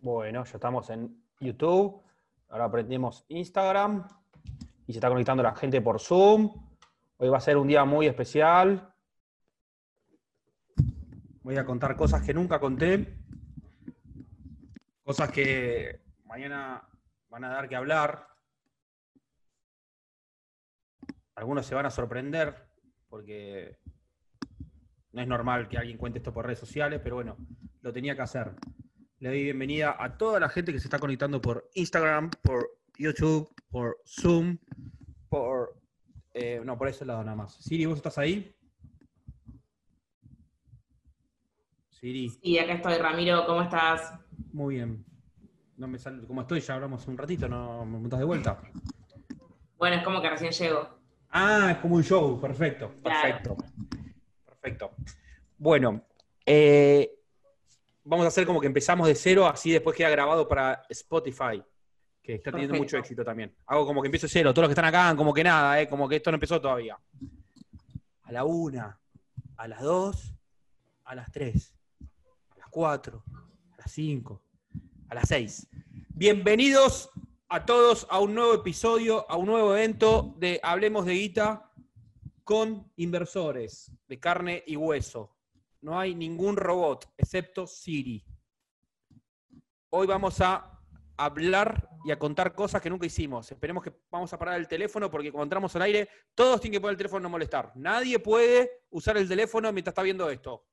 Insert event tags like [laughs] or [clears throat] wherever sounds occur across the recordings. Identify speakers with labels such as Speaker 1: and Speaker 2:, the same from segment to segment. Speaker 1: Bueno, ya estamos en YouTube. Ahora aprendemos Instagram. Y se está conectando la gente por Zoom. Hoy va a ser un día muy especial. Voy a contar cosas que nunca conté. Cosas que mañana van a dar que hablar. Algunos se van a sorprender porque no es normal que alguien cuente esto por redes sociales, pero bueno, lo tenía que hacer. Le doy bienvenida a toda la gente que se está conectando por Instagram, por YouTube, por Zoom, por... eh, no, por ese lado nada más. Siri, ¿vos estás ahí? Siri,
Speaker 2: Y acá estoy, Ramiro, ¿cómo estás?
Speaker 1: muy bien. No me sale como estoy, ya hablamos un ratito, no me montás de vuelta.
Speaker 2: Bueno, es como que recién llego.
Speaker 1: Ah, es como un show, perfecto,
Speaker 2: Claro.
Speaker 1: perfecto. Perfecto. Bueno, eh, vamos a hacer como que empezamos de cero, así después queda grabado para Spotify, que está teniendo mucho
Speaker 2: Perfecto.
Speaker 1: éxito también. Hago como que empiezo de cero, todos los que están acá, como que nada, eh, como que esto no empezó todavía. A la una, a las dos, a las tres, a las cuatro, a las cinco, a las seis. Bienvenidos a todos a un nuevo episodio, a un nuevo evento de Hablemos de Guita con inversores de carne y hueso. No hay ningún robot, excepto Siri. Hoy vamos a hablar y a contar cosas que nunca hicimos. Esperemos que vamos a parar el teléfono porque cuando entramos al aire, todos tienen que poner el teléfono en no molestar. Nadie puede usar el teléfono mientras está viendo esto.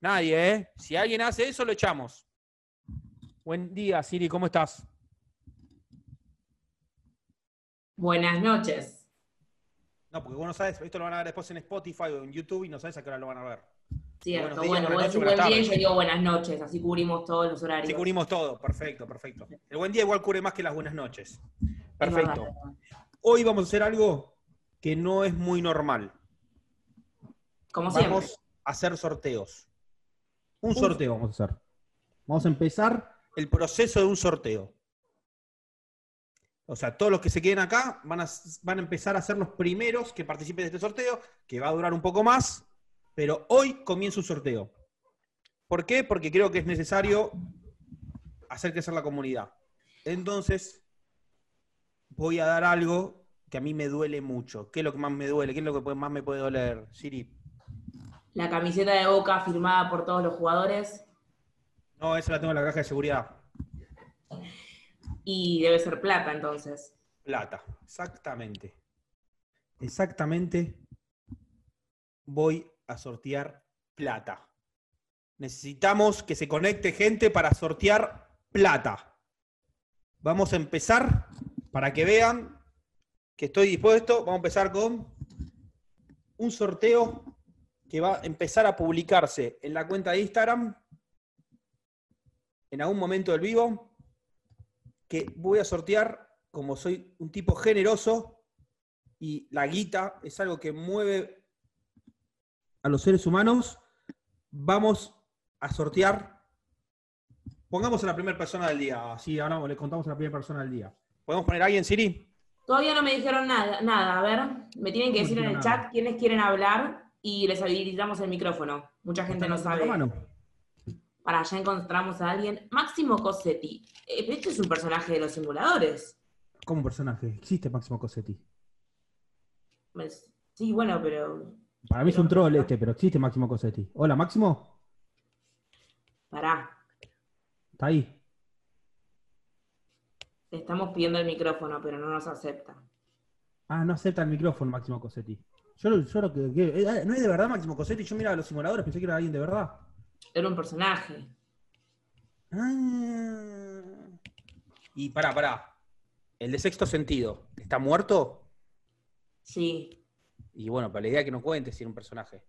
Speaker 1: Nadie, ¿eh? Si alguien hace eso, lo echamos. Buen día, Siri, ¿cómo estás?
Speaker 2: Buenas noches.
Speaker 1: No, porque vos no sabes, esto lo van a ver después en Spotify o en YouTube y no sabes a qué hora lo van a ver.
Speaker 2: Cierto,
Speaker 1: Buenos días,
Speaker 2: bueno,
Speaker 1: buenas
Speaker 2: vos
Speaker 1: noches,
Speaker 2: decís buen
Speaker 1: buenas
Speaker 2: día y
Speaker 1: tardes.
Speaker 2: yo digo buenas noches, así cubrimos todos los horarios.
Speaker 1: Así cubrimos todo, perfecto, perfecto. El buen día igual cubre más que las buenas noches.
Speaker 2: Es
Speaker 1: Perfecto.
Speaker 2: verdad.
Speaker 1: Hoy vamos a hacer algo que no es muy normal.
Speaker 2: Como siempre.
Speaker 1: Vamos a hacer sorteos. Un sorteo vamos a hacer. Vamos a empezar el proceso de un sorteo. O sea, todos los que se queden acá van a, van a empezar a ser los primeros que participen de este sorteo, que va a durar un poco más, pero hoy comienza un sorteo. ¿Por qué? Porque creo que es necesario hacer crecer la comunidad. Entonces, voy a dar algo que a mí me duele mucho. ¿Qué es lo que más me duele? ¿Qué es lo que puede- más me puede doler, Siri?
Speaker 2: La camiseta de Boca firmada por todos los jugadores
Speaker 1: No, esa la tengo en la caja de seguridad.
Speaker 2: y debe ser plata entonces.
Speaker 1: Plata. Exactamente. Exactamente. Voy a sortear plata. Necesitamos que se conecte gente para sortear plata. Vamos a empezar para que vean que estoy dispuesto. Vamos a empezar con un sorteo que va a empezar a publicarse en la cuenta de Instagram en algún momento del vivo. que voy a sortear, como soy un tipo generoso y la guita es algo que mueve a los seres humanos, vamos a sortear. Pongamos a la primera persona del día. Así, ahora le contamos a la primera persona del día. ¿Podemos poner a alguien, Siri?
Speaker 2: Todavía no me dijeron nada, nada. A ver, me tienen que
Speaker 1: No
Speaker 2: decir en el
Speaker 1: dijeron nada.
Speaker 2: chat quiénes quieren hablar y les habilitamos el micrófono. Mucha gente no sabe. Para allá encontramos a alguien. Máximo Cosetti. Eh, Este es un personaje de los simuladores.
Speaker 1: Como personaje, existe Máximo Cosetti.
Speaker 2: Pues, Sí, bueno, pero
Speaker 1: Para mí es un troll este, pero existe Máximo Cosetti. Hola, Máximo.
Speaker 2: pará.
Speaker 1: ¿Está ahí?
Speaker 2: Le estamos pidiendo el micrófono, pero no nos acepta.
Speaker 1: Ah, no acepta el micrófono Máximo Cosetti. Yo, lo- yo lo que, que- eh, No es de verdad Máximo Cosetti. Yo miraba a los simuladores, pensé que era alguien de verdad.
Speaker 2: Era un personaje.
Speaker 1: Ah. Y pará, pará. El de sexto sentido, ¿está muerto?
Speaker 2: Sí.
Speaker 1: Y bueno, para la idea es que no cuente si era un personaje.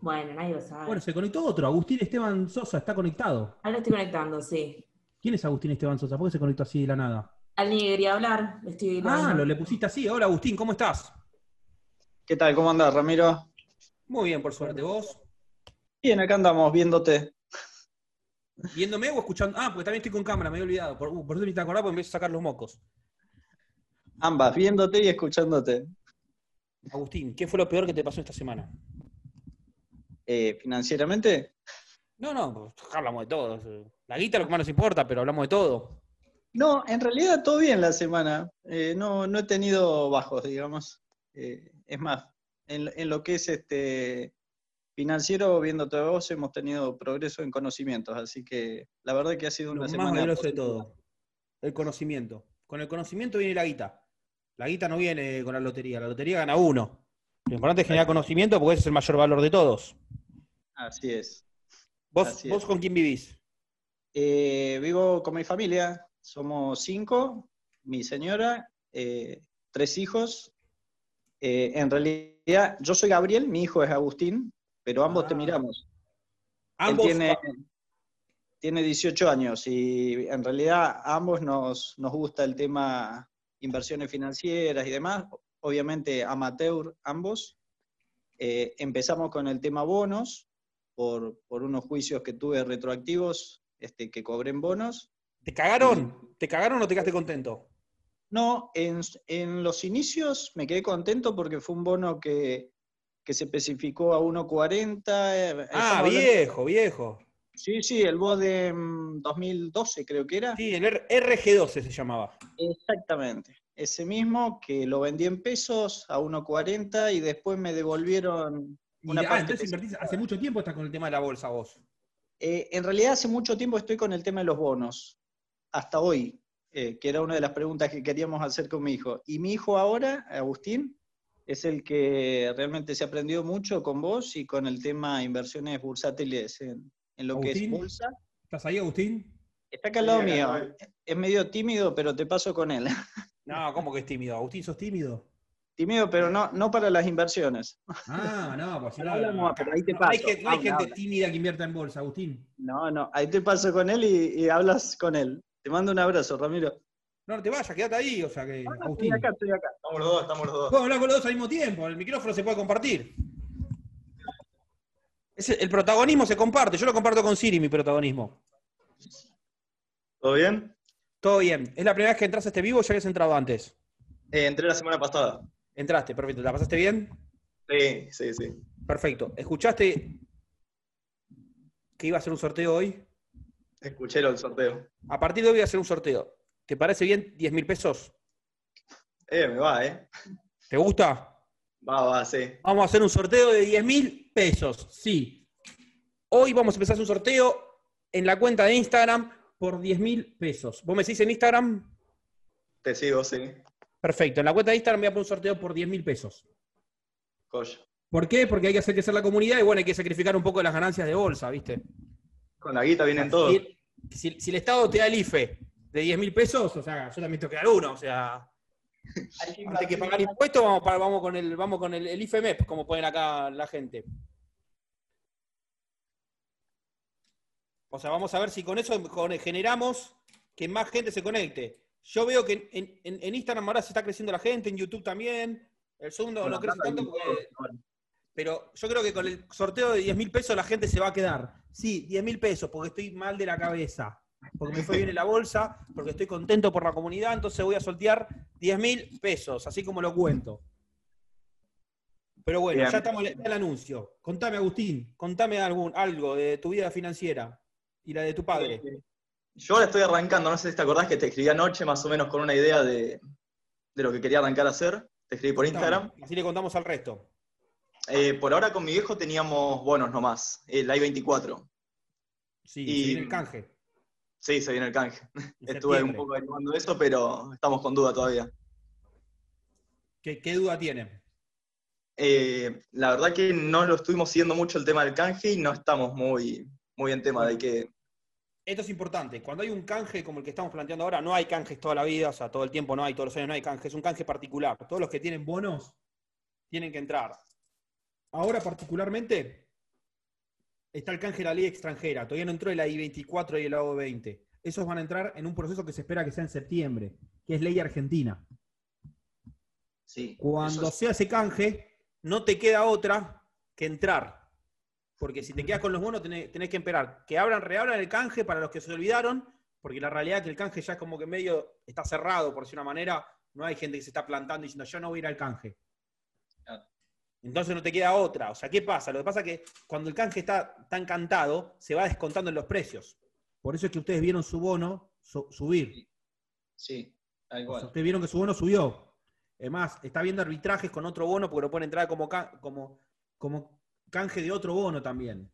Speaker 2: Bueno, nadie lo sabe.
Speaker 3: Bueno, se conectó otro. Agustín Esteban Sosa está conectado.
Speaker 2: Ahora estoy conectando, sí.
Speaker 3: ¿Quién es Agustín Esteban Sosa? ¿Por qué se conectó así de la nada?
Speaker 2: Alguien que quería hablar, le estoy
Speaker 3: Ah,
Speaker 2: dando.
Speaker 3: lo le pusiste así. Hola, Agustín, ¿cómo estás?
Speaker 4: ¿Qué tal? ¿Cómo andás, Ramiro?
Speaker 1: Muy bien, por suerte. ¿Vos?
Speaker 4: Bien, acá andamos viéndote.
Speaker 1: ¿Viéndome o escuchando? Ah, porque también estoy con cámara, me había olvidado. Por, uh, por eso me te acordás porque me empiezo a sacar los mocos.
Speaker 4: Ambas, viéndote y escuchándote.
Speaker 1: Agustín, ¿qué fue lo peor que te pasó esta semana?
Speaker 4: Eh, ¿Financieramente?
Speaker 1: No, no, pues, hablamos de todo. La guita lo que más nos importa, pero hablamos de todo.
Speaker 4: No, en realidad todo bien la semana. Eh, no, no he tenido bajos, digamos. Eh, es más, en, en lo que es este financiero, viendo todo vos, hemos tenido progreso en conocimientos. Así que la verdad que ha sido una
Speaker 1: Lo más
Speaker 4: semana.
Speaker 1: valioso de
Speaker 4: positiva.
Speaker 1: todo. El conocimiento. Con el conocimiento viene la guita. La guita no viene con la lotería. La lotería gana uno. Lo importante es generar conocimiento porque ese es el mayor valor de todos.
Speaker 4: Así es.
Speaker 1: ¿Vos,
Speaker 4: Así es.
Speaker 1: vos con quién vivís?
Speaker 4: Eh, vivo con mi familia, somos cinco, mi señora, eh, tres hijos. Eh, en realidad, yo soy Gabriel, mi hijo es Agustín, pero ambos te
Speaker 1: Ah.
Speaker 4: miramos. Él
Speaker 1: Ambos.
Speaker 4: tiene, tiene 18 años y en realidad a ambos nos, nos gusta el tema inversiones financieras y demás, obviamente amateur ambos. Eh, empezamos con el tema bonos, por, por unos juicios que tuve retroactivos, este, que cobré en bonos.
Speaker 1: ¿Te cagaron? ¿Te cagaron o te quedaste contento?
Speaker 4: No, en, en los inicios me quedé contento porque fue un bono que, que se especificó a 1.40. eh, estamos
Speaker 1: Ah,
Speaker 4: hablando-
Speaker 1: viejo, viejo.
Speaker 4: Sí, sí, el BOD de mm, 2012 creo que era.
Speaker 1: Sí, el R- RG12 se llamaba.
Speaker 4: Exactamente. Ese mismo que lo vendí en pesos a 1.40 y después me devolvieron
Speaker 3: Y-
Speaker 4: una
Speaker 3: ah,
Speaker 4: parte
Speaker 3: entonces
Speaker 4: que-
Speaker 3: invertís hace mucho tiempo estás con el
Speaker 1: El
Speaker 3: tema.
Speaker 1: tema de la bolsa, vos.
Speaker 4: Eh, en realidad hace mucho tiempo estoy con el tema de los bonos, hasta hoy, eh, que era una de las preguntas que queríamos hacer con mi hijo. Y mi hijo ahora, Agustín, es el que realmente se ha aprendido mucho con vos y con el tema de inversiones bursátiles en, en lo
Speaker 3: Agustín.
Speaker 4: que es bolsa.
Speaker 3: ¿Estás ahí, Agustín?
Speaker 4: Está acá al lado
Speaker 5: Sí, acá
Speaker 4: mío.
Speaker 5: estoy.
Speaker 4: Es medio tímido, pero te paso con él. [laughs]
Speaker 1: No, ¿cómo que es tímido? Agustín, ¿sos tímido?
Speaker 4: tímido, pero no, no para las inversiones.
Speaker 3: Ah, no,
Speaker 4: [laughs]
Speaker 3: pues si no.
Speaker 4: Hablamos, pero ahí te
Speaker 3: no, no hay
Speaker 4: paso. Ah,
Speaker 3: gente, no hay
Speaker 4: Habla,
Speaker 3: gente
Speaker 4: habla.
Speaker 3: tímida que invierta en bolsa, Agustín.
Speaker 4: No, no, ahí te paso con él y, y hablas con él. Te mando un abrazo, Ramiro.
Speaker 1: No, no te vayas, quédate ahí. O sea que,
Speaker 4: Ah, Estoy
Speaker 1: Agustín.
Speaker 4: acá, estoy acá.
Speaker 5: Estamos los dos, estamos los dos.
Speaker 1: Puedo hablar con los dos al mismo tiempo, el micrófono se puede compartir. Es el el protagonismo se comparte, yo lo comparto con Siri, mi protagonismo.
Speaker 5: ¿Todo bien?
Speaker 1: Todo bien. ¿Es la primera vez que entras a este vivo o ya habías entrado antes?
Speaker 5: Eh, entré la semana pasada.
Speaker 1: Entraste, perfecto. ¿La pasaste bien?
Speaker 5: Sí, sí, sí.
Speaker 1: Perfecto. ¿Escuchaste que iba a ser un sorteo hoy?
Speaker 5: Escuché el sorteo.
Speaker 1: A partir de hoy voy a hacer un sorteo. ¿Te parece bien 10 mil pesos?
Speaker 5: Eh, me va, eh.
Speaker 1: ¿Te gusta?
Speaker 5: Va, va, sí.
Speaker 1: Vamos a hacer un sorteo de 10 mil pesos. Sí. Hoy vamos a empezar un sorteo en la cuenta de Instagram por 10 mil pesos. ¿Vos me decís en Instagram?
Speaker 5: Te sigo, sí.
Speaker 1: Perfecto. En la cuenta de Instagram voy a poner un sorteo por 10 mil pesos.
Speaker 5: Joya.
Speaker 1: ¿Por qué? Porque hay que hacer crecer la comunidad y bueno, hay que sacrificar un poco las ganancias de bolsa, ¿viste?
Speaker 5: Con la guita vienen todos.
Speaker 1: Si, si- si el Estado te da el IFE de 10 mil pesos, o sea, yo también tengo que dar uno, o sea. Antes que pagar impuestos, vamos, para- vamos con el, vamos con el, el IFEMEP, como ponen acá la gente. O sea, vamos a ver si con eso con- generamos que más gente se conecte. Yo veo que en, en- en Instagram ahora se está creciendo la gente, en YouTube también. El Zoom no,
Speaker 4: Con
Speaker 1: no
Speaker 4: la
Speaker 1: crece
Speaker 4: plata
Speaker 1: tanto
Speaker 4: vienen
Speaker 1: porque-
Speaker 4: todos.
Speaker 1: Pero yo creo que con el sorteo de 10 mil pesos la gente se va a quedar. Sí, 10 mil pesos, porque estoy mal de la cabeza. Porque me fue bien en la bolsa, porque estoy contento por la comunidad, entonces voy a sortear 10 mil pesos, así como lo cuento. Pero bueno,
Speaker 5: Bien.
Speaker 1: ya estamos en el anuncio. Contame, Agustín, contame algún, algo de tu vida financiera y la de tu padre.
Speaker 5: Yo ahora estoy arrancando, no sé si te acordás que te escribí anoche más o menos con una idea de, de lo que quería arrancar a hacer. Te escribí por Instagram.
Speaker 1: Así le contamos al resto.
Speaker 5: Eh, por ahora con mi viejo teníamos bonos nomás, el I-24.
Speaker 1: Sí,
Speaker 5: Y-
Speaker 1: se viene el canje.
Speaker 5: Sí, se viene el canje.
Speaker 1: en
Speaker 5: [laughs] Estuve un
Speaker 1: septiembre.
Speaker 5: poco averiguando eso, pero estamos con duda todavía.
Speaker 1: ¿Qué, qué duda tienen?
Speaker 5: Eh, la verdad que no lo estuvimos siguiendo mucho el tema del canje y no estamos muy, muy en tema de que...
Speaker 1: Esto es importante. Cuando hay un canje como el que estamos planteando ahora, no hay canjes toda la vida, o sea, todo el tiempo no hay, todos los años no hay canje, es un canje particular. Todos los que tienen bonos tienen que entrar. Ahora particularmente está el canje de la ley extranjera, todavía no entró el I-24 y el AO-20. Esos van a entrar en un proceso que se espera que sea en septiembre, que es ley argentina.
Speaker 5: Sí,
Speaker 1: Cuando sea ese canje, no te queda otra que entrar. Porque si te quedas con los bonos, tenés, tenés que esperar que abran, reabran el canje para los que se olvidaron, porque la realidad es que el canje ya es como que medio está cerrado, por decir una manera. No hay gente que se está plantando diciendo, yo no voy a ir al canje.
Speaker 5: Claro.
Speaker 1: Entonces no te queda otra. O sea, ¿qué pasa? Lo que pasa es que cuando el canje está tan cantado, se va descontando en los precios. Por eso es que ustedes vieron su bono su- subir.
Speaker 4: Sí, tal
Speaker 1: O sea,
Speaker 4: cual.
Speaker 1: ustedes vieron que su bono subió. Además, está viendo arbitrajes con otro bono porque lo pueden entrar como, ca- como, como canje de otro bono también.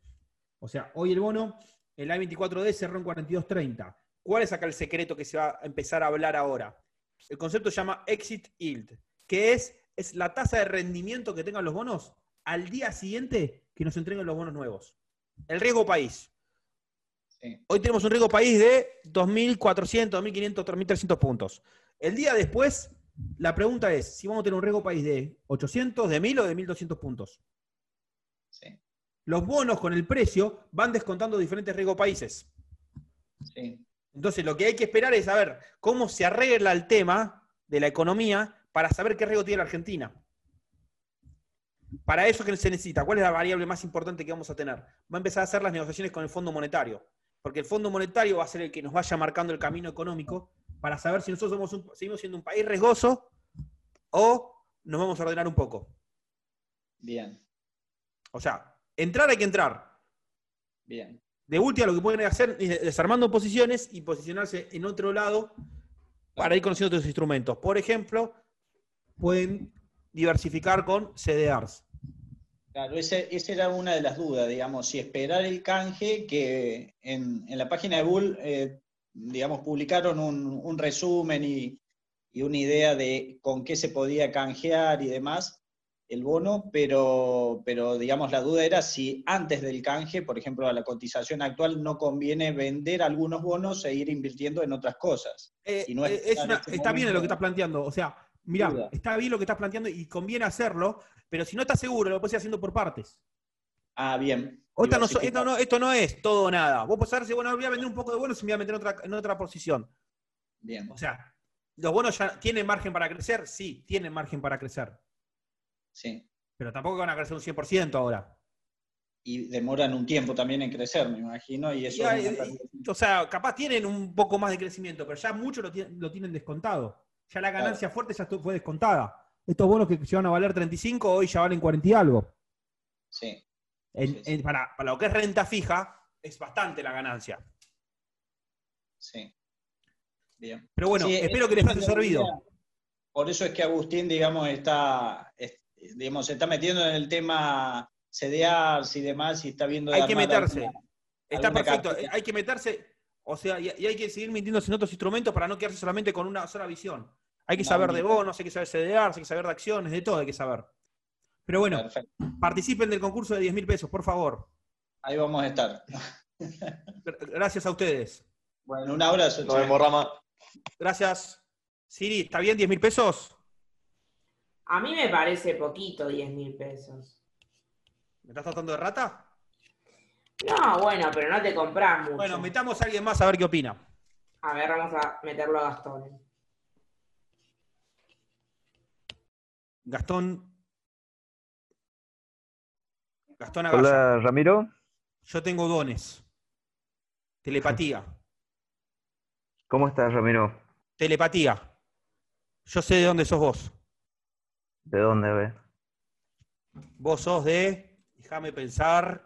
Speaker 1: O sea, hoy el bono, el I24D cerró en 42.30. ¿Cuál es acá el secreto que se va a empezar a hablar ahora? El concepto se llama exit yield, que es, es la tasa de rendimiento que tengan los bonos al día siguiente que nos entreguen los bonos nuevos. El riesgo país.
Speaker 4: Sí.
Speaker 1: Hoy tenemos un riesgo país de 2.400, 2.500, 3.300 puntos. El día después, la pregunta es si vamos a tener un riesgo país de 800, de 1.000 o de 1.200 puntos.
Speaker 4: Sí,
Speaker 1: Los bonos con el precio van descontando diferentes riesgo países.
Speaker 4: sí,
Speaker 1: Entonces, lo que hay que esperar es saber cómo se arregla el tema de la economía para saber qué riesgo tiene la Argentina. Para eso que se necesita, ¿cuál es la variable más importante que vamos a tener? Va a empezar a hacer las negociaciones con el Fondo Monetario, porque el Fondo Monetario va a ser el que nos vaya marcando el camino económico para saber si nosotros somos un- seguimos siendo un país riesgoso o nos vamos a ordenar un poco.
Speaker 4: bien,
Speaker 1: O sea, entrar hay que entrar,
Speaker 4: bien.
Speaker 1: De última lo que pueden hacer es desarmando posiciones y posicionarse en otro lado para ir conociendo otros instrumentos. Por ejemplo, pueden diversificar con CDRs.
Speaker 4: Claro, ese- esa era una de las dudas, digamos, si esperar el canje, que en, en la página de Bull, eh, digamos, publicaron un, un resumen y, y una idea de con qué se podía canjear y demás el bono, pero, pero digamos, la duda era si antes del canje, por ejemplo, a la cotización actual, no conviene vender algunos bonos e ir invirtiendo en otras cosas.
Speaker 1: Eh,
Speaker 4: Y no es-
Speaker 1: eh, es
Speaker 4: en
Speaker 1: una-
Speaker 4: este
Speaker 1: está bien
Speaker 4: momento-
Speaker 1: lo que estás planteando. O sea, mira,
Speaker 4: Duda.
Speaker 1: está bien lo que estás planteando y conviene hacerlo, pero si no estás seguro, lo puedes ir haciendo por partes.
Speaker 4: Ah, bien.
Speaker 1: Esta no so-
Speaker 4: diversificar.
Speaker 1: esto, no, esto no es todo o nada. Vos podés hacer, bueno, voy a vender un poco de bonos y me voy a meter en otra, en otra posición.
Speaker 4: Bien,
Speaker 1: O sea, ¿los bonos ya tienen margen para crecer? Sí, tienen margen para crecer.
Speaker 4: sí.
Speaker 1: Pero tampoco van a crecer un 100% ahora.
Speaker 4: y demoran un tiempo también en crecer, me imagino, y eso
Speaker 1: Ya,
Speaker 4: es
Speaker 1: eh,
Speaker 4: una pérdida.
Speaker 1: O sea, capaz tienen un poco más de crecimiento, pero ya muchos lo, tienen- lo tienen descontado. Ya la ganancia fuerte ya estu- fue descontada. Estos bonos que llevan a valer 35 hoy ya valen 40 y algo.
Speaker 4: Sí,
Speaker 1: En-
Speaker 4: Sí, sí.
Speaker 1: en- para, para lo que es renta fija, es bastante la ganancia.
Speaker 4: sí. Bien.
Speaker 1: Pero bueno,
Speaker 4: Sí,
Speaker 1: espero
Speaker 4: es-
Speaker 1: que les haya servido.
Speaker 4: Por eso es que Agustín, digamos, está, es- digamos, se está metiendo en el tema CDRs y demás, y está viendo... de
Speaker 1: Hay que
Speaker 4: armar
Speaker 1: meterse.
Speaker 4: alguna-
Speaker 1: Está
Speaker 4: alguna
Speaker 1: perfecto.
Speaker 4: cartera.
Speaker 1: Hay que meterse, o sea, y, y hay que seguir mintiéndose en otros instrumentos para no quedarse solamente con una sola visión. Hay que
Speaker 4: No,
Speaker 1: saber
Speaker 4: ni-
Speaker 1: de bonos, hay que saber CDRs, hay que saber de acciones, de todo hay que saber. Pero bueno,
Speaker 4: Perfecto.
Speaker 1: participen del concurso de 10 mil pesos, por favor.
Speaker 4: Ahí vamos a estar.
Speaker 1: Gr- Gracias a ustedes.
Speaker 4: Bueno, un abrazo.
Speaker 5: Nos
Speaker 4: che.
Speaker 5: vemos, Rama.
Speaker 1: Gracias. Siri, ¿está bien 10 mil pesos?
Speaker 2: A mí me parece poquito 10 mil pesos.
Speaker 1: ¿Me estás tratando de rata?
Speaker 2: No, bueno, pero no te compras mucho.
Speaker 1: Bueno, metamos a alguien más a ver qué opina.
Speaker 2: A ver, vamos a meterlo a Gastón.
Speaker 1: Gastón. Gastón Agallo.
Speaker 6: Hola, Ramiro.
Speaker 1: Yo tengo dones. Telepatía.
Speaker 6: ¿Cómo estás, Ramiro?
Speaker 1: Telepatía. Yo sé de dónde sos vos.
Speaker 6: ¿De dónde, ve?
Speaker 1: Vos sos de. Déjame pensar.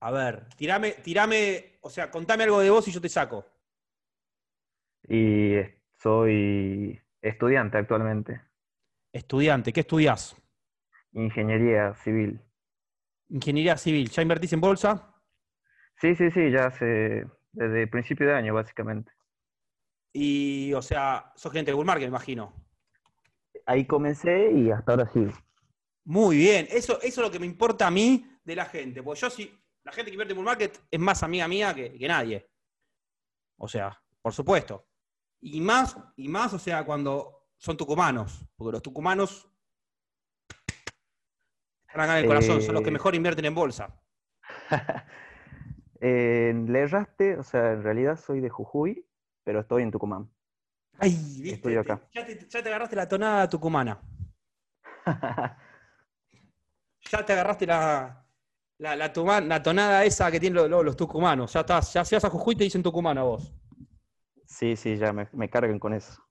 Speaker 1: A ver, tirame, tirame, o sea, contame algo de vos y yo te saco.
Speaker 6: Y es- soy estudiante actualmente.
Speaker 1: Estudiante, ¿qué estudias?
Speaker 6: Ingeniería civil.
Speaker 1: Ingeniería civil. ¿Ya invertís en bolsa?
Speaker 6: Sí, sí, sí, ya hace desde el principio de año, básicamente.
Speaker 1: Y, o sea, sos cliente de Bull Market, me imagino.
Speaker 6: Ahí comencé y hasta ahora sí.
Speaker 1: Muy bien, eso, eso es lo que me importa a mí de la gente. Porque yo sí, la gente que invierte en Bull Market es más amiga mía que, que nadie. O sea, por supuesto. Y más, y más, o sea, cuando son tucumanos. Porque los tucumanos están acá en el corazón, son los que
Speaker 6: Eh.
Speaker 1: mejor invierten en bolsa.
Speaker 6: Eh, le erraste, o sea, en realidad soy de Jujuy, pero estoy en Tucumán.
Speaker 1: Ay, viste,
Speaker 6: Estoy acá.
Speaker 1: te- ya, te, ya te agarraste la tonada tucumana. ya te agarraste la, la, la tuma- la tonada esa que tienen los, los- los tucumanos. Ya estás, ya si vas a Jujuy te dicen tucumano a vos.
Speaker 6: Sí, sí, ya me, me cargan con eso.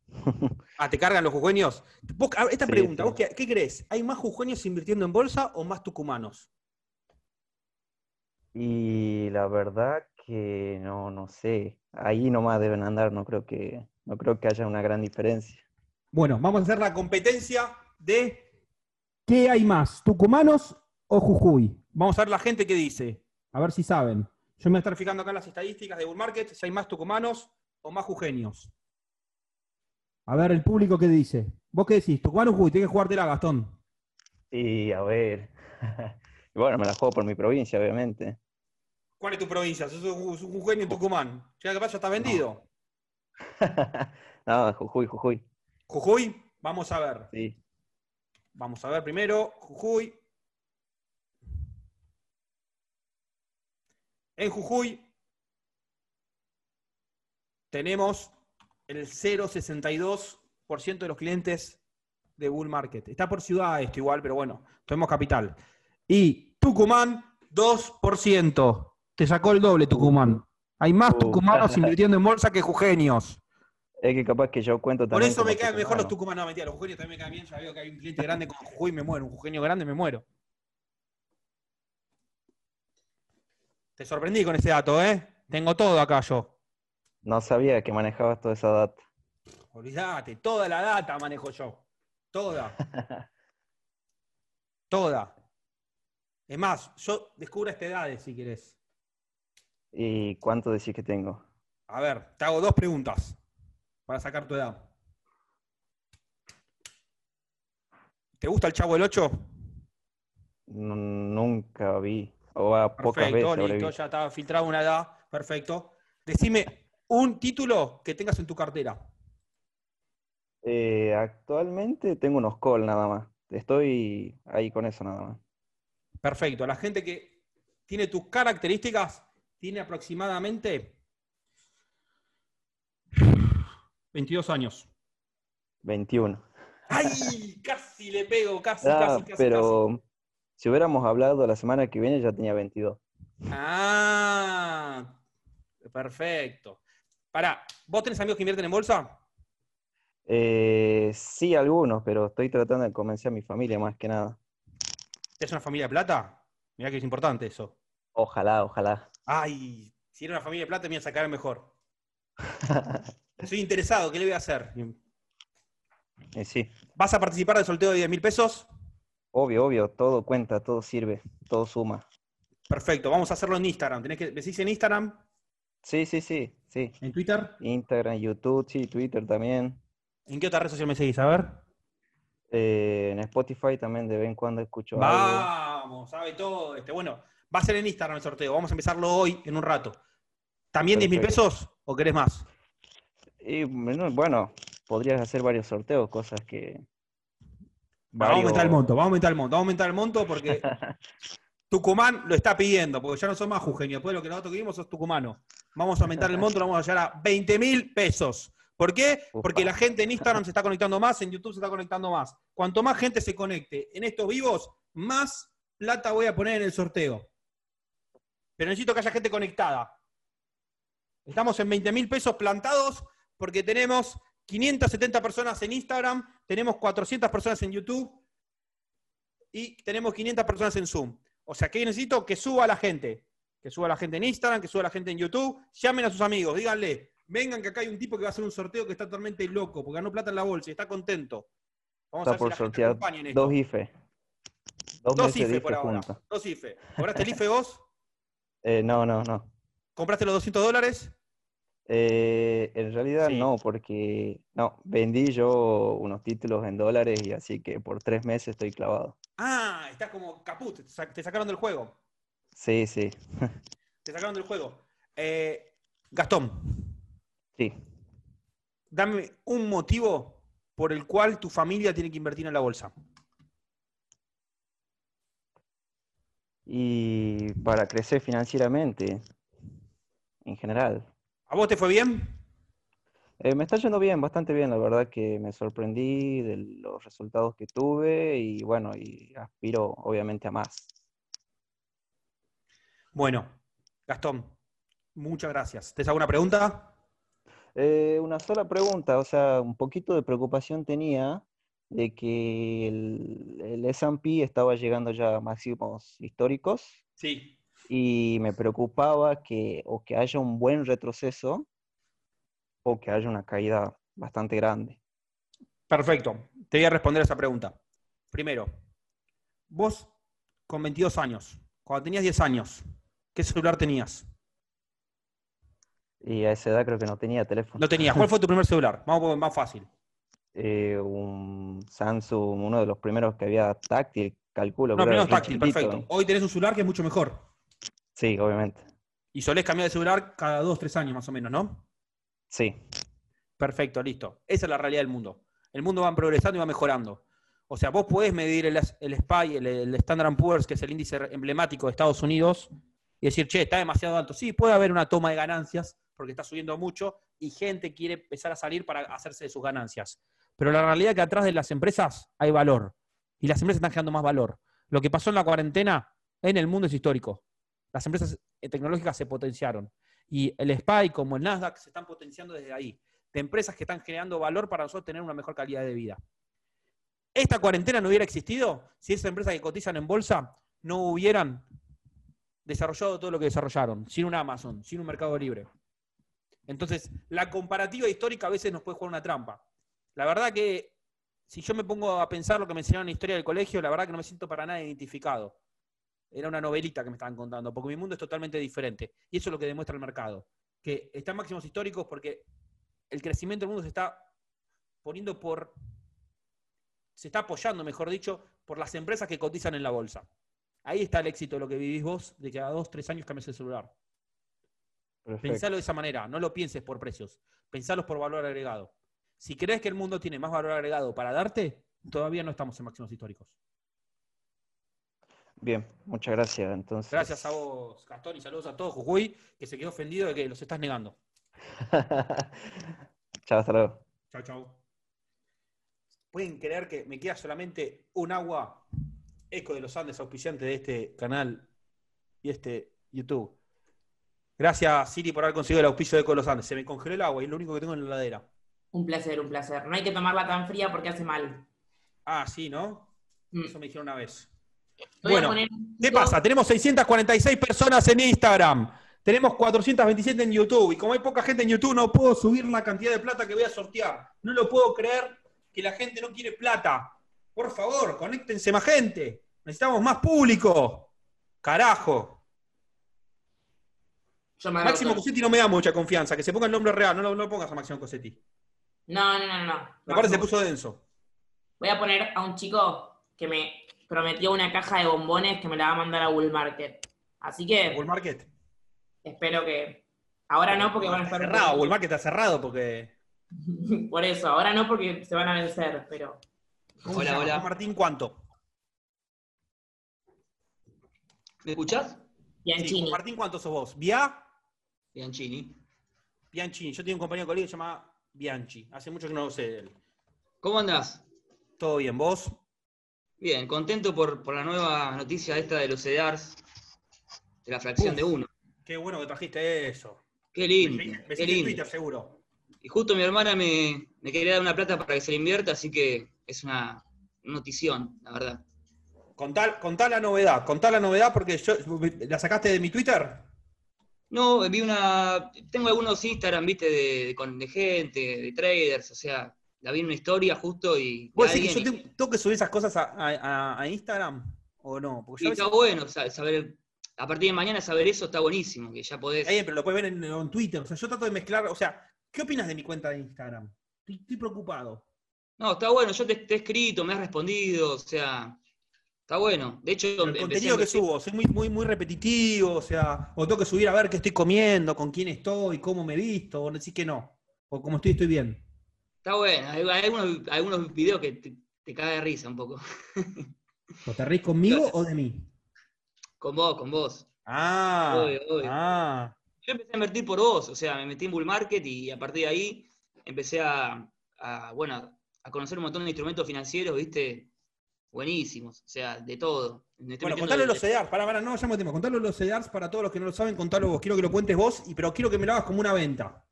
Speaker 1: Ah, ¿te cargan los jujeños? Vos- a ver, esta
Speaker 6: Sí,
Speaker 1: pregunta,
Speaker 6: sí.
Speaker 1: ¿vos qué, qué crees? ¿Hay más jujeños invirtiendo en bolsa o más tucumanos?
Speaker 6: Y la verdad que no, no sé. Ahí nomás deben andar, no creo que, no creo que haya una gran diferencia.
Speaker 1: Bueno, vamos a hacer la competencia de
Speaker 3: ¿Qué hay más, tucumanos o Jujuy?
Speaker 1: Vamos a ver la gente que dice.
Speaker 3: A ver si saben.
Speaker 1: Yo me voy a estar fijando acá en las estadísticas de Bull Market, si hay más tucumanos o más jujeños.
Speaker 3: A ver el público qué dice. ¿Vos qué decís? Tucumán o Jujuy, tenés que jugártela, Gastón.
Speaker 6: Y a ver. [laughs] Y bueno, me la juego por mi provincia, obviamente.
Speaker 1: ¿Cuál es tu provincia? ¿Sos un, sos un jujeño en Tucumán? Ya capaz ya está vendido.
Speaker 6: No, Ah, Jujuy, Jujuy.
Speaker 1: Jujuy, vamos a ver.
Speaker 6: Sí.
Speaker 1: Vamos a ver primero, Jujuy. En Jujuy tenemos el 0,62% de los clientes de Bull Market. Está por ciudad esto igual, pero bueno, tenemos capital. Y Tucumán, 2%. Te sacó el doble Tucumán. Hay más
Speaker 6: Uh.
Speaker 1: tucumanos invirtiendo en bolsa que jujeños.
Speaker 6: Es que capaz que yo cuento
Speaker 1: Por
Speaker 6: también
Speaker 1: eso me
Speaker 6: como
Speaker 1: caen mejor los
Speaker 6: tucumano.
Speaker 1: tucumanos. No, mentira, los jujeños también me caen bien. Ya veo que hay un cliente grande con Jujuy y me muero. Un jujeño grande me muero. Te sorprendí con ese dato, ¿eh? Tengo todo acá yo.
Speaker 6: No sabía que manejabas toda esa data.
Speaker 1: Olvídate, toda la data manejo yo. Toda. Toda. Es más, yo descubro esta edades si querés.
Speaker 6: ¿Y cuánto decís que tengo?
Speaker 1: A ver, te hago dos preguntas para sacar tu edad. ¿Te gusta el Chavo del 8?
Speaker 6: Nu- nunca vi. O a pocas veces
Speaker 1: Perfecto,
Speaker 6: habré
Speaker 1: listo,
Speaker 6: visto.
Speaker 1: ya está filtrada una edad, perfecto. Decime un título que tengas en tu cartera.
Speaker 6: Eh, actualmente tengo unos call nada más. Estoy ahí con eso nada más.
Speaker 1: Perfecto, la gente que tiene tus características tiene aproximadamente 22 años.
Speaker 6: 21.
Speaker 1: ¡Ay! Casi le pego, casi,
Speaker 6: Ah,
Speaker 1: casi, casi.
Speaker 6: pero si hubiéramos hablado la semana que viene ya tenía 22.
Speaker 1: casi. Ah, perfecto. Pará, ¿vos tenés amigos que invierten en bolsa?
Speaker 6: Eh, sí, algunos, pero estoy tratando de convencer a mi familia más que nada.
Speaker 1: ¿Es una familia de plata? Mirá que es importante eso.
Speaker 6: Ojalá, ojalá.
Speaker 1: Ay, si era una familia de plata me iba a sacar mejor. Soy interesado, ¿qué le voy a hacer?
Speaker 6: Eh, sí,
Speaker 1: ¿Vas a participar del sorteo de 10 mil pesos?
Speaker 6: obvio, obvio, todo cuenta, todo sirve, todo suma.
Speaker 1: Perfecto, vamos a hacerlo en Instagram. Tenés que decís en Instagram.
Speaker 6: Sí, sí, sí, sí.
Speaker 3: ¿En Twitter?
Speaker 6: Instagram, YouTube, sí, Twitter también.
Speaker 1: ¿En qué otra red social me seguís? A ver.
Speaker 6: Eh, en Spotify también de vez en cuando escucho algo.
Speaker 1: Vamos, sabe todo este. Bueno, va a ser en Instagram el sorteo. Vamos a empezarlo hoy en un rato. ¿También 10 mil
Speaker 6: Perfecto.
Speaker 1: pesos o querés más?
Speaker 6: Y bueno, bueno, podrías hacer varios sorteos, cosas que...
Speaker 1: Vamos a aumentar el
Speaker 6: varios-
Speaker 1: monto, vamos a aumentar el monto, vamos a aumentar el monto porque
Speaker 6: [laughs]
Speaker 1: Tucumán lo está pidiendo, porque ya no sos más jujeño, después de lo que nosotros vivimos sos tucumano. Vamos a aumentar el monto, lo vamos a llegar a 20 mil pesos. ¿Por qué?
Speaker 6: Upa.
Speaker 1: Porque la gente en Instagram se está conectando más, en YouTube se está conectando más. Cuanto más gente se conecte en estos vivos, más plata voy a poner en el sorteo. Pero necesito que haya gente conectada. Estamos en 20 mil pesos plantados porque tenemos 570 personas en Instagram, tenemos 400 personas en YouTube y tenemos 500 personas en Zoom. O sea, que necesito que suba la gente. Que suba la gente en Instagram, que suba la gente en YouTube. Llamen a sus amigos, díganle, vengan que acá hay un tipo que va a hacer un sorteo que está totalmente loco, porque ganó plata en la bolsa y está contento. Vamos
Speaker 6: Está por
Speaker 1: la gente
Speaker 6: sortear
Speaker 1: acompaña en esto.
Speaker 6: dos IFE. Dos,
Speaker 1: Dos
Speaker 6: meses de
Speaker 1: IFE por
Speaker 6: IFE
Speaker 1: ahora.
Speaker 6: juntos.
Speaker 1: Dos IFE. ¿Cobraste el IFE vos?
Speaker 6: Eh, no, no, no.
Speaker 1: ¿Compraste los 200 dólares?
Speaker 6: Eh, en realidad
Speaker 1: Sí.
Speaker 6: no, porque no, vendí yo unos títulos en dólares y así que por tres meses estoy clavado.
Speaker 1: Ah, estás como caput, te sac- te sacaron del juego.
Speaker 6: Sí, sí, [laughs]
Speaker 1: Te sacaron del juego. Eh, Gastón,
Speaker 6: sí.
Speaker 1: dame un motivo por el cual tu familia tiene que invertir en la bolsa.
Speaker 6: Y para crecer financieramente, en general.
Speaker 1: ¿A vos te fue bien?
Speaker 6: Eh, me está yendo bien, bastante bien, la verdad que me sorprendí de los resultados que tuve y bueno, y aspiro obviamente a más.
Speaker 1: Bueno, Gastón, muchas gracias. ¿Te hago una pregunta?
Speaker 6: Eh, una sola pregunta, o sea, un poquito de preocupación tenía de que el, el S&P estaba llegando ya a máximos históricos
Speaker 5: Sí.
Speaker 6: y me preocupaba que o que haya un buen retroceso o que haya una caída bastante grande.
Speaker 1: Perfecto. Te voy a responder a esa pregunta. Primero, vos con 22 años, cuando tenías 10 años, ¿qué celular tenías?
Speaker 6: Y a esa edad creo que no tenía teléfono.
Speaker 1: No tenías. ¿Cuál
Speaker 6: [laughs]
Speaker 1: fue tu primer celular? Vamos por más fácil.
Speaker 6: Eh, un Samsung, uno de los primeros que había táctil, calculo.
Speaker 1: No,
Speaker 6: creo,
Speaker 1: primero
Speaker 6: bien
Speaker 1: táctil,
Speaker 6: chiquitito.
Speaker 1: perfecto. Hoy tenés un celular que es mucho mejor.
Speaker 6: Sí, obviamente.
Speaker 1: Y solés cambiar de celular cada 2, 3 años más o menos, ¿no?
Speaker 6: Sí.
Speaker 1: Perfecto, listo. Esa es la realidad del mundo. El mundo va progresando y va mejorando. O sea, vos podés medir el, el SPY, el, el Standard Poor's, que es el índice emblemático de Estados Unidos, y decir, che, está demasiado alto. Sí, puede haber una toma de ganancias porque está subiendo mucho y gente quiere empezar a salir para hacerse de sus ganancias. Pero la realidad es que atrás de las empresas hay valor y las empresas están generando más valor. Lo que pasó en la cuarentena en el mundo es histórico. Las empresas eh, tecnológicas se potenciaron y el SPY como el Nasdaq se están potenciando desde ahí de empresas que están generando valor para nosotros tener una mejor calidad de vida. Esta cuarentena no hubiera existido si esas empresas que cotizan en bolsa no hubieran desarrollado todo lo que desarrollaron, sin un Amazon, sin un mercado libre. Entonces, la comparativa histórica a veces nos puede jugar una trampa. La verdad que si yo me pongo a pensar lo que me enseñaron en la historia del colegio, la verdad que no me siento para nada identificado. Era una novelita que me estaban contando, porque mi mundo es totalmente diferente. Y eso es lo que demuestra el mercado, que está en máximos históricos porque el crecimiento del mundo se está poniendo por, se está apoyando, mejor dicho, por las empresas que cotizan en la bolsa. Ahí está el éxito de lo que vivís vos, de que a dos, tres años cambies el celular.
Speaker 6: Perfecto.
Speaker 1: Pensalo de esa manera, no lo pienses por precios, pensalos por valor agregado. Si crees que el mundo tiene más valor agregado para darte, todavía no estamos en máximos históricos.
Speaker 6: Bien, muchas gracias. Entonces,
Speaker 1: Gracias a vos, Gastón, y saludos a todos, Jujuy, que se quedó ofendido de que los estás negando.
Speaker 6: Chao, hasta luego.
Speaker 1: Chau, chau. ¿Pueden creer que me queda solamente un agua eco de los Andes auspiciante de este canal y este YouTube? Gracias, Siri, por haber conseguido el auspicio de Eco de los Andes. Se me congeló el agua y es lo único que tengo en la heladera.
Speaker 2: Un placer, un placer. No hay que tomarla tan fría porque hace mal.
Speaker 1: Ah, sí, ¿no?
Speaker 2: Mm.
Speaker 1: Eso me dijeron una vez.
Speaker 2: Voy
Speaker 1: Bueno,
Speaker 2: a poner-
Speaker 1: ¿Qué pasa? Tenemos 646 personas en Instagram. Tenemos 427 en YouTube. Y como hay poca gente en YouTube, no puedo subir la cantidad de plata que voy a sortear. No lo puedo creer que la gente no quiere plata. Por favor, conéctense más gente. Necesitamos más público. Carajo.
Speaker 2: Yo me
Speaker 1: Máximo
Speaker 2: agarro-
Speaker 1: Cosetti no me da mucha confianza. Que se ponga el nombre real. No lo, no lo pongas a Máximo Cosetti.
Speaker 2: No, no, no, no. no.
Speaker 1: Aparte se puso denso.
Speaker 2: Voy a poner a un chico que me prometió una caja de bombones que me la va a mandar a Bull Market. Así que
Speaker 1: Bull Market.
Speaker 2: espero que. Ahora no, porque van a
Speaker 1: Está
Speaker 2: estar.
Speaker 1: cerrado. Bull Market está cerrado porque...
Speaker 2: Por eso, ahora no, porque se van a vencer, pero.
Speaker 1: ¿Cómo
Speaker 5: Hola,
Speaker 1: se llama?
Speaker 5: hola.
Speaker 1: Martín, ¿cuánto?
Speaker 5: ¿Me escuchás?
Speaker 1: Sí,
Speaker 2: Bianchini.
Speaker 1: Juan Martín, ¿cuánto sos vos? ¿Vía?
Speaker 5: Bianchini.
Speaker 1: Bianchi. Yo tenía un compañero de colegio que se llamaba Bianchi. Hace mucho que no lo sé de él.
Speaker 7: ¿Cómo andás?
Speaker 1: ¿Todo bien? ¿Vos?
Speaker 7: Bien, contento por, por la nueva noticia esta de los EDARs, de la fracción
Speaker 1: Uf.
Speaker 7: de uno.
Speaker 1: Qué bueno que trajiste eso.
Speaker 7: Qué
Speaker 1: Me
Speaker 7: lindo,
Speaker 1: seguí- me
Speaker 7: qué
Speaker 1: seguí en
Speaker 7: lindo.
Speaker 1: Twitter, seguro.
Speaker 7: Y justo mi hermana me, me quería dar una plata para que se la invierta, así que es una notición, la verdad.
Speaker 1: Contá, contá la novedad. Contá la novedad porque yo... ¿La sacaste de mi Twitter?
Speaker 7: No, vi una. Tengo algunos Instagram, viste, de, de con- de gente, de traders, o sea, la vi en una historia justo y. de
Speaker 1: ¿Vos decís que yo
Speaker 7: alguien y-
Speaker 1: te- tengo que subir esas cosas a, a- a- a Instagram o no? Porque
Speaker 7: y
Speaker 1: yo a
Speaker 7: está
Speaker 1: veces-
Speaker 7: bueno sa- saber. A partir de mañana saber eso está buenísimo, que ya podés.
Speaker 1: Está bien, pero lo puedes ver en, en Twitter. O sea, yo trato de mezclar... O sea, ¿qué opinas de mi cuenta de Instagram? Estoy, estoy preocupado.
Speaker 7: No, está bueno, yo te, te he escrito, me has respondido, o sea, está bueno. De hecho,
Speaker 1: Pero el
Speaker 7: empecé a
Speaker 1: contenido que
Speaker 7: investigar-
Speaker 1: subo, soy muy, muy, muy repetitivo, o sea, o tengo que subir a ver qué estoy comiendo, con quién estoy, cómo me he visto, o decís que no, o como estoy, estoy bien.
Speaker 7: Está bueno, hay, hay algunos, algunos videos que te, te caga de risa un poco. [laughs]
Speaker 1: ¿O te reís conmigo o de mí?
Speaker 7: Con vos, con vos.
Speaker 1: Ah,
Speaker 7: Obvio, obvio.
Speaker 1: ah.
Speaker 7: Yo empecé a invertir por vos, o sea, me metí en Bull Market y a partir de ahí empecé a, a, bueno, a conocer un montón de instrumentos financieros, viste, buenísimos, o sea, de todo. Me estoy
Speaker 1: Bueno,
Speaker 7: metiendo
Speaker 1: contalo
Speaker 7: de-
Speaker 1: los CEDARS, para, para, no vayamos a tema, contalo los CEDARS para todos los que no lo saben, contalo vos, quiero que lo cuentes vos, y pero quiero que me lo hagas como una venta.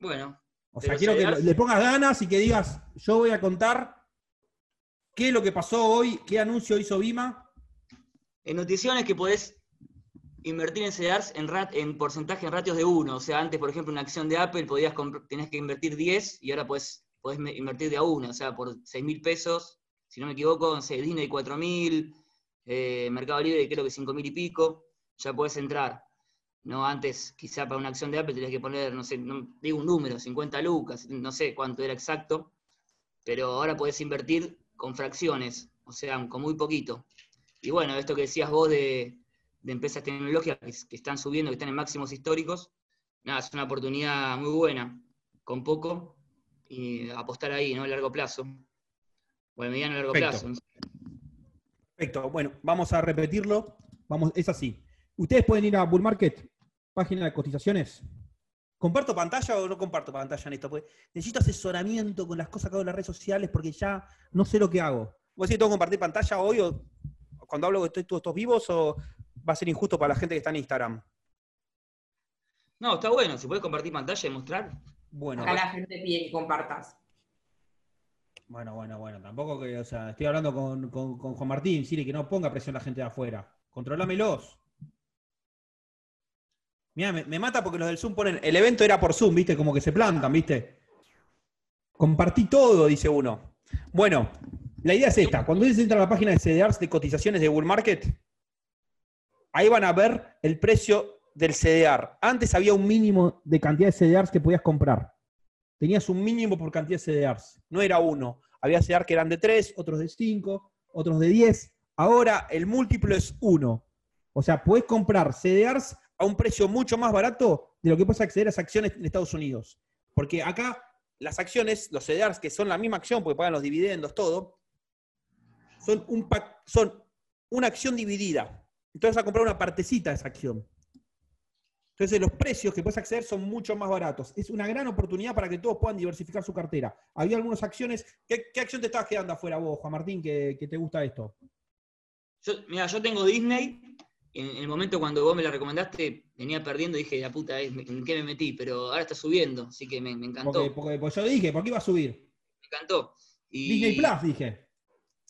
Speaker 7: Bueno,
Speaker 1: O
Speaker 7: Pero
Speaker 1: sea, quiero que
Speaker 7: sabías-
Speaker 1: le pongas ganas y que digas, yo voy a contar qué es lo que pasó hoy, qué anuncio hizo Bima.
Speaker 7: en nutriciones que podés invertir en CEDARS en, rat- en porcentaje, en ratios de 1. O sea, antes, por ejemplo, una acción de Apple podías compr- tenías que invertir 10 y ahora podés, podés me- invertir de a 1. O sea, por 6 mil pesos, si no me equivoco, en Disney 4 mil, Eh, Mercado Libre creo que 5 mil y pico, ya podés entrar. No antes, quizá para una acción de Apple tenías que poner, no sé, no- digo un número, 50 lucas, no sé cuánto era exacto, pero ahora podés invertir con fracciones, o sea, con muy poquito. Y bueno, esto que decías vos de, de empresas tecnológicas que, que están subiendo, que están en máximos históricos, nada, es una oportunidad muy buena, con poco, y apostar ahí, ¿no? A largo plazo. O a mediano a largo
Speaker 1: Perfecto.
Speaker 7: plazo.
Speaker 1: Perfecto, bueno, vamos a repetirlo.
Speaker 3: Vamos, es así. Ustedes pueden ir a Bull Market, página de cotizaciones.
Speaker 1: ¿Comparto pantalla o no comparto pantalla en esto? Porque necesito asesoramiento con las cosas que hago en las redes sociales porque ya no sé lo que hago. ¿Vos decís que tengo que compartir pantalla hoy o cuando hablo que estoy todos estos vivos o va a ser injusto para la gente que está en Instagram?
Speaker 7: No, está bueno, si puedes compartir pantalla y mostrar.
Speaker 1: Bueno,
Speaker 2: Acá la gente pide que compartas.
Speaker 1: bueno, bueno, bueno. Tampoco que, o sea, estoy hablando con, con- con Juan Martín, Siri, que no ponga presión a la gente de afuera. Controlámelos. Mira, me, me mata porque los del Zoom ponen. El evento era por Zoom, ¿viste? Como que se plantan, ¿viste? Compartí todo, dice uno. Bueno, la idea es esta. Cuando ustedes entran a la página de CDRs de cotizaciones de Bull Market, ahí van a ver el precio del CDR. Antes había un mínimo de cantidad de CDRs que podías comprar. Tenías un mínimo por cantidad de CDRs. No era uno. Había CDRs que eran de 3, otros de 5, otros de 10. Ahora el múltiplo es 1. O sea, podés comprar CDRs a un precio mucho más barato de lo que puedes acceder a las acciones en Estados Unidos. Porque acá las acciones, los CDRs, que son la misma acción porque pagan los dividendos, todo, son, un pa- son una acción dividida. Entonces vas a comprar una partecita de esa acción. Entonces los precios que puedes acceder son mucho más baratos. Es una gran oportunidad para que todos puedan diversificar su cartera. Había algunas acciones. ¿Qué, qué acción te estabas quedando afuera vos, Juan Martín, que, que te gusta esto?
Speaker 7: Yo, mira, yo tengo Disney. En, en el momento cuando vos me la recomendaste, venía perdiendo y dije, la puta, es- ¿en qué me metí? Pero ahora está subiendo, así que me, me encantó.
Speaker 1: Porque, porque- porque yo dije, ¿por qué iba a subir?
Speaker 7: Me encantó. Y,
Speaker 1: Disney Plus, dije.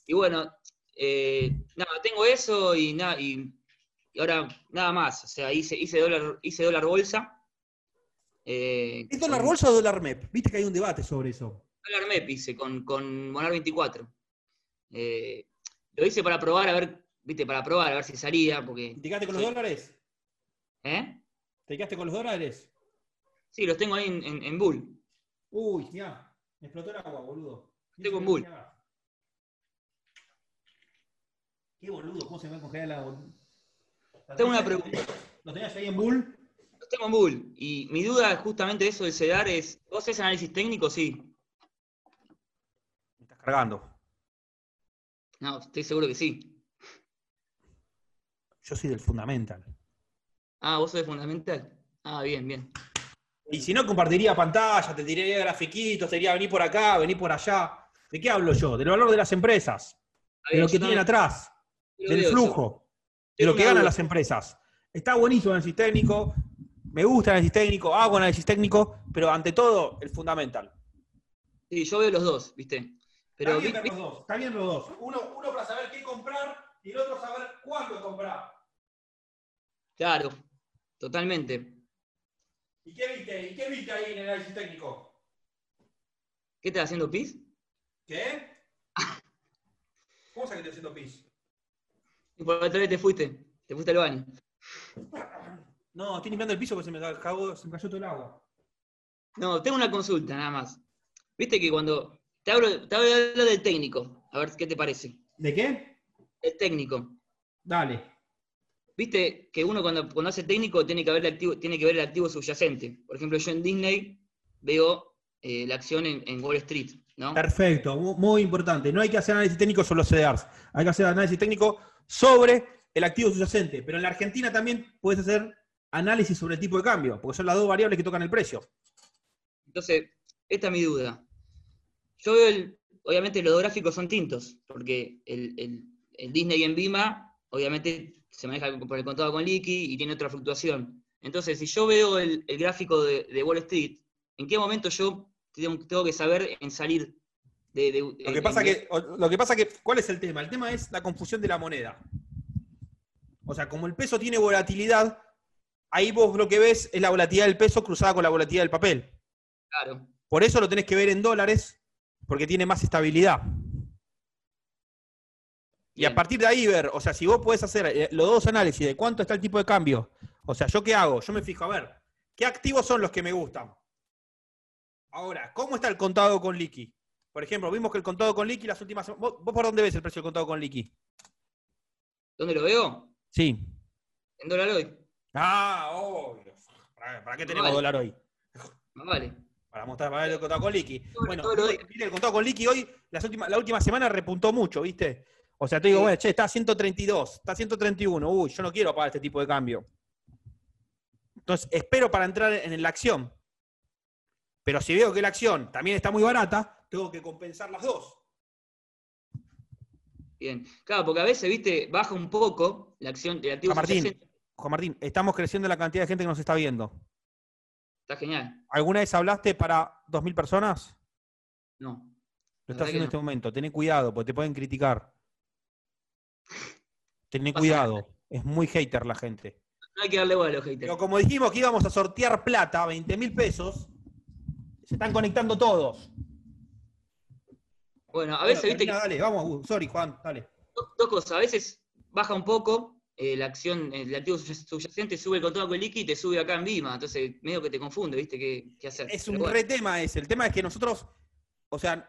Speaker 7: Y bueno, eh, nada, tengo eso y, nada y, y ahora nada más. O sea, hice, hice, dólar, hice dólar bolsa. eh,
Speaker 1: ¿Es dólar
Speaker 7: con-
Speaker 1: bolsa o dólar MEP? Viste que hay un debate sobre eso.
Speaker 7: Dólar MEP hice con, con Monar 24. Eh, lo hice para probar, a ver, viste, para probar, a ver si salía, porque...
Speaker 1: ¿Te quedaste con los
Speaker 7: Sí.
Speaker 1: dólares?
Speaker 7: ¿eh?
Speaker 1: ¿Te quedaste con los dólares?
Speaker 7: Sí, los tengo ahí en, en, en Bull.
Speaker 1: Uy, mirá, me explotó el agua, boludo.
Speaker 7: Estoy con Bull.
Speaker 1: Qué boludo, ¿cómo se me va a congelar el agua?
Speaker 7: Tengo una pregunta.
Speaker 1: ¿Lo tenías ahí en Bull?
Speaker 7: Los tengo en Bull. Y mi duda es justamente eso del CEDAR es, ¿vos haces análisis técnico? Sí.
Speaker 1: Me estás cargando.
Speaker 7: No, estoy seguro que sí.
Speaker 1: Yo soy del Fundamental.
Speaker 7: Ah, vos sos de fundamental. Ah, bien, bien.
Speaker 1: Y si no, compartiría pantalla, te tiraría grafiquitos, te diría venir por acá, venir por allá. ¿De qué hablo yo? Del valor de las empresas, de lo que tienen atrás, del flujo, de lo que ganan las empresas. Está buenísimo el análisis técnico, me gusta el análisis técnico, hago análisis técnico, pero ante todo, el fundamental.
Speaker 7: Sí, yo veo los dos, ¿viste? Pero vi-
Speaker 1: ver
Speaker 7: vi-
Speaker 1: los dos, está bien los dos. Uno, uno para saber qué comprar y el otro saber cuándo comprar.
Speaker 7: claro, totalmente.
Speaker 1: ¿Y qué viste? ¿Y qué viste ahí en el análisis técnico?
Speaker 7: ¿Qué estás haciendo, Piz?
Speaker 1: ¿Qué? ¿Cómo sabes que estoy haciendo pis?
Speaker 7: Y por otra vez te fuiste, te fuiste al baño.
Speaker 1: No, estoy limpiando el piso porque se me, acabó- se me cayó todo el agua.
Speaker 7: No, tengo una consulta nada más. Viste que cuando te hablo, te hablo- hablo del técnico, a ver qué te parece.
Speaker 1: ¿De qué?
Speaker 7: El técnico.
Speaker 1: Dale.
Speaker 7: Viste que uno cuando, cuando hace técnico tiene que, ver el activo, tiene que ver el activo subyacente. Por ejemplo, yo en Disney veo eh, la acción en, en Wall Street, ¿no?
Speaker 1: Perfecto, mu- muy importante. No hay que hacer análisis técnico sobre los CDRs. Hay que hacer análisis técnico sobre el activo subyacente. Pero en la Argentina también puedes hacer análisis sobre el tipo de cambio, porque son las dos variables que tocan el precio.
Speaker 7: Entonces, esta es mi duda. Yo veo, el, obviamente los gráficos son tintos, porque el, el- el Disney en Vima, obviamente se maneja por el contado con liqui y tiene otra fluctuación. Entonces, si yo veo el, el gráfico de, de Wall Street, ¿En qué momento yo tengo tengo que saber en salir de... de-
Speaker 1: Lo que
Speaker 7: en-
Speaker 1: pasa
Speaker 7: en-
Speaker 1: que, o- lo que pasa que, ¿cuál es el tema? El tema es la confusión de la moneda. O sea, como el peso tiene volatilidad, ahí vos lo que ves es la volatilidad del peso cruzada con la volatilidad del papel.
Speaker 7: Claro.
Speaker 1: Por eso lo tenés que ver en dólares, porque tiene más estabilidad. Y a
Speaker 7: Bien.
Speaker 1: partir de ahí ver, o sea, si vos podés hacer eh, los dos análisis de cuánto está el tipo de cambio, o sea, ¿yo qué hago? Yo me fijo, a ver, ¿qué activos son los que me gustan? Ahora, ¿cómo está el contado con liqui? Por ejemplo, vimos que el contado con liqui las últimas semanas... ¿Vos, vos por dónde ves el precio del contado con liqui?
Speaker 7: ¿Dónde lo veo?
Speaker 1: Sí.
Speaker 7: En dólar hoy.
Speaker 1: Ah, obvio. ¿Para, para qué tenemos
Speaker 7: Vale.
Speaker 1: dólar hoy?
Speaker 7: Más vale.
Speaker 1: Para mostrar para ver el contado con liqui.
Speaker 7: Sobre
Speaker 1: Bueno,
Speaker 7: todo lo de-
Speaker 1: mira, el contado con liqui hoy, las últimas, la última semana repuntó mucho, ¿viste? O sea, te digo,
Speaker 7: Sí.
Speaker 1: bueno, che, está a 132, está a 131, uy, yo no quiero pagar este tipo de cambio. Entonces, espero para entrar en la acción. Pero si veo que la acción también está muy barata, tengo que compensar las dos.
Speaker 7: Bien. Claro, porque a veces, viste, baja un poco la acción del activo.
Speaker 1: Ah, Martín.
Speaker 7: 60.
Speaker 1: Juan Martín, estamos creciendo la cantidad de gente que nos está viendo.
Speaker 7: Está genial.
Speaker 1: ¿Alguna vez hablaste para 2.000 personas?
Speaker 7: No.
Speaker 1: Lo
Speaker 7: verdad que
Speaker 1: estás haciendo en
Speaker 7: no.
Speaker 1: este momento. Tené cuidado, porque te pueden criticar. Tené
Speaker 7: Pasa
Speaker 1: cuidado. Es muy hater la gente.
Speaker 7: No hay que darle bola a los haters.
Speaker 1: Pero como dijimos que íbamos a sortear plata, 20 mil pesos, se están conectando todos.
Speaker 7: Bueno, a veces,
Speaker 1: Bueno,
Speaker 7: viste,
Speaker 1: termina,
Speaker 7: que-
Speaker 1: Dale, vamos, Gus. sorry, Juan, dale.
Speaker 7: dos, dos cosas. A veces baja un poco eh, la acción, el activo suby- subyacente, sube el contado con liqui y te sube acá en Vima. Entonces, medio que te confunde, viste, qué, qué hacer.
Speaker 1: Es
Speaker 7: Pero
Speaker 1: un
Speaker 7: bueno,
Speaker 1: re tema ese. El tema es que nosotros, o sea,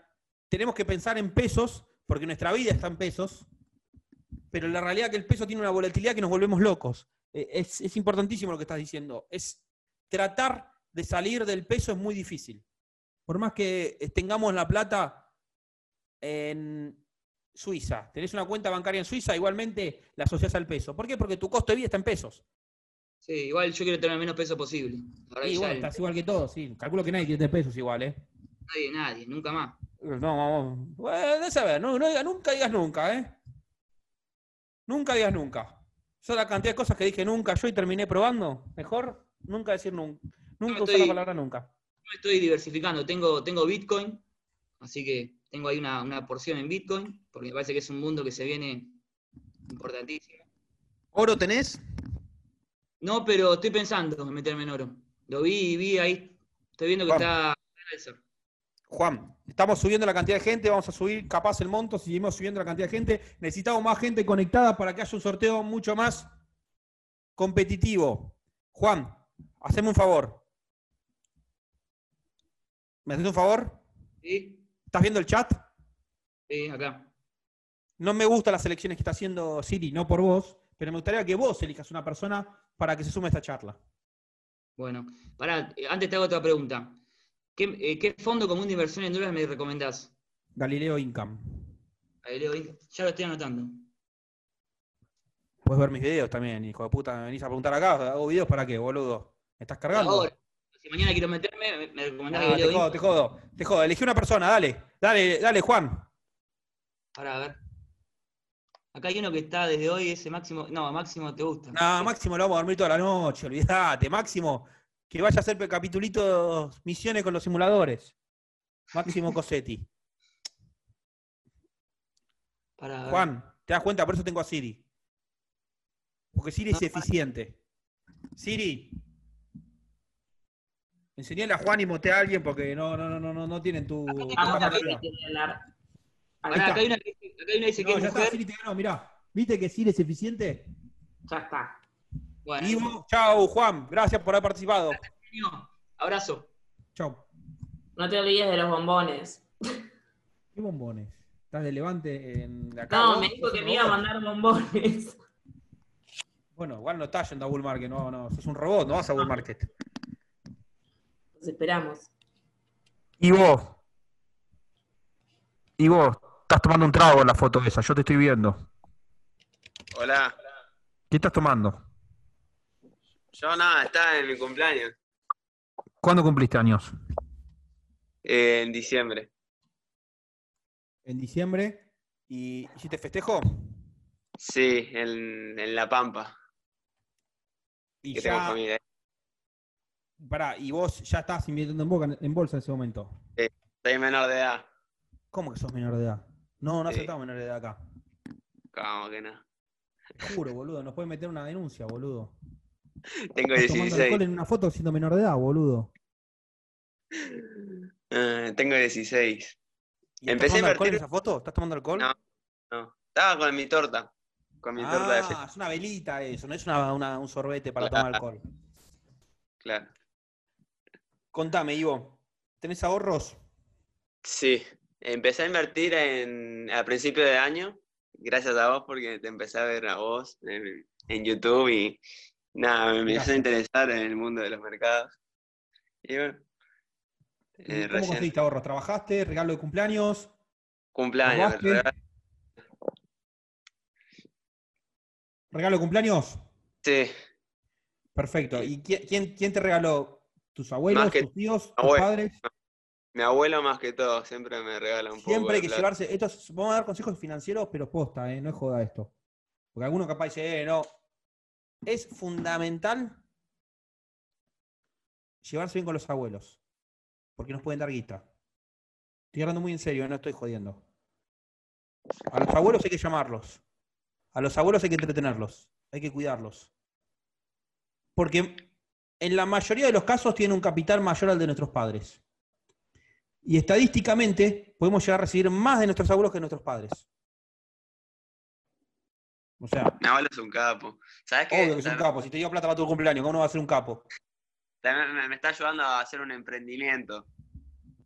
Speaker 1: tenemos que pensar en pesos, porque nuestra vida está en pesos, pero la realidad es que el peso tiene una volatilidad que nos volvemos locos. Eh, Es, es importantísimo lo que estás diciendo. Es tratar de salir del peso es muy difícil. Por más que eh, tengamos la plata en Suiza, tenés una cuenta bancaria en Suiza, igualmente la asociás al peso. ¿Por qué? Porque tu costo de vida está en pesos.
Speaker 7: Sí, igual yo quiero tener el menos peso posible. Ahora
Speaker 1: Y
Speaker 7: ya
Speaker 1: bueno,
Speaker 7: el-
Speaker 1: estás igual que todos, sí. Calculo que nadie quiere tener pesos igual, ¿eh?
Speaker 7: nadie, nadie, nunca más.
Speaker 1: No, vamos. Bueno, a ver, no, no diga- nunca digas nunca, ¿eh? Nunca digas nunca. Yo la cantidad de cosas que dije nunca yo y terminé probando, mejor nunca decir nunca. Nunca
Speaker 7: No,
Speaker 1: usar
Speaker 7: estoy-
Speaker 1: la palabra nunca.
Speaker 7: Yo me estoy diversificando, tengo, tengo Bitcoin, así que tengo ahí una, una porción en Bitcoin, porque me parece que es un mundo que se viene importantísimo.
Speaker 1: ¿Oro tenés?
Speaker 7: No, pero estoy pensando en meterme en oro. Lo vi, vi ahí, estoy viendo que
Speaker 1: Vamos.
Speaker 7: está en alza.
Speaker 1: Juan, estamos subiendo la cantidad de gente, vamos a subir capaz el monto, seguimos subiendo la cantidad de gente. Necesitamos más gente conectada para que haya un sorteo mucho más competitivo. Juan, haceme un favor. ¿Me haces un favor?
Speaker 7: ¿Sí?
Speaker 1: ¿Estás viendo el chat?
Speaker 7: Sí, acá.
Speaker 1: No me gustan las elecciones que está haciendo Siri, no por vos, pero me gustaría que vos elijas una persona para que se sume a esta charla.
Speaker 7: Bueno, pará, eh, antes te hago otra pregunta. ¿Qué, eh, qué fondo común de inversión en dólares me recomendás?
Speaker 1: Galileo Income.
Speaker 7: Ahí leo, ahí. ya lo estoy anotando.
Speaker 1: Puedes ver mis videos también, hijo de puta. Me venís a preguntar acá, hago videos para qué, boludo. ¿Me estás cargando?
Speaker 7: Ahora, si mañana quiero meterme, me- me
Speaker 1: Ah,
Speaker 7: recomendás que
Speaker 1: te
Speaker 7: leo
Speaker 1: jodo,
Speaker 7: ahí.
Speaker 1: te jodo, te jodo. Elegí una persona, dale. Dale, dale, Juan.
Speaker 7: Pará, a ver. Acá hay uno que está desde hoy, ese máximo. No, máximo te gusta.
Speaker 1: No, Máximo lo vamos a dormir toda la noche, olvidate. Máximo, que vaya a hacer capitulitos, misiones con los simuladores.
Speaker 7: [laughs]
Speaker 1: Máximo Cosetti.
Speaker 7: Pará, a ver.
Speaker 1: Juan, ¿te das cuenta? Por eso tengo a Siri. Porque Siri es
Speaker 7: No,
Speaker 1: eficiente. Siri. Enseñale a Juan y motea a alguien porque no, no, no, no, no, no tienen tu. tu
Speaker 7: tengo
Speaker 2: Vamos a ver
Speaker 1: capacidad.
Speaker 2: si quiere hablar.
Speaker 7: Pará, acá hay una que dice, acá hay una que dice
Speaker 3: No,
Speaker 7: que es
Speaker 3: ya está,
Speaker 7: mujer.
Speaker 3: Siri te ganó, mirá. ¿Viste que Siri es eficiente?
Speaker 2: Ya está.
Speaker 7: Bueno,
Speaker 1: Y vos, Chau, Juan. Gracias por haber participado.
Speaker 7: genio, abrazo.
Speaker 3: Chau.
Speaker 2: No te olvides de los bombones.
Speaker 3: ¿Qué bombones?
Speaker 1: ¿Estás de levante en la
Speaker 2: No,
Speaker 1: cama?
Speaker 2: me dijo que me iba a mandar bombones.
Speaker 1: Bueno, igual no estás yendo a Bull Market, no, no. Sos un robot, no vas a Bull Market.
Speaker 2: Los esperamos.
Speaker 1: Y vos. Y vos, estás tomando un trago en la foto esa, yo te estoy viendo.
Speaker 8: Hola.
Speaker 1: ¿Qué estás tomando?
Speaker 8: Yo nada, estaba en mi cumpleaños.
Speaker 1: ¿Cuándo cumpliste años?
Speaker 8: eh, en diciembre.
Speaker 1: En diciembre. ¿Y hiciste festejo?
Speaker 8: Sí, en, en La Pampa.
Speaker 1: Y
Speaker 8: Que tengo
Speaker 1: ya
Speaker 8: familia.
Speaker 1: Pará, y vos ya estás invirtiendo en, boca- en bolsa en ese momento.
Speaker 8: Soy menor de edad.
Speaker 1: ¿Cómo que sos menor de edad? No, no
Speaker 8: Sí.
Speaker 1: aceptamos menor de edad acá.
Speaker 8: ¿Cómo que no? [laughs]
Speaker 1: Te juro, boludo. Nos pueden meter una denuncia, boludo.
Speaker 8: Tengo
Speaker 1: Estás tomando alcohol
Speaker 8: 16.
Speaker 1: en una foto siendo menor de edad, boludo.
Speaker 8: Eh, tengo 16.
Speaker 9: ¿Y estás
Speaker 8: Empecé a
Speaker 9: tomando alcohol en
Speaker 8: invertir-
Speaker 9: esa foto? ¿Estás tomando alcohol?
Speaker 8: No, No. Estaba con mi torta. Con mi torta de
Speaker 9: Ah,
Speaker 8: fe.
Speaker 9: es una velita eso, no es una- una- un sorbete para
Speaker 8: [laughs]
Speaker 9: tomar alcohol.
Speaker 8: Claro.
Speaker 9: Contame, Ivo, ¿tenés ahorros?
Speaker 8: Sí. Empecé a invertir en, a principio de año. Gracias a vos porque te empecé a ver a vos en, en YouTube y nada, me empezó a interesar en el mundo de los mercados. Y bueno.
Speaker 1: ¿Y
Speaker 8: eh,
Speaker 1: ¿Cómo
Speaker 8: recién.
Speaker 1: conseguiste ahorros? ¿Trabajaste? ¿Regalo de cumpleaños?
Speaker 8: Cumpleaños.
Speaker 1: ¿Robaste? ¿Regalo de cumpleaños?
Speaker 8: Sí.
Speaker 1: Perfecto. ¿Y qui- quién, quién te regaló? ¿Tus abuelos,
Speaker 8: Más que-
Speaker 1: tus tíos, tus
Speaker 8: abuelo.
Speaker 1: padres?
Speaker 8: Mi abuelo más que todo siempre me regala un poco.
Speaker 9: Siempre
Speaker 8: de
Speaker 9: hay que
Speaker 8: plata.
Speaker 9: llevarse. Esto es- vamos a dar consejos.
Speaker 1: consejos financieros, pero posta, ¿eh? no es joda esto. Porque alguno capaz dice, eh, no.
Speaker 9: Es fundamental
Speaker 1: Llevarse bien con los abuelos. Porque nos pueden dar guita. Estoy hablando muy en serio, ¿eh? no estoy jodiendo. A los abuelos hay que llamarlos. A los abuelos hay que entretenerlos. Hay que cuidarlos. Porque en la mayoría de los casos tienen un capital mayor al de nuestros padres. Y estadísticamente podemos llegar a recibir más de nuestros abuelos que de nuestros padres. O sea,
Speaker 8: Mi abuelo es un capo. ¿Sabes qué?
Speaker 1: Obvio que es un
Speaker 8: Tam-
Speaker 1: capo. Si te dio plata para tu cumpleaños, ¿cómo no va a ser un capo?
Speaker 8: también me, me está ayudando a hacer un emprendimiento.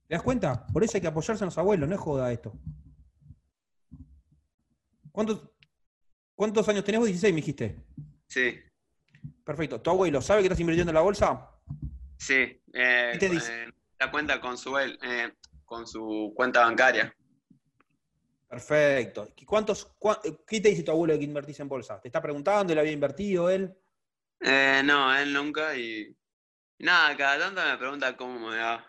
Speaker 1: ¿Te das cuenta? Por eso hay que apoyarse en los abuelos, no es joda esto. ¿Cuántos, cuántos años tenés vos? 16, me dijiste.
Speaker 8: Sí,
Speaker 1: Perfecto. ¿Tu abuelo sabe que estás invirtiendo en la bolsa?
Speaker 8: sí. Eh,
Speaker 1: ¿Qué te dice?
Speaker 8: eh, da cuenta con su, el- eh, con su cuenta bancaria.
Speaker 1: Perfecto. ¿Y ¿Cuántos, cua- eh, ¿Qué te dice tu abuelo de que invertís en bolsa? ¿Te está preguntando? ¿Él había invertido él?
Speaker 8: Eh, no, él nunca y... y Nada, cada tanto me pregunta cómo me va.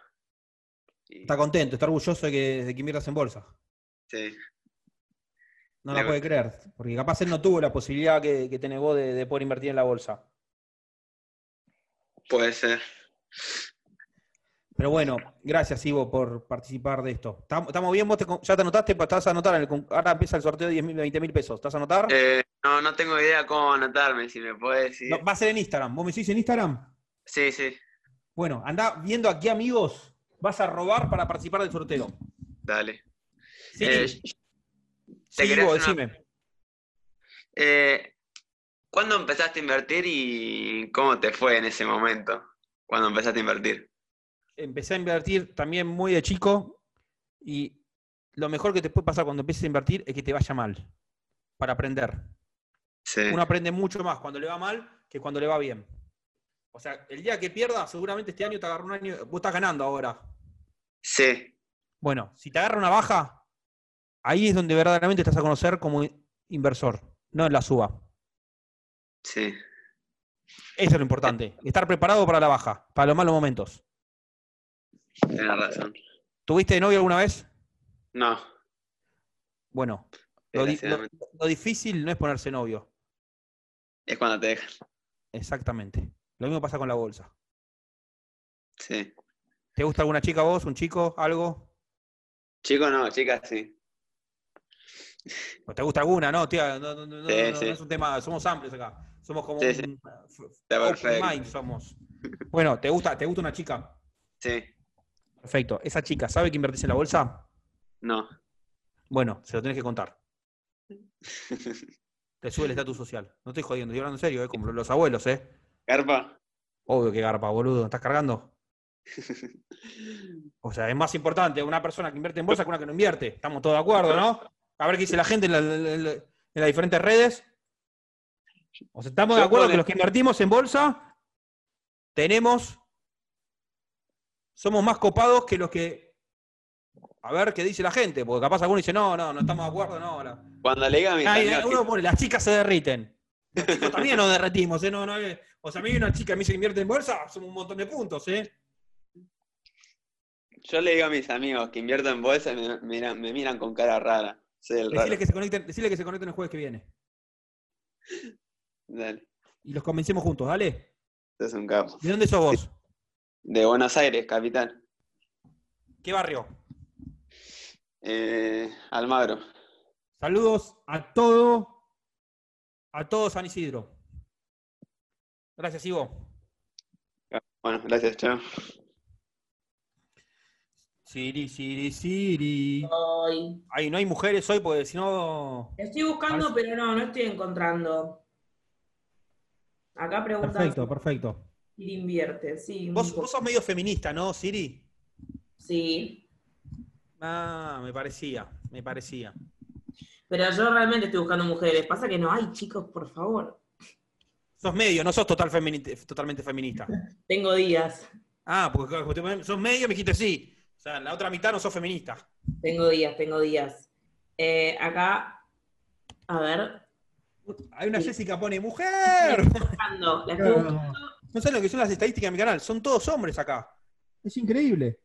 Speaker 8: Y-
Speaker 1: Está contento, está orgulloso de que, de que inviertas en bolsa.
Speaker 8: sí.
Speaker 1: No
Speaker 8: Le-
Speaker 1: la puede creer, porque capaz él no tuvo la posibilidad que, que tenés vos de- de poder invertir en la bolsa.
Speaker 8: Puede ser.
Speaker 1: Pero bueno, gracias Ivo por participar de esto. ¿Tam- ¿Estamos bien? ¿Vos te con- ya te anotaste? Pa- ¿Estás a anotar? en el con- ahora empieza el sorteo de 10.000, 20 mil pesos. ¿Estás a anotar?
Speaker 8: Eh, no, no tengo idea cómo anotarme, si me puede decir.
Speaker 1: No, va a ser en Instagram. ¿Vos me decís en Instagram?
Speaker 8: Sí, sí.
Speaker 1: Bueno, andá viendo aquí, amigos. Vas a robar para participar del sorteo.
Speaker 8: Dale.
Speaker 1: Sí,
Speaker 8: Eh,
Speaker 1: sí,
Speaker 8: quería
Speaker 1: Ivo,
Speaker 8: hacer una-
Speaker 1: decime.
Speaker 8: Eh, ¿Cuándo empezaste a invertir y cómo te fue en ese momento? Cuando empezaste a invertir.
Speaker 1: Empecé a invertir también muy de chico y lo mejor que te puede pasar cuando empieces a invertir es que te vaya mal, para aprender.
Speaker 8: Sí.
Speaker 1: uno aprende mucho más cuando le va mal que cuando le va bien. O sea, el día que pierda, seguramente este año te agarra un año. Vos estás ganando ahora.
Speaker 8: Sí,
Speaker 1: Bueno, si te agarra una baja, ahí es donde verdaderamente estás a conocer como inversor, no en la suba.
Speaker 8: sí.
Speaker 1: Eso es lo importante. Estar preparado para la baja, para los malos momentos.
Speaker 8: Tienes razón.
Speaker 1: ¿Tuviste de novio alguna vez?
Speaker 8: No.
Speaker 1: Bueno, lo, di- lo-
Speaker 8: desgraciadamente.
Speaker 1: lo difícil no es ponerse novio.
Speaker 8: Es cuando te dejan.
Speaker 1: Exactamente. Lo mismo pasa con la bolsa.
Speaker 8: Sí.
Speaker 1: ¿Te gusta alguna chica vos, un chico, algo?
Speaker 8: Chico no, chica sí.
Speaker 1: ¿O ¿Te gusta alguna? No, tía, no, no, no, no,
Speaker 8: Sí,
Speaker 1: no, no
Speaker 8: sí.
Speaker 1: es un tema, somos amplios acá. Somos como
Speaker 8: Sí,
Speaker 1: un
Speaker 8: sí.
Speaker 1: f-
Speaker 8: Está
Speaker 1: open
Speaker 8: perfecto.
Speaker 1: mind somos. Bueno, ¿te gusta, ¿te gusta una chica?
Speaker 8: Sí.
Speaker 1: Perfecto. ¿Esa chica sabe que invertís en la bolsa?
Speaker 8: No.
Speaker 1: Bueno, se lo tenés que contar. Te sube el estatus social. No estoy jodiendo, estoy hablando en serio, ¿eh? como los abuelos, ¿eh?
Speaker 8: Carpa.
Speaker 1: Obvio que garpa, boludo.
Speaker 8: [laughs]
Speaker 1: ¿Estás cargando? O sea, es más importante una persona que invierte en bolsa que una que no invierte. Estamos todos de acuerdo, ¿no? A ver qué dice la gente en, la- en la- en las diferentes redes. O sea, estamos de
Speaker 8: Yo
Speaker 1: acuerdo
Speaker 8: con
Speaker 1: que
Speaker 8: el-
Speaker 1: los que invertimos en bolsa tenemos. Somos más copados que los que. A ver qué dice la gente, porque capaz alguno dice, no, no, no estamos de acuerdo, no. la-
Speaker 8: Cuando le diga a mi
Speaker 1: Ay,
Speaker 8: señor,
Speaker 1: uno pone, las chicas se derriten. Los chicos también nos derretimos, ¿eh? No, no, eh. O sea, a mí una chica me dice que invierte en bolsa, somos un montón de puntos, ¿eh?
Speaker 8: yo le digo a mis amigos que invierto en bolsa y me miran, me miran con cara rara. Soy el raro.
Speaker 1: Decirles que se conecten, decirles que se conecten el jueves que viene.
Speaker 8: Dale.
Speaker 1: Y los convencemos juntos, dale.
Speaker 8: Sos un capo.
Speaker 1: ¿De dónde sos vos?
Speaker 8: de Buenos Aires, capital.
Speaker 1: ¿Qué barrio?
Speaker 8: Eh, Almagro.
Speaker 1: Saludos a todo, a todo San Isidro. Gracias, Ivo.
Speaker 8: Bueno, gracias, chao.
Speaker 1: Siri, Siri, Siri.
Speaker 2: Hoy.
Speaker 1: Ay, no hay mujeres hoy porque si no.
Speaker 2: Estoy buscando,
Speaker 1: A ver
Speaker 2: pero no, no estoy encontrando. Acá preguntan
Speaker 3: Perfecto, perfecto.
Speaker 2: si le invierte, sí. un
Speaker 1: Vos,
Speaker 2: poco.
Speaker 1: vos sos medio feminista, ¿no, Siri?
Speaker 2: Sí.
Speaker 1: Ah, me parecía, me parecía.
Speaker 2: Pero yo realmente estoy buscando mujeres. Pasa que no hay, chicos, por favor.
Speaker 1: Sos medio, no sos total femini- totalmente feminista.
Speaker 2: Tengo días.
Speaker 1: Ah, porque claro, te- sos medio, me dijiste sí. O sea, la otra mitad no sos feminista.
Speaker 2: Tengo días, tengo días. Eh, acá, a ver,
Speaker 1: Hay una
Speaker 2: Sí.
Speaker 1: Jessica pone mujer.
Speaker 2: buscando, la estoy buscando.
Speaker 3: Es
Speaker 1: No sé lo que son las estadísticas de mi canal, son todos hombres acá.
Speaker 3: increíble.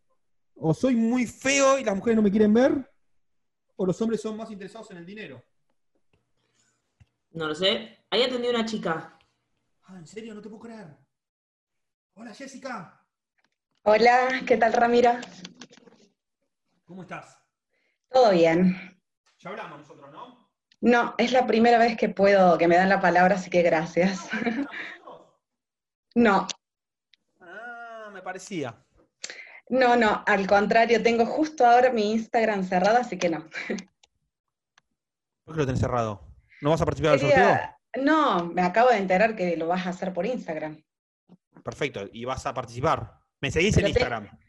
Speaker 3: O soy muy feo y las mujeres no me quieren ver, o los hombres son más interesados en el dinero.
Speaker 2: no lo sé. Ahí atendí una chica.
Speaker 3: Ah, en serio, no te puedo creer. Hola Jessica,
Speaker 10: Hola, ¿qué tal Ramiro?
Speaker 3: ¿cómo estás?
Speaker 10: ¿Todo bien?
Speaker 3: Ya hablamos nosotros, ¿no?
Speaker 10: No, es la primera vez que puedo, que me dan la palabra, así que gracias. [laughs] No,
Speaker 1: Ah, me parecía.
Speaker 10: no, no, al contrario, tengo justo ahora mi Instagram cerrado, así que no.
Speaker 1: ¿Por qué lo tenés cerrado? ¿No vas a participar del sorteo?
Speaker 10: Quería- No, me acabo de enterar que lo vas a hacer por Instagram.
Speaker 1: Perfecto, y vas a participar. Me seguís en
Speaker 10: Pero te-
Speaker 1: Instagram.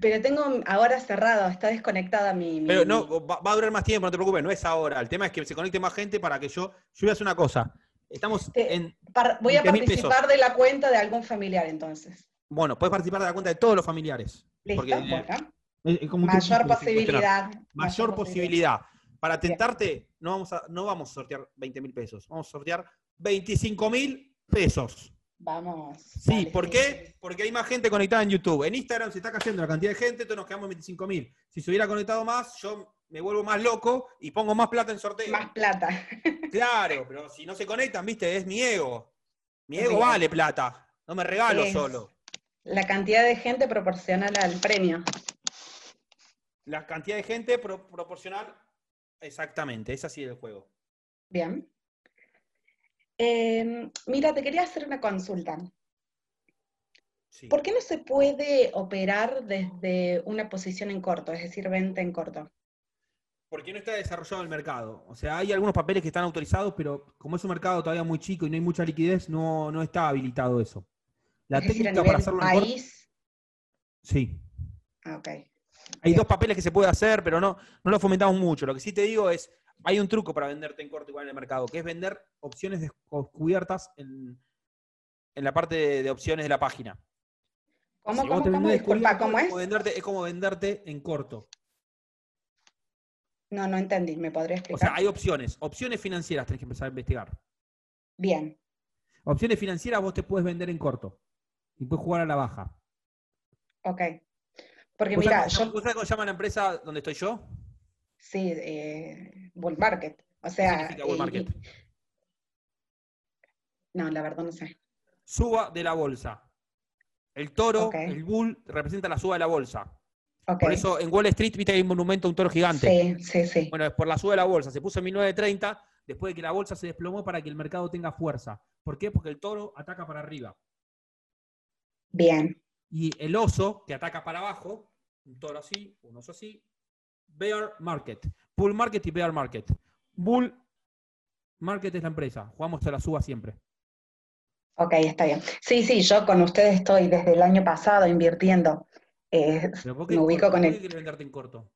Speaker 10: Pero tengo ahora cerrado, está desconectada mi... mi-
Speaker 1: Pero no, va, va a durar más tiempo, no te preocupes, no es ahora. El tema es que se conecte más gente para que yo. Yo voy a hacer una cosa. Estamos
Speaker 10: Te-
Speaker 1: en.
Speaker 10: Eh, par- voy a
Speaker 1: 20.000 pesos.
Speaker 10: participar de la cuenta de algún familiar entonces.
Speaker 1: Bueno, puedes participar de la cuenta de todos los familiares.
Speaker 10: ¿Listo?
Speaker 1: Porque, eh,
Speaker 10: Bueno,
Speaker 3: Es- es como un
Speaker 10: mayor
Speaker 3: truquito, sí.
Speaker 10: posibilidad.
Speaker 1: Mayor posibilidad. Para tentarte, no vamos a, no vamos a sortear 20 mil pesos, vamos a sortear 25 mil pesos.
Speaker 10: Vamos.
Speaker 1: Sí,
Speaker 10: dale,
Speaker 1: ¿por
Speaker 10: sí.
Speaker 1: qué? Porque hay más gente conectada en YouTube. En Instagram se está cayendo la cantidad de gente, entonces nos quedamos en 25 mil. Si se hubiera conectado más, yo me vuelvo más loco y pongo más plata en sorteo.
Speaker 10: Más plata.
Speaker 1: [laughs] Claro, pero si no se conectan, viste, es mi ego. Mi
Speaker 10: Sí.
Speaker 1: ego vale plata. No me regalo
Speaker 10: Es.
Speaker 1: solo.
Speaker 10: La cantidad de gente proporcional al premio.
Speaker 1: La cantidad de gente pro- proporcional, exactamente, es así el juego.
Speaker 10: Bien. Eh, mira, te quería hacer una consulta.
Speaker 1: Sí.
Speaker 10: ¿Por qué no se puede operar desde una posición en corto, es decir, venta en corto?
Speaker 1: Porque no está desarrollado el mercado. O sea, hay algunos papeles que están autorizados, pero como es un mercado todavía muy chico y no hay mucha liquidez, no, no está habilitado eso. La
Speaker 10: es decir, a
Speaker 1: técnica
Speaker 10: nivel
Speaker 1: para hacerlo en corto-
Speaker 10: país.
Speaker 1: Sí.
Speaker 10: Ah, ok.
Speaker 1: Hay
Speaker 10: Bien.
Speaker 1: dos papeles que se puede hacer, pero no, no lo fomentamos mucho. Lo que sí te digo es, hay un truco para venderte en corto igual en el mercado, que es vender opciones descubiertas en, en la parte de, de opciones de la página.
Speaker 10: ¿Cómo,
Speaker 1: Si vos
Speaker 10: cómo,
Speaker 1: te
Speaker 10: cómo?
Speaker 1: vendés
Speaker 10: Disculpa,
Speaker 1: descubierto,
Speaker 10: ¿cómo
Speaker 1: es
Speaker 10: es?
Speaker 1: como venderte- es como venderte en corto.
Speaker 10: No, no entendí. ¿Me podría
Speaker 1: O
Speaker 10: explicar?
Speaker 1: sea, hay opciones. Opciones financieras tenés que empezar a investigar.
Speaker 10: Bien.
Speaker 1: Opciones financieras vos te puedes vender en corto. Y puedes jugar a la baja.
Speaker 10: Ok. Porque
Speaker 1: ¿Vos
Speaker 10: mira,
Speaker 1: sabés
Speaker 10: yo
Speaker 1: cómo llama- ¿Vos sabés cómo llama la empresa donde estoy yo?
Speaker 10: sí, eh, bull market. O
Speaker 1: ¿Qué
Speaker 10: sea, eh,
Speaker 1: significa bull
Speaker 10: y-
Speaker 1: market?
Speaker 10: no, la verdad no sé.
Speaker 1: Suba de la bolsa. El toro,
Speaker 10: Ok.
Speaker 1: el bull, representa la suba de la bolsa.
Speaker 10: Ok.
Speaker 1: Por eso en Wall Street, viste, hay un monumento a un toro gigante.
Speaker 10: Sí, sí, sí.
Speaker 1: Bueno, es por la suba de la bolsa. Se puso en 1930, después de que la bolsa se desplomó para que el mercado tenga fuerza. ¿Por qué? Porque el toro ataca para arriba.
Speaker 10: Bien.
Speaker 1: Y el oso, que ataca para abajo, un toro así, un oso así, bear market. Bull market y bear market. Bull market es la empresa. Jugamos a la suba siempre.
Speaker 10: Ok, está bien. Sí, sí, yo con ustedes estoy desde el año pasado invirtiendo. Eh,
Speaker 1: Pero ¿por qué,
Speaker 10: Me ubico
Speaker 1: por-
Speaker 10: con
Speaker 1: por
Speaker 10: el-
Speaker 1: qué querés venderte en corto?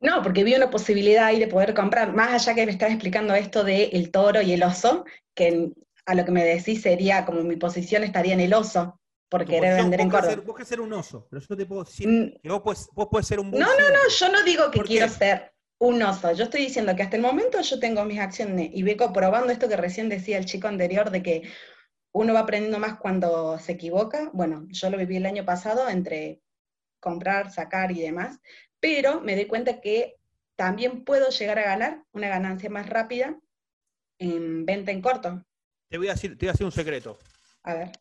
Speaker 10: no, porque vi una posibilidad ahí de poder comprar, más allá que me estás explicando esto de el toro y el oso, que en- a lo que me decís sería como mi posición estaría en el oso, por
Speaker 1: Tu
Speaker 10: querer
Speaker 1: posición,
Speaker 10: vender en
Speaker 1: vos querés
Speaker 10: Córdoba.
Speaker 1: ser- Vos querés ser un oso, pero yo te puedo decir
Speaker 10: Mm,
Speaker 1: que vos puedes vos podés ser un bull.
Speaker 10: No,
Speaker 1: no,
Speaker 10: Yo no digo que
Speaker 1: ¿Por
Speaker 10: quiero
Speaker 1: qué?
Speaker 10: ser un oso, yo estoy diciendo que hasta el momento yo tengo mis acciones y vengo probando esto que recién decía el chico anterior de que uno va aprendiendo más cuando se equivoca. Bueno, yo lo viví el año pasado entre comprar, sacar y demás, pero me doy cuenta que también puedo llegar a ganar una ganancia más rápida en venta en corto.
Speaker 1: Te voy a decir, te voy a decir un secreto.
Speaker 10: A ver,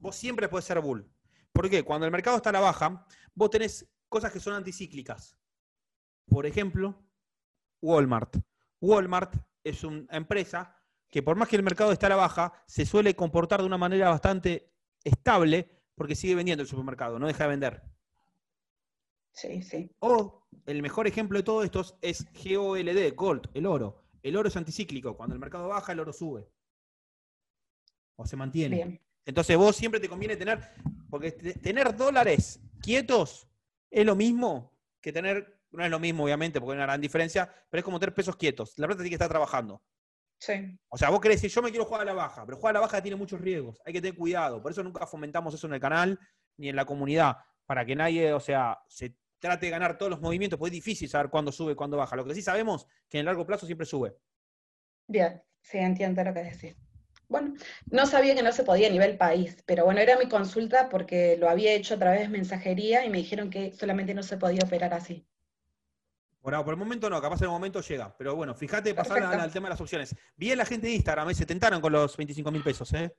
Speaker 1: Vos siempre podés ser bull. ¿Por qué? Cuando el mercado está a la baja, vos tenés cosas que son anticíclicas. Por ejemplo, Walmart. Walmart es una empresa que por más que el mercado está a la baja, se suele comportar de una manera bastante estable porque sigue vendiendo el supermercado, no deja de vender.
Speaker 10: Sí, sí.
Speaker 1: O el mejor ejemplo de todo esto es GOLD, Gold, el oro. El oro es anticíclico. Cuando el mercado baja, el oro sube. O se mantiene.
Speaker 10: Bien.
Speaker 1: Entonces vos siempre te conviene tener, porque te- tener dólares quietos es lo mismo que tener, no es lo mismo obviamente, porque hay una gran diferencia, pero es como tener pesos quietos. La plata tiene que estar trabajando.
Speaker 10: Sí.
Speaker 1: O sea, vos querés decir, yo me quiero jugar a la baja, pero jugar a la baja tiene muchos riesgos, hay que tener cuidado. Por eso nunca fomentamos eso en el canal ni en la comunidad, para que nadie, o sea, se trate de ganar todos los movimientos, porque es difícil saber cuándo sube, cuándo baja. Lo que sí sabemos que en el largo plazo siempre sube.
Speaker 10: Bien, sí, entiendo lo que decís. Bueno, no sabía que no se podía a nivel país, pero bueno, era mi consulta porque lo había hecho a través de mensajería y me dijeron que solamente no se podía operar así. [laughs]
Speaker 1: Por, ahora, por el momento no, capaz en el momento llega. Pero bueno, fíjate, pasar al,
Speaker 10: Perfecto.
Speaker 1: al tema de las opciones. Bien la gente de Instagram, eh, se tentaron con los 25 mil pesos, ¿eh?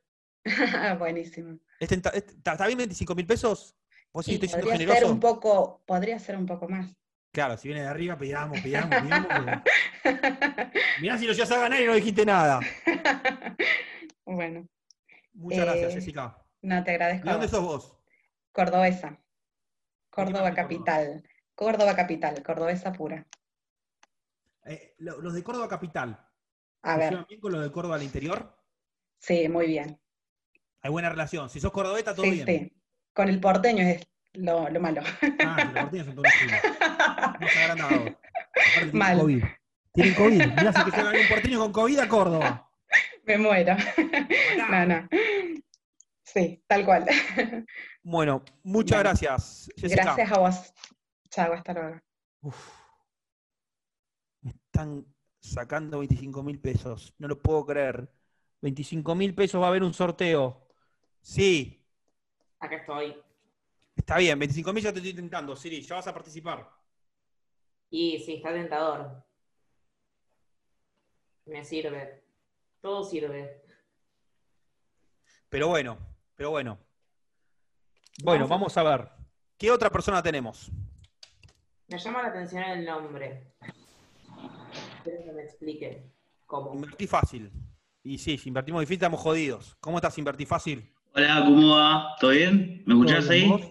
Speaker 10: Buenísimo.
Speaker 1: Es tenta- es- ¿Está está bien 25 mil pesos? ¿Vos sí
Speaker 10: Y
Speaker 1: estoy siendo
Speaker 10: podría ser
Speaker 1: generoso?
Speaker 10: un poco, podría ser un poco más.
Speaker 1: Claro, si viene de arriba,
Speaker 10: [laughs]
Speaker 1: pidamos, pidamos, pidamos. porque- Mirá si lo llegas a ganar y no dijiste nada.
Speaker 10: bueno,
Speaker 1: Muchas
Speaker 10: Eh,
Speaker 1: gracias, Jessica.
Speaker 10: no te agradezco.
Speaker 1: ¿De
Speaker 10: a
Speaker 1: dónde
Speaker 10: vos.
Speaker 1: sos vos?
Speaker 10: Cordobesa. Córdoba
Speaker 1: parte de Córdoba?
Speaker 10: capital. Córdoba capital, cordobesa pura.
Speaker 1: Eh, lo- los de Córdoba Capital.
Speaker 10: A
Speaker 1: ¿se
Speaker 10: ver,
Speaker 1: llevan bien con los de Córdoba al interior?
Speaker 10: sí, muy bien.
Speaker 1: Hay buena relación. Si sos cordobeta, todo
Speaker 10: Sí,
Speaker 1: bien.
Speaker 10: sí. Este, Con el porteño es lo, lo malo.
Speaker 1: Ah, los porteños son todos chinos.
Speaker 10: [laughs]
Speaker 1: No se agrandado. Aparte, tienen
Speaker 10: Mal.
Speaker 1: COVID. Tienen COVID. Mirá si que llega un porteño con COVID a Córdoba.
Speaker 10: [laughs] Me muero. No,
Speaker 1: Acá.
Speaker 10: no. Sí, tal cual.
Speaker 1: Bueno, muchas
Speaker 10: Bueno.
Speaker 1: gracias, Jessica.
Speaker 10: Gracias a vos. Chao, hasta luego.
Speaker 1: Uf. Me están sacando 25 mil pesos. No lo puedo creer. 25 mil pesos va a haber un sorteo. Sí,
Speaker 2: Acá estoy.
Speaker 1: está bien. 25 mil ya te estoy intentando, Siri. Ya vas a participar.
Speaker 2: Y sí, está tentador. Me sirve. Todo sirve.
Speaker 1: Pero bueno, pero bueno. Bueno, vamos a ver. ¿Qué otra persona tenemos?
Speaker 2: Me llama la atención el nombre. Quiero que me explique cómo.
Speaker 1: Invertí fácil. Y sí, si invertimos difícil estamos jodidos. ¿Cómo estás? Invertí fácil.
Speaker 11: Hola, ¿cómo va? ¿Todo bien? ¿Me escuchás
Speaker 1: ¿Todo bien,
Speaker 11: ahí?
Speaker 1: vos?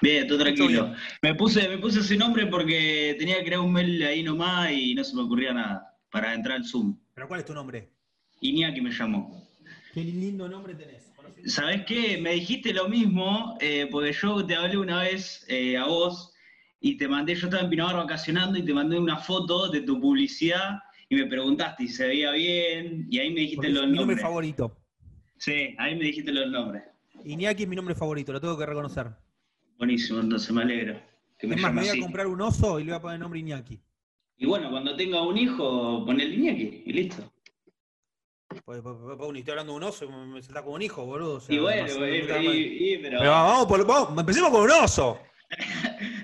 Speaker 11: Bien, todo tranquilo.
Speaker 1: bien.
Speaker 11: Me puse, me puse ese nombre porque tenía que crear un mail ahí nomás y no se me ocurría nada para entrar al Zoom.
Speaker 1: ¿Pero cuál es tu nombre?
Speaker 11: Iñaki me llamó.
Speaker 1: Qué lindo nombre tenés. Conociste-
Speaker 11: ¿Sabés qué? Me dijiste lo mismo, eh, porque yo te hablé una vez eh, a vos y te mandé, yo estaba en Pinamar vacacionando y te mandé una foto de tu publicidad y me preguntaste si se veía bien y ahí me
Speaker 1: porque
Speaker 11: dijiste
Speaker 1: es
Speaker 11: los
Speaker 1: mi nombre
Speaker 11: nombres.
Speaker 1: favorito.
Speaker 11: Sí, ahí me dijiste los nombres.
Speaker 1: Iñaki es mi nombre favorito, lo tengo que reconocer.
Speaker 11: Buenísimo, entonces me alegro que me
Speaker 1: Es más, me
Speaker 11: llames
Speaker 1: voy a
Speaker 11: así.
Speaker 1: comprar un oso y le voy a poner el nombre Iñaki.
Speaker 11: Y bueno, cuando tenga un hijo, pon el Iñaki y listo.
Speaker 1: Pues, pues, pues, pues, estoy hablando de un oso, y me me salta como un hijo, boludo. o sea,
Speaker 11: Y bueno,
Speaker 1: demasiado-
Speaker 11: eh,
Speaker 1: puta
Speaker 11: y-
Speaker 1: madre.
Speaker 11: y- pero...
Speaker 1: Pero vamos, por, vamos, empecemos con un oso.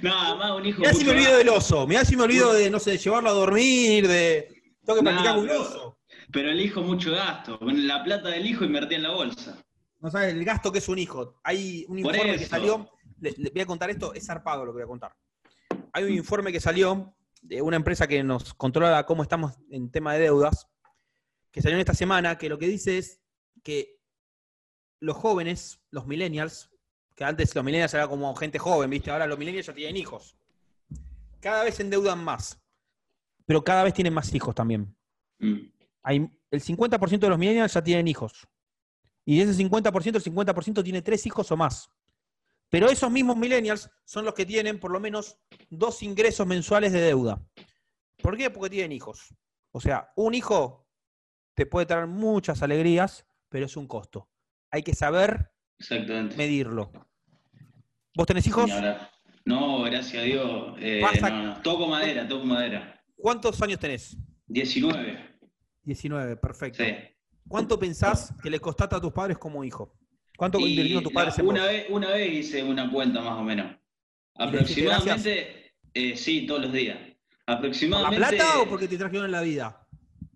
Speaker 11: No, además un hijo...
Speaker 1: Mirá si me
Speaker 11: mucho
Speaker 1: olvido
Speaker 11: más.
Speaker 1: del oso, mirá si me olvido de, no sé, de llevarlo a dormir, de. Tengo
Speaker 11: No,
Speaker 1: que practicar con un
Speaker 11: pero-
Speaker 1: oso.
Speaker 11: Pero el hijo mucho gasto. Con la plata del hijo invertí en la bolsa.
Speaker 1: No sabes el gasto que es un hijo. Hay un
Speaker 11: Por
Speaker 1: informe que
Speaker 11: eso.
Speaker 1: salió, le, le voy a contar esto, es zarpado lo que voy a contar. Hay un informe que salió de una empresa que nos controla cómo estamos en tema de deudas, que salió en esta semana, que lo que dice es que los jóvenes, los millennials, que antes los millennials era como gente joven, ¿viste? Ahora los millennials ya tienen hijos. Cada vez se endeudan más, pero cada vez tienen más hijos también
Speaker 11: Mm.
Speaker 1: hay- el 50% de los millennials ya tienen hijos. Y de ese 50%, el 50% tiene tres hijos o más. Pero esos mismos millennials son los que tienen por lo menos dos ingresos mensuales de deuda. ¿Por qué? Porque tienen hijos. O sea, un hijo te puede traer muchas alegrías, pero es un costo. Hay que saber
Speaker 11: Exactamente.
Speaker 1: medirlo. ¿Vos tenés hijos?
Speaker 11: Ni hablar. No, gracias a Dios. eh,
Speaker 1: Pasa-
Speaker 11: no, no. Toco madera, toco madera.
Speaker 1: ¿Cuántos años tenés?
Speaker 11: 19.
Speaker 1: 19, perfecto.
Speaker 11: Sí.
Speaker 1: ¿Cuánto pensás que le costaste a tus padres como hijo? ¿Cuánto
Speaker 11: Y
Speaker 1: invirtieron tus padres
Speaker 11: la-
Speaker 1: en vos?
Speaker 11: una, vez, una vez hice una cuenta más o menos.
Speaker 1: ¿Y le dijiste gracias?
Speaker 11: Aproximadamente, eh, sí, todos los días.
Speaker 1: ¿Por la
Speaker 11: Aproximadamente.
Speaker 1: plata o porque te trajeron en la vida?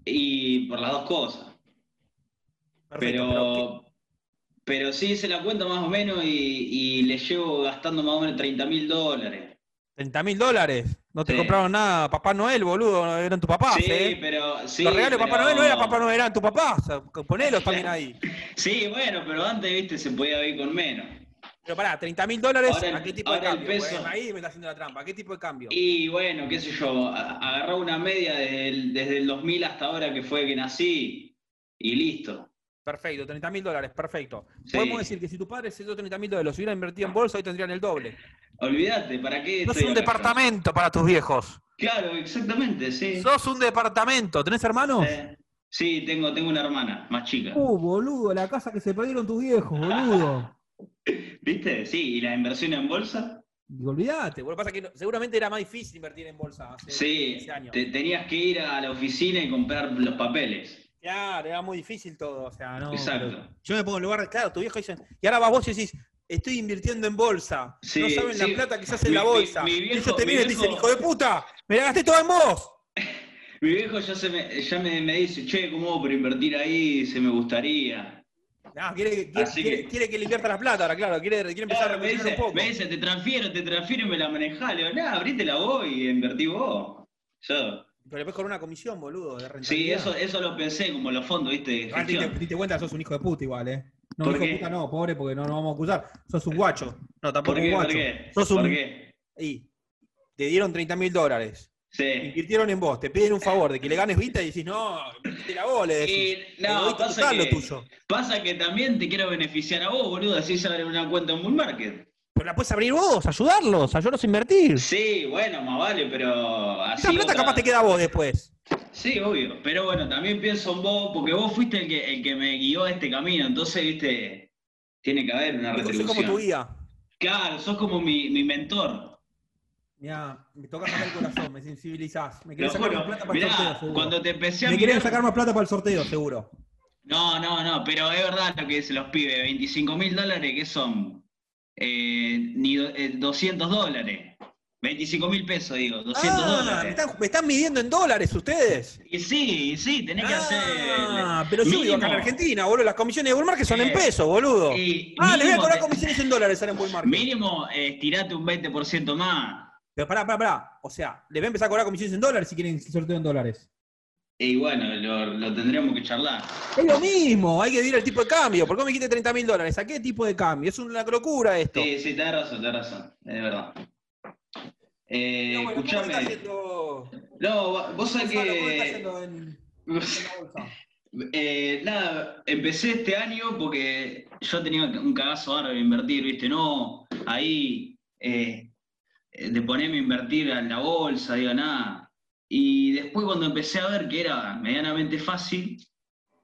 Speaker 11: Y por las dos cosas.
Speaker 1: Perfecto,
Speaker 11: pero, pero, Pero sí se la cuento más o menos y, y le llevo gastando más o menos 30 mil dólares.
Speaker 1: 30 mil dólares. No te
Speaker 11: Sí.
Speaker 1: compraron nada. Papá Noel, boludo. Eran tu papá.
Speaker 11: sí,
Speaker 1: ¿eh?
Speaker 11: pero. Sí,
Speaker 1: Los regalos de Papá
Speaker 11: pero-
Speaker 1: Noel no era Papá Noel, eran tu papá. O sea, ponelos también ahí.
Speaker 11: Sí, bueno, pero antes, viste, se podía ir con menos.
Speaker 1: Pero pará, 30 mil dólares,
Speaker 11: Ahora el-
Speaker 1: ¿a qué tipo de
Speaker 11: ahora el
Speaker 1: cambio?
Speaker 11: peso.
Speaker 1: Bueno, ahí me está haciendo la trampa. ¿A qué tipo de cambio?
Speaker 11: Y bueno, qué sé yo, a- agarró una media desde el, desde el 2000 hasta ahora que fue que nací y listo.
Speaker 1: Perfecto, 30 mil dólares, perfecto.
Speaker 11: Sí.
Speaker 1: Podemos decir que si tu padre esos 30 mil dólares los hubiera invertido en bolsa, hoy tendrían el doble.
Speaker 11: Olvídate, ¿para qué?
Speaker 1: Sos
Speaker 11: estoy
Speaker 1: un
Speaker 11: acá?
Speaker 1: departamento para tus viejos.
Speaker 11: Claro, exactamente, sí.
Speaker 1: Sos un departamento. ¿Tenés hermanos?
Speaker 11: Eh, Sí, tengo, tengo una hermana más chica.
Speaker 1: Uh, boludo, la casa que se perdieron tus viejos, boludo.
Speaker 11: ¿Viste? Sí, y las inversiones en bolsa.
Speaker 1: Y olvidate, boludo. Pasa que no- seguramente era más difícil invertir en bolsa hace
Speaker 11: Sí,
Speaker 1: 15 años.
Speaker 11: te- tenías que ir a la oficina y comprar los papeles.
Speaker 1: Claro, era muy difícil todo. O sea, no.
Speaker 11: Exacto.
Speaker 1: Yo me pongo en lugar de. Claro, tu viejo dicen. Y ahora vas vos y decís, estoy invirtiendo en bolsa.
Speaker 11: Sí,
Speaker 1: no saben
Speaker 11: sí.
Speaker 1: la plata que se hace en
Speaker 11: Mi-
Speaker 1: la
Speaker 11: mi-
Speaker 1: bolsa.
Speaker 11: mi
Speaker 1: y
Speaker 11: viejo-
Speaker 1: ellos te
Speaker 11: mi
Speaker 1: miran y te dicen,
Speaker 11: viejo-
Speaker 1: hijo de puta, me la gasté toda en vos.
Speaker 11: Mi viejo ya, se me, ya me, me dice, che, ¿cómo hago para invertir ahí? Se me gustaría.
Speaker 1: No, quiere, quiere,
Speaker 11: Así
Speaker 1: quiere-
Speaker 11: que-
Speaker 1: quiere que le invierta la plata ahora, claro. Quiere, quiere empezar
Speaker 11: Claro,
Speaker 1: a
Speaker 11: me,
Speaker 1: recuperar
Speaker 11: dice,
Speaker 1: un poco.
Speaker 11: me dice, te transfiero, te transfiero y me la manejá. Le digo, nah, abrítela vos y invertí vos. Yo.
Speaker 1: Pero después con una comisión, boludo, de rentabilidad.
Speaker 11: Sí, eso, eso lo pensé como los fondos, ¿viste? de
Speaker 1: Igual te,
Speaker 11: gestión.
Speaker 1: te diste cuenta que sos un hijo de puta igual, ¿eh? No,
Speaker 11: ¿Por
Speaker 1: hijo de
Speaker 11: qué?
Speaker 1: puta no, pobre, porque no nos vamos a acusar. Sos un guacho. No, tampoco
Speaker 11: ¿Por qué?
Speaker 1: un
Speaker 11: ¿Por
Speaker 1: guacho.
Speaker 11: qué?
Speaker 1: Sos un-
Speaker 11: ¿Por qué?
Speaker 1: Y te dieron 30 mil dólares.
Speaker 11: Sí.
Speaker 1: Invirtieron en vos, te piden un favor de que le ganes vista y decís, no, invertite la vos, le decís.
Speaker 11: Y no,
Speaker 1: Egoísta
Speaker 11: pasa
Speaker 1: total lo
Speaker 11: que-
Speaker 1: tuyo.
Speaker 11: Pasa que también te quiero beneficiar a vos, boludo, así se abre una cuenta en Bull Market.
Speaker 1: Pero la puedes abrir vos, ayudarlos, ayudarlos a invertir.
Speaker 11: Sí, bueno, más vale, pero así.
Speaker 1: Esa plata
Speaker 11: otra-
Speaker 1: capaz te queda a vos después.
Speaker 11: Sí, obvio. Pero bueno, también pienso en vos, porque vos fuiste el que, el que me guió a este camino, entonces, viste, tiene que haber una
Speaker 1: Yo soy
Speaker 11: retribución.
Speaker 1: como tu guía.
Speaker 11: Claro, sos como mi, mi mentor.
Speaker 1: Mirá, me toca sacar el corazón, me sensibilizás. Me
Speaker 11: Lo
Speaker 1: querés sacar
Speaker 11: juro.
Speaker 1: más plata para el sorteo,
Speaker 11: Mirá,
Speaker 1: seguro.
Speaker 11: cuando te empecé a
Speaker 1: Me
Speaker 11: mirar.
Speaker 1: querés sacar más plata para el sorteo, seguro.
Speaker 11: No, no, no, pero es verdad lo que dicen los pibes, 25 mil dólares que son eh, ni do- eh, 200 dólares. 25 mil pesos, digo, 200
Speaker 1: Ah, Me
Speaker 11: dólares.
Speaker 1: están, me están midiendo en dólares ustedes.
Speaker 11: Y sí, y sí, tenés que
Speaker 1: Ah,
Speaker 11: hacer.
Speaker 1: pero yo vivo
Speaker 11: mínimo.
Speaker 1: acá en Argentina, boludo. Las comisiones de Bull Market son en
Speaker 11: Eh,
Speaker 1: pesos, boludo.
Speaker 11: Y
Speaker 1: Ah, le voy a
Speaker 11: mínimo
Speaker 1: cobrar
Speaker 11: te-
Speaker 1: comisiones en dólares ahora en Bull Market.
Speaker 11: Mínimo, eh, estirate un 20% más.
Speaker 1: Pero pará, pará, pará. O sea, le voy a empezar a cobrar comisiones en dólares si quieren el sorteo en dólares.
Speaker 11: Y bueno, lo, lo tendremos que charlar.
Speaker 1: Es lo mismo, hay que dividir el tipo de cambio. ¿Por qué me dijiste 30 mil dólares? ¿A qué tipo de cambio? Es una locura esto.
Speaker 11: Sí, sí, tenés razón, tenés razón, es verdad. Eh,
Speaker 1: No, bueno, ¿cómo
Speaker 11: escuchame. Eh,
Speaker 1: está yendo,
Speaker 11: No, vos sabés
Speaker 1: Gonzalo? ¿Cómo está
Speaker 11: que.
Speaker 1: yendo en- en la bolsa?
Speaker 11: [laughs] Eh, nada, empecé este año porque yo tenía un cagazo ahora de invertir, ¿viste? No, ahí eh, eh, de ponerme a invertir en la bolsa, digo, nada. Y después cuando empecé a ver que era medianamente fácil,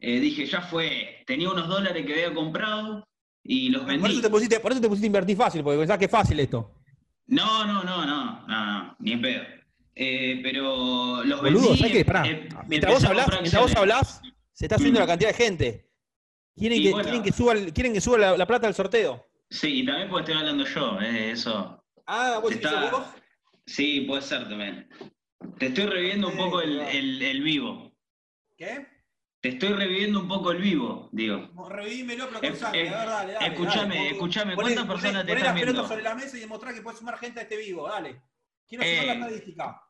Speaker 11: eh, dije, ya fue, tenía unos dólares que había comprado y los
Speaker 1: Por eso
Speaker 11: vendí.
Speaker 1: te pusiste, por eso te pusiste a invertir fácil, porque pensás que es fácil esto.
Speaker 11: No, no, no, no, no, no, ni en pedo. Eh, pero los
Speaker 1: Boludo,
Speaker 11: vendí.
Speaker 1: ¿sabes qué? Pará.
Speaker 11: eh,
Speaker 1: mientras vos
Speaker 11: empecé a
Speaker 1: hablás,
Speaker 11: comprar
Speaker 1: mientras vos
Speaker 11: acciones.
Speaker 1: hablás, se está subiendo
Speaker 11: Mm.
Speaker 1: la cantidad de gente. Quieren
Speaker 11: Y
Speaker 1: que,
Speaker 11: bueno.
Speaker 1: quieren que suba, el- quieren que suba la, la plata del sorteo.
Speaker 11: Sí, y también porque estoy hablando yo, eh, eso.
Speaker 1: Ah, vos
Speaker 11: Está-
Speaker 1: decís, vos.
Speaker 11: Sí, puede ser también. Te estoy reviviendo un
Speaker 1: Sí,
Speaker 11: poco el,
Speaker 1: claro.
Speaker 11: el- el vivo.
Speaker 1: ¿Qué?
Speaker 11: Te estoy reviviendo un poco el vivo, digo.
Speaker 1: Revivímelo, pero
Speaker 11: Eh,
Speaker 1: con sangre,
Speaker 11: eh,
Speaker 1: a ver, dale, dale.
Speaker 11: escuchame,
Speaker 1: dale,
Speaker 11: escuchame, ¿cuántas personas te
Speaker 1: poné
Speaker 11: están
Speaker 1: las pelotas
Speaker 11: viendo?
Speaker 1: sobre la mesa y demostrar que puedes sumar gente a este vivo, dale. Quiero
Speaker 11: Eh.
Speaker 1: sumar la estadística.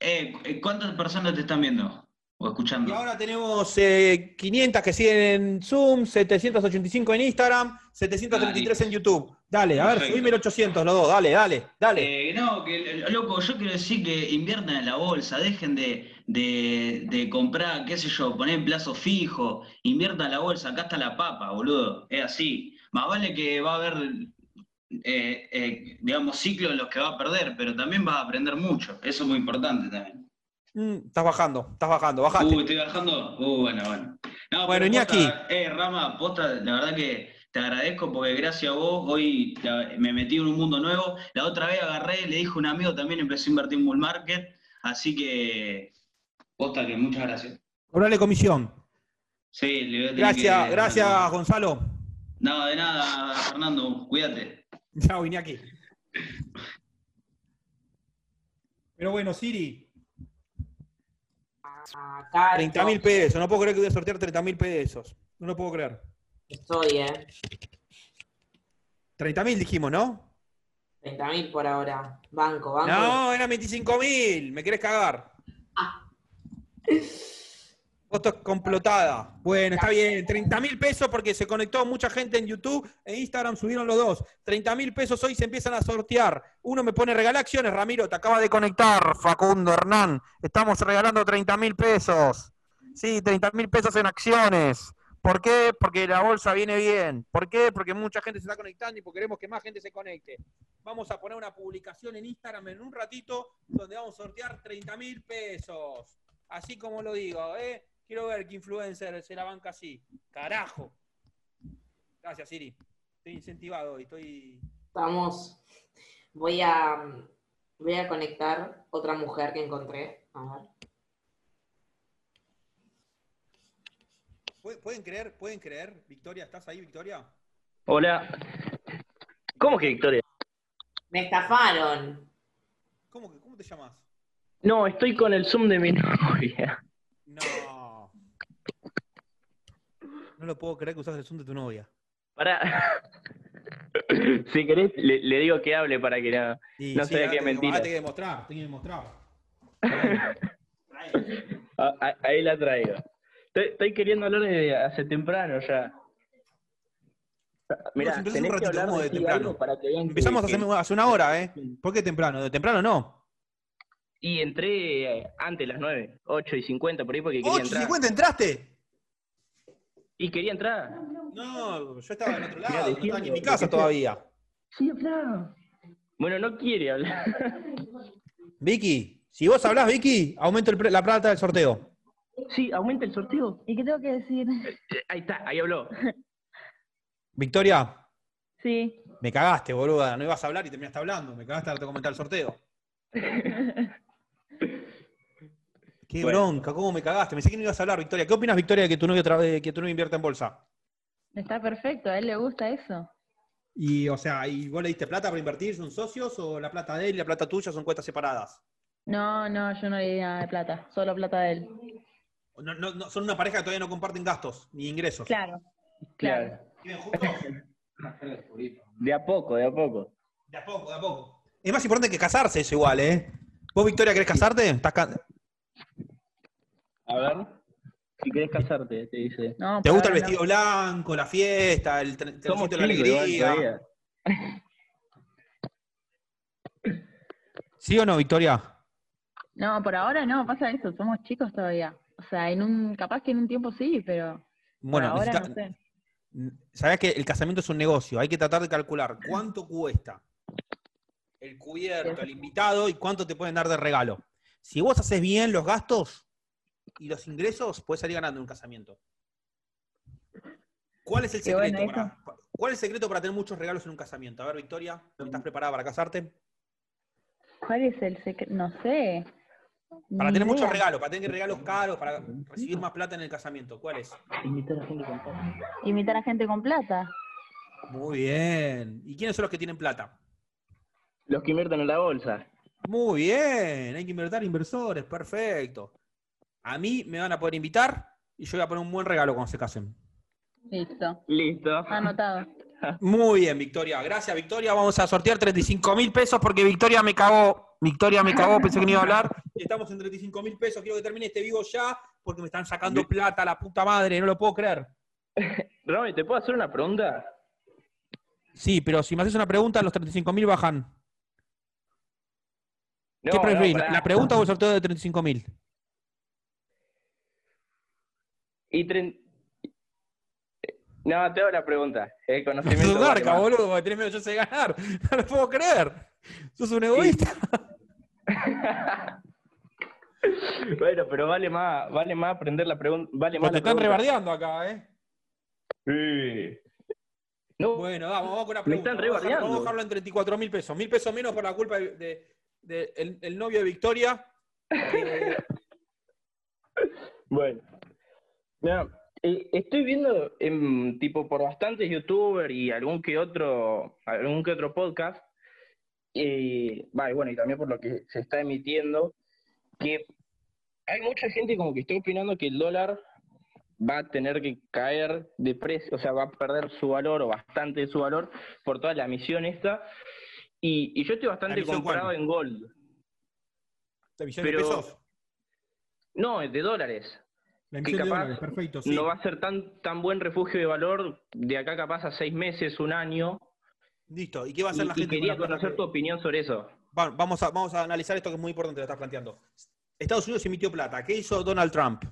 Speaker 11: Eh, eh, ¿Cuántas personas te están viendo o
Speaker 1: Y
Speaker 11: escuchando?
Speaker 1: ahora tenemos eh, 500 que siguen en Zoom, 785 en Instagram, 733 en YouTube. Dale, a ver,
Speaker 11: Perfecto.
Speaker 1: subime el 800 los dos, dale, dale, dale.
Speaker 11: Eh, no, que loco, yo quiero decir que inviertan en la bolsa, dejen de, de- de comprar, qué sé yo, poner en plazo fijo, inviertan en la bolsa, acá está la papa, boludo, es así. Más vale que va a haber, eh, eh, digamos, ciclos en los que va a perder, pero también vas a aprender mucho, eso es muy importante también.
Speaker 1: Mm, estás bajando, estás bajando, bajaste.
Speaker 11: Uy, estoy bajando, uh, bueno, bueno. No,
Speaker 1: Bueno,
Speaker 11: pero
Speaker 1: Iñaki.
Speaker 11: posta, eh, Rama, posta, la verdad que te agradezco porque gracias a vos hoy la- me metí en un mundo nuevo. La otra vez agarré, le dije a un amigo también, empecé a invertir en Bull Market. Así que, posta, que muchas gracias.
Speaker 1: Cobrale comisión.
Speaker 11: Sí, le voy a tener
Speaker 1: Gracias,
Speaker 11: que-
Speaker 1: gracias, Gonzalo. [laughs]
Speaker 11: No, de nada, Fernando, cuídate.
Speaker 1: Chao, Iñaki. Pero bueno, Siri,
Speaker 12: Acá
Speaker 1: 30 mil pesos. No puedo creer que voy a sortear 30 mil pesos. No lo puedo creer.
Speaker 2: Estoy, ¿eh?
Speaker 1: 30.000 dijimos, ¿no?
Speaker 2: 30.000 por ahora. Banco, banco.
Speaker 1: No, era 25.000. ¿Me querés cagar?
Speaker 2: Ah.
Speaker 1: Vos sos complotada. Bueno, está bien. 30 mil pesos porque se conectó mucha gente en YouTube, en Instagram subieron los dos. 30 mil pesos hoy se empiezan a sortear. Uno me pone regala acciones, Ramiro, te acaba de conectar, Facundo Hernán. Estamos regalando 30 mil pesos. Sí, 30 mil pesos en acciones. ¿Por qué? Porque la bolsa viene bien. ¿Por qué? Porque mucha gente se está conectando y porque queremos que más gente se conecte. Vamos a poner una publicación en Instagram en un ratito donde vamos a sortear 30 mil pesos. Así como lo digo, ¿eh? Quiero ver qué influencer se la banca así. Carajo. Gracias, Siri. Estoy incentivado hoy. Estoy...
Speaker 2: Vamos. Voy a, voy a conectar otra mujer que encontré. A
Speaker 1: ver. ¿Pueden creer? ¿Pueden creer? Victoria, ¿estás ahí, Victoria?
Speaker 13: Hola. ¿Cómo que Victoria?
Speaker 2: Me estafaron.
Speaker 1: ¿Cómo, que, cómo te llamas?
Speaker 13: No, estoy con el Zoom de mi [laughs] novia.
Speaker 1: No. No lo puedo creer que usas el Zoom de tu novia.
Speaker 13: Pará. si querés, le, le, digo que hable para que no,
Speaker 1: Y
Speaker 13: no
Speaker 1: sí,
Speaker 13: sea
Speaker 1: ahora
Speaker 13: que es
Speaker 1: te-
Speaker 13: mentira.
Speaker 1: ahora te que demostrar, tengo que demostrar.
Speaker 13: A- a- Ahí la traigo. Estoy, estoy queriendo hablar desde hace temprano ya. Mirá,
Speaker 1: empezás un
Speaker 13: tenés que
Speaker 1: ratito,
Speaker 13: hablar
Speaker 1: ¿cómo de
Speaker 13: de
Speaker 1: temprano?
Speaker 13: temprano. Para que vean que-
Speaker 1: Empezamos
Speaker 13: que-
Speaker 1: hace, hace una hora, ¿eh? ¿Por qué temprano? De temprano no.
Speaker 13: Y entré eh, antes de las 9, 8 y 50 por ahí porque quería
Speaker 1: ¡8 y
Speaker 13: entrar.
Speaker 1: 50 ¡Oh, entraste!
Speaker 13: Y quería entrar.
Speaker 1: No, yo estaba en otro lado,
Speaker 13: Mirá,
Speaker 1: no
Speaker 13: diciendo
Speaker 1: estaba ni en mi
Speaker 13: lo
Speaker 1: casa
Speaker 13: que-
Speaker 1: todavía.
Speaker 13: Sí, habla. Bueno, no quiere
Speaker 14: [laughs]
Speaker 13: hablar.
Speaker 1: Vicky, si vos hablás, Vicky, aumento el pre- la plata del sorteo.
Speaker 13: Sí, aumenta el sorteo.
Speaker 14: ¿Y qué tengo que decir?
Speaker 13: Eh, Ahí está, ahí habló.
Speaker 1: Victoria,
Speaker 14: [laughs] Sí.
Speaker 1: me cagaste, boluda. No ibas a hablar y terminaste hablando. Me cagaste ahora te comentar el [laughs] sorteo. Qué
Speaker 13: Bueno.
Speaker 1: bronca, cómo me cagaste. Me sé que no ibas a hablar, Victoria. ¿Qué opinas, Victoria, de que tu novio, tra- de que tu novio invierta en bolsa?
Speaker 14: Está perfecto, a él le gusta eso.
Speaker 1: Y, o sea, ¿y vos le diste plata para invertir? ¿Son socios o la plata de él y la plata tuya son cuentas separadas?
Speaker 14: No, no, yo no le di nada de plata, solo plata de él.
Speaker 1: No, no, no, son una pareja que todavía no comparten gastos ni ingresos.
Speaker 14: Claro,
Speaker 13: Claro.
Speaker 1: Viven juntos
Speaker 13: [laughs] De a poco, de a poco.
Speaker 1: de a poco, de a poco. Es más importante que casarse eso igual, ¿eh? ¿Vos, Victoria, querés casarte? ¿Estás ca-
Speaker 13: A ver. Si querés casarte, te dice.
Speaker 14: No,
Speaker 1: ¿Te
Speaker 14: por
Speaker 1: gusta
Speaker 14: ahora no.
Speaker 1: el vestido blanco, la fiesta, el tre- trencito
Speaker 13: Somos
Speaker 1: de la
Speaker 13: chicos igual
Speaker 1: alegría?
Speaker 13: todavía.
Speaker 1: ¿Sí o no, Victoria?
Speaker 14: No, por ahora no, pasa eso, somos chicos todavía. O sea, en un, capaz que en un tiempo sí, pero
Speaker 1: Bueno,
Speaker 14: por ahora
Speaker 1: necesita-
Speaker 14: no sé.
Speaker 1: Sabés que el casamiento es un negocio, hay que tratar de calcular cuánto cuesta el cubierto, el invitado y cuánto te pueden dar de regalo. Si vos haces bien los gastos y los ingresos, puedes salir ganando en un casamiento. ¿Cuál es el
Speaker 14: Qué bueno
Speaker 1: secreto? para, ¿Cuál es el secreto para tener muchos regalos en un casamiento? A ver, Victoria,
Speaker 14: Mm.
Speaker 1: ¿estás preparada para casarte?
Speaker 14: ¿Cuál es el secreto? No sé.
Speaker 1: Para
Speaker 14: Ni
Speaker 1: tener muchos
Speaker 14: idea.
Speaker 1: regalos, para tener regalos caros, para recibir más plata en el casamiento. ¿Cuál es?
Speaker 13: Invitar a la gente a cantar.
Speaker 14: Invitar a gente con plata.
Speaker 1: Muy bien. ¿Y quiénes son los que tienen plata?
Speaker 13: Los que invierten en la bolsa.
Speaker 1: Muy bien, hay que invertir inversores, perfecto. A mí me van a poder invitar y yo voy a poner un buen regalo cuando se casen.
Speaker 14: Listo,
Speaker 13: Listo.
Speaker 14: anotado.
Speaker 1: Muy bien, Victoria. Gracias, Victoria. Vamos a sortear 35 mil pesos porque Victoria me cagó. Victoria me cagó, pensé que no iba a hablar. [laughs] Estamos en 35 mil pesos. Quiero que termine este vivo ya porque me están sacando plata, la puta madre. No lo
Speaker 13: [laughs]
Speaker 1: puedo creer.
Speaker 13: Romy, ¿te puedo hacer una pregunta?
Speaker 1: Sí, pero si me haces una pregunta, los 35 mil bajan.
Speaker 13: No,
Speaker 1: ¿Qué
Speaker 13: no,
Speaker 1: preferís?
Speaker 13: pará.
Speaker 1: ¿La pregunta o el sorteo de 35 mil?
Speaker 13: Y tren- No, te hago la pregunta.
Speaker 1: [laughs]
Speaker 13: El
Speaker 1: Sos
Speaker 13: conocimiento.
Speaker 1: un
Speaker 13: vale
Speaker 1: garca,
Speaker 13: más.
Speaker 1: boludo, porque tenés menos chance de ganar. [laughs] No lo puedo creer. Sos un egoísta.
Speaker 13: [laughs] bueno, pero vale más, vale más aprender la pregunta. Vale
Speaker 1: Pero
Speaker 13: más
Speaker 1: te
Speaker 13: la
Speaker 1: están
Speaker 13: pregunta.
Speaker 1: rebardeando acá, ¿eh?
Speaker 13: Sí. No,
Speaker 1: Bueno, vamos, vamos con una
Speaker 13: Me
Speaker 1: pregunta.
Speaker 13: están
Speaker 1: vamos, a dejarlo-
Speaker 13: rebardeando.
Speaker 1: vamos a dejarlo en 34 mil pesos. Mil pesos menos por la culpa del de, de- el- el novio de Victoria. Eh,
Speaker 13: Bueno. No, eh, estoy viendo em, tipo por bastantes youtubers y algún que otro, algún que otro podcast, eh, va, y bueno, y también por lo que se está emitiendo, que hay mucha gente como que está opinando que el dólar va a tener que caer de precio, o sea, va a perder su valor o bastante de su valor por toda la misión esta. Y, y yo estoy bastante
Speaker 1: ¿La misión
Speaker 13: comprado
Speaker 1: cuál?
Speaker 13: en gold.
Speaker 1: La emisión
Speaker 13: Pero-
Speaker 1: de pesos.
Speaker 13: No, de dólares.
Speaker 1: La
Speaker 13: que
Speaker 1: emisión de
Speaker 13: capaz
Speaker 1: dólares, perfecto. Sí.
Speaker 13: No va a ser tan, tan buen refugio de valor de acá capaz a seis meses, un año.
Speaker 1: Listo. ¿Y qué va a hacer
Speaker 13: Y,
Speaker 1: la
Speaker 13: y
Speaker 1: gente? con
Speaker 13: quería
Speaker 1: la plata
Speaker 13: conocer
Speaker 1: que-
Speaker 13: tu opinión sobre eso.
Speaker 1: Va- vamos, a, vamos a analizar esto que es muy importante, lo estás planteando. Estados Unidos emitió plata. ¿Qué hizo Donald Trump?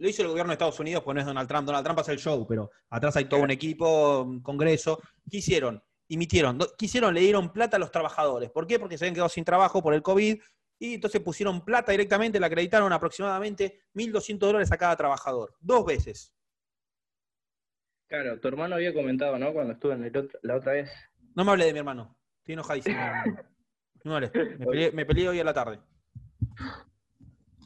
Speaker 1: Lo hizo el gobierno de Estados Unidos, pues no es Donald Trump. Donald Trump hace el show, pero atrás hay todo un equipo, un congreso. ¿Qué hicieron? Emitieron. Do- ¿Qué hicieron? Le dieron plata a los trabajadores. ¿Por qué? Porque se habían quedado sin trabajo por el COVID y entonces pusieron plata directamente, le acreditaron aproximadamente 1.200 dólares a cada trabajador. Dos veces.
Speaker 13: Claro, tu hermano había comentado, ¿no? Cuando estuvo en el otro- la otra vez.
Speaker 1: No me hable de Eh, mi hermano. Estoy enojadísimo. mi
Speaker 13: [laughs]
Speaker 1: hermano. No me hable. Me peleé, me peleé hoy a la tarde.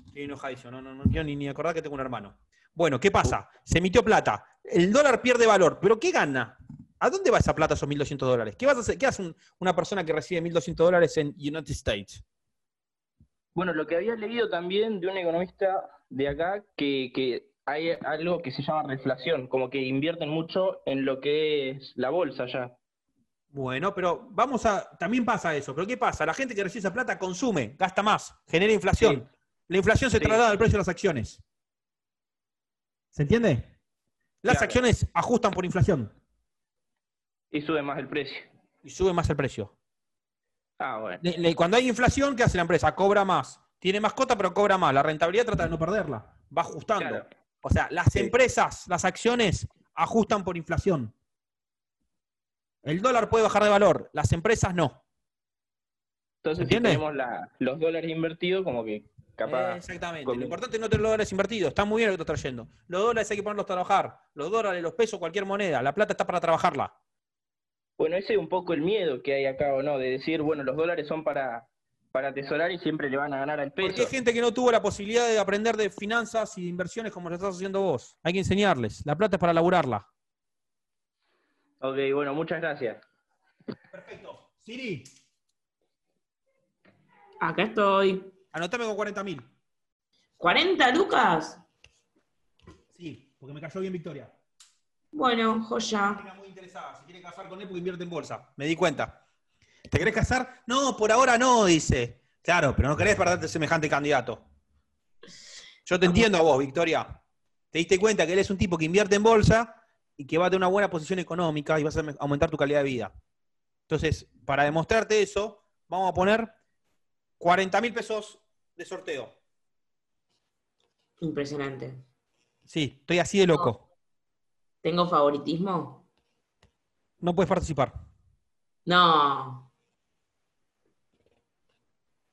Speaker 1: Estoy enojadísimo. No, no, no quiero ni, ni acordar que tengo un hermano. Bueno, ¿qué pasa? Se emitió plata. El dólar pierde valor. ¿Pero qué gana? ¿A dónde va esa plata, esos 1.200 dólares? ¿Qué vas a hacer? ¿Qué hace un- una persona que recibe 1.200 dólares en United States?
Speaker 13: Bueno, lo que había leído también de un economista de acá, que, que hay algo que se llama reflación, como que invierten mucho en lo que es la bolsa ya.
Speaker 1: Bueno, pero vamos a. También pasa eso. ¿Pero qué pasa? La gente que recibe esa plata consume, gasta más, genera inflación. La inflación se
Speaker 13: Sí.
Speaker 1: traslada al precio de las acciones. ¿Se entiende? Las
Speaker 13: Claro.
Speaker 1: acciones ajustan por inflación
Speaker 13: Y sube más el precio.
Speaker 1: y sube más el precio.
Speaker 13: Ah, bueno.
Speaker 1: Le- le- cuando hay inflación, ¿qué hace la empresa? Cobra más. Tiene más cuota, pero cobra más. La rentabilidad trata de no perderla. Va ajustando.
Speaker 13: Claro.
Speaker 1: O sea, las empresas, las acciones, ajustan por inflación. El dólar puede bajar de valor, las empresas no.
Speaker 13: Entonces, si
Speaker 1: ¿Entiende?
Speaker 13: tenemos la- los dólares invertidos, como que capaz.
Speaker 1: Eh, Exactamente.
Speaker 13: con-
Speaker 1: Lo importante es no tener los dólares invertidos. Está muy bien lo que estás trayendo. Los dólares hay que ponerlos a trabajar. Los dólares, los pesos, cualquier moneda. La plata está para trabajarla.
Speaker 13: Bueno, ese es un poco el miedo que hay acá, ¿o no? De decir, bueno, los dólares son para, para atesorar y siempre le van a ganar al
Speaker 1: Porque
Speaker 13: peso.
Speaker 1: hay gente que no tuvo la posibilidad de aprender de finanzas y de inversiones como lo estás haciendo vos. Hay que enseñarles. La plata es para laburarla.
Speaker 13: Ok, bueno, muchas gracias.
Speaker 1: Perfecto. Siri,
Speaker 2: Acá estoy.
Speaker 1: anotame con 40 mil.
Speaker 2: ¿40 lucas?
Speaker 1: Sí, porque me cayó bien Victoria.
Speaker 2: Bueno, joya.
Speaker 1: Está muy interesada. Se quiere casar con él porque invierte en bolsa. Me di cuenta. ¿Te querés casar? No, por ahora no, dice. Claro, pero no querés perderte semejante candidato. Yo te entiendo a vos, Victoria. Te diste cuenta que él es un tipo que invierte en bolsa y que va a tener una buena posición económica y vas a me- aumentar tu calidad de vida. Entonces, para demostrarte eso, vamos a poner 40 mil pesos de sorteo.
Speaker 2: Impresionante.
Speaker 1: Sí, estoy así de loco.
Speaker 2: ¿Tengo favoritismo?
Speaker 1: No puedes participar.
Speaker 2: No.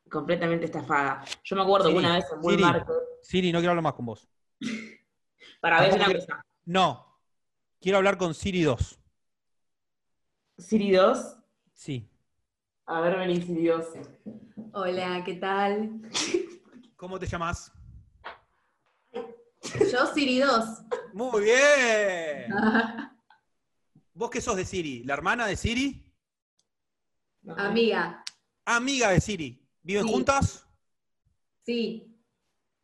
Speaker 2: Completamente estafada. Yo me acuerdo que
Speaker 1: Siri,
Speaker 2: una vez en Bull
Speaker 1: Siri.
Speaker 2: Market,
Speaker 1: Siri, no quiero hablar más con vos.
Speaker 2: para ver
Speaker 1: Tampoco
Speaker 2: una
Speaker 1: quiero-
Speaker 2: cosa.
Speaker 1: No. Quiero hablar con Siri 2.
Speaker 2: Siri 2.
Speaker 1: Sí.
Speaker 2: A ver, vení, Siri 2.
Speaker 10: Hola, ¿qué tal?
Speaker 1: ¿Cómo te llamas?
Speaker 10: Yo Siri 2.
Speaker 2: [laughs]
Speaker 1: Muy bien. [laughs] ¿Vos qué sos de Siri? ¿La hermana de Siri?
Speaker 10: Amiga,
Speaker 1: Amiga de Siri. ¿Viven
Speaker 10: Sí.
Speaker 1: juntas?
Speaker 10: sí.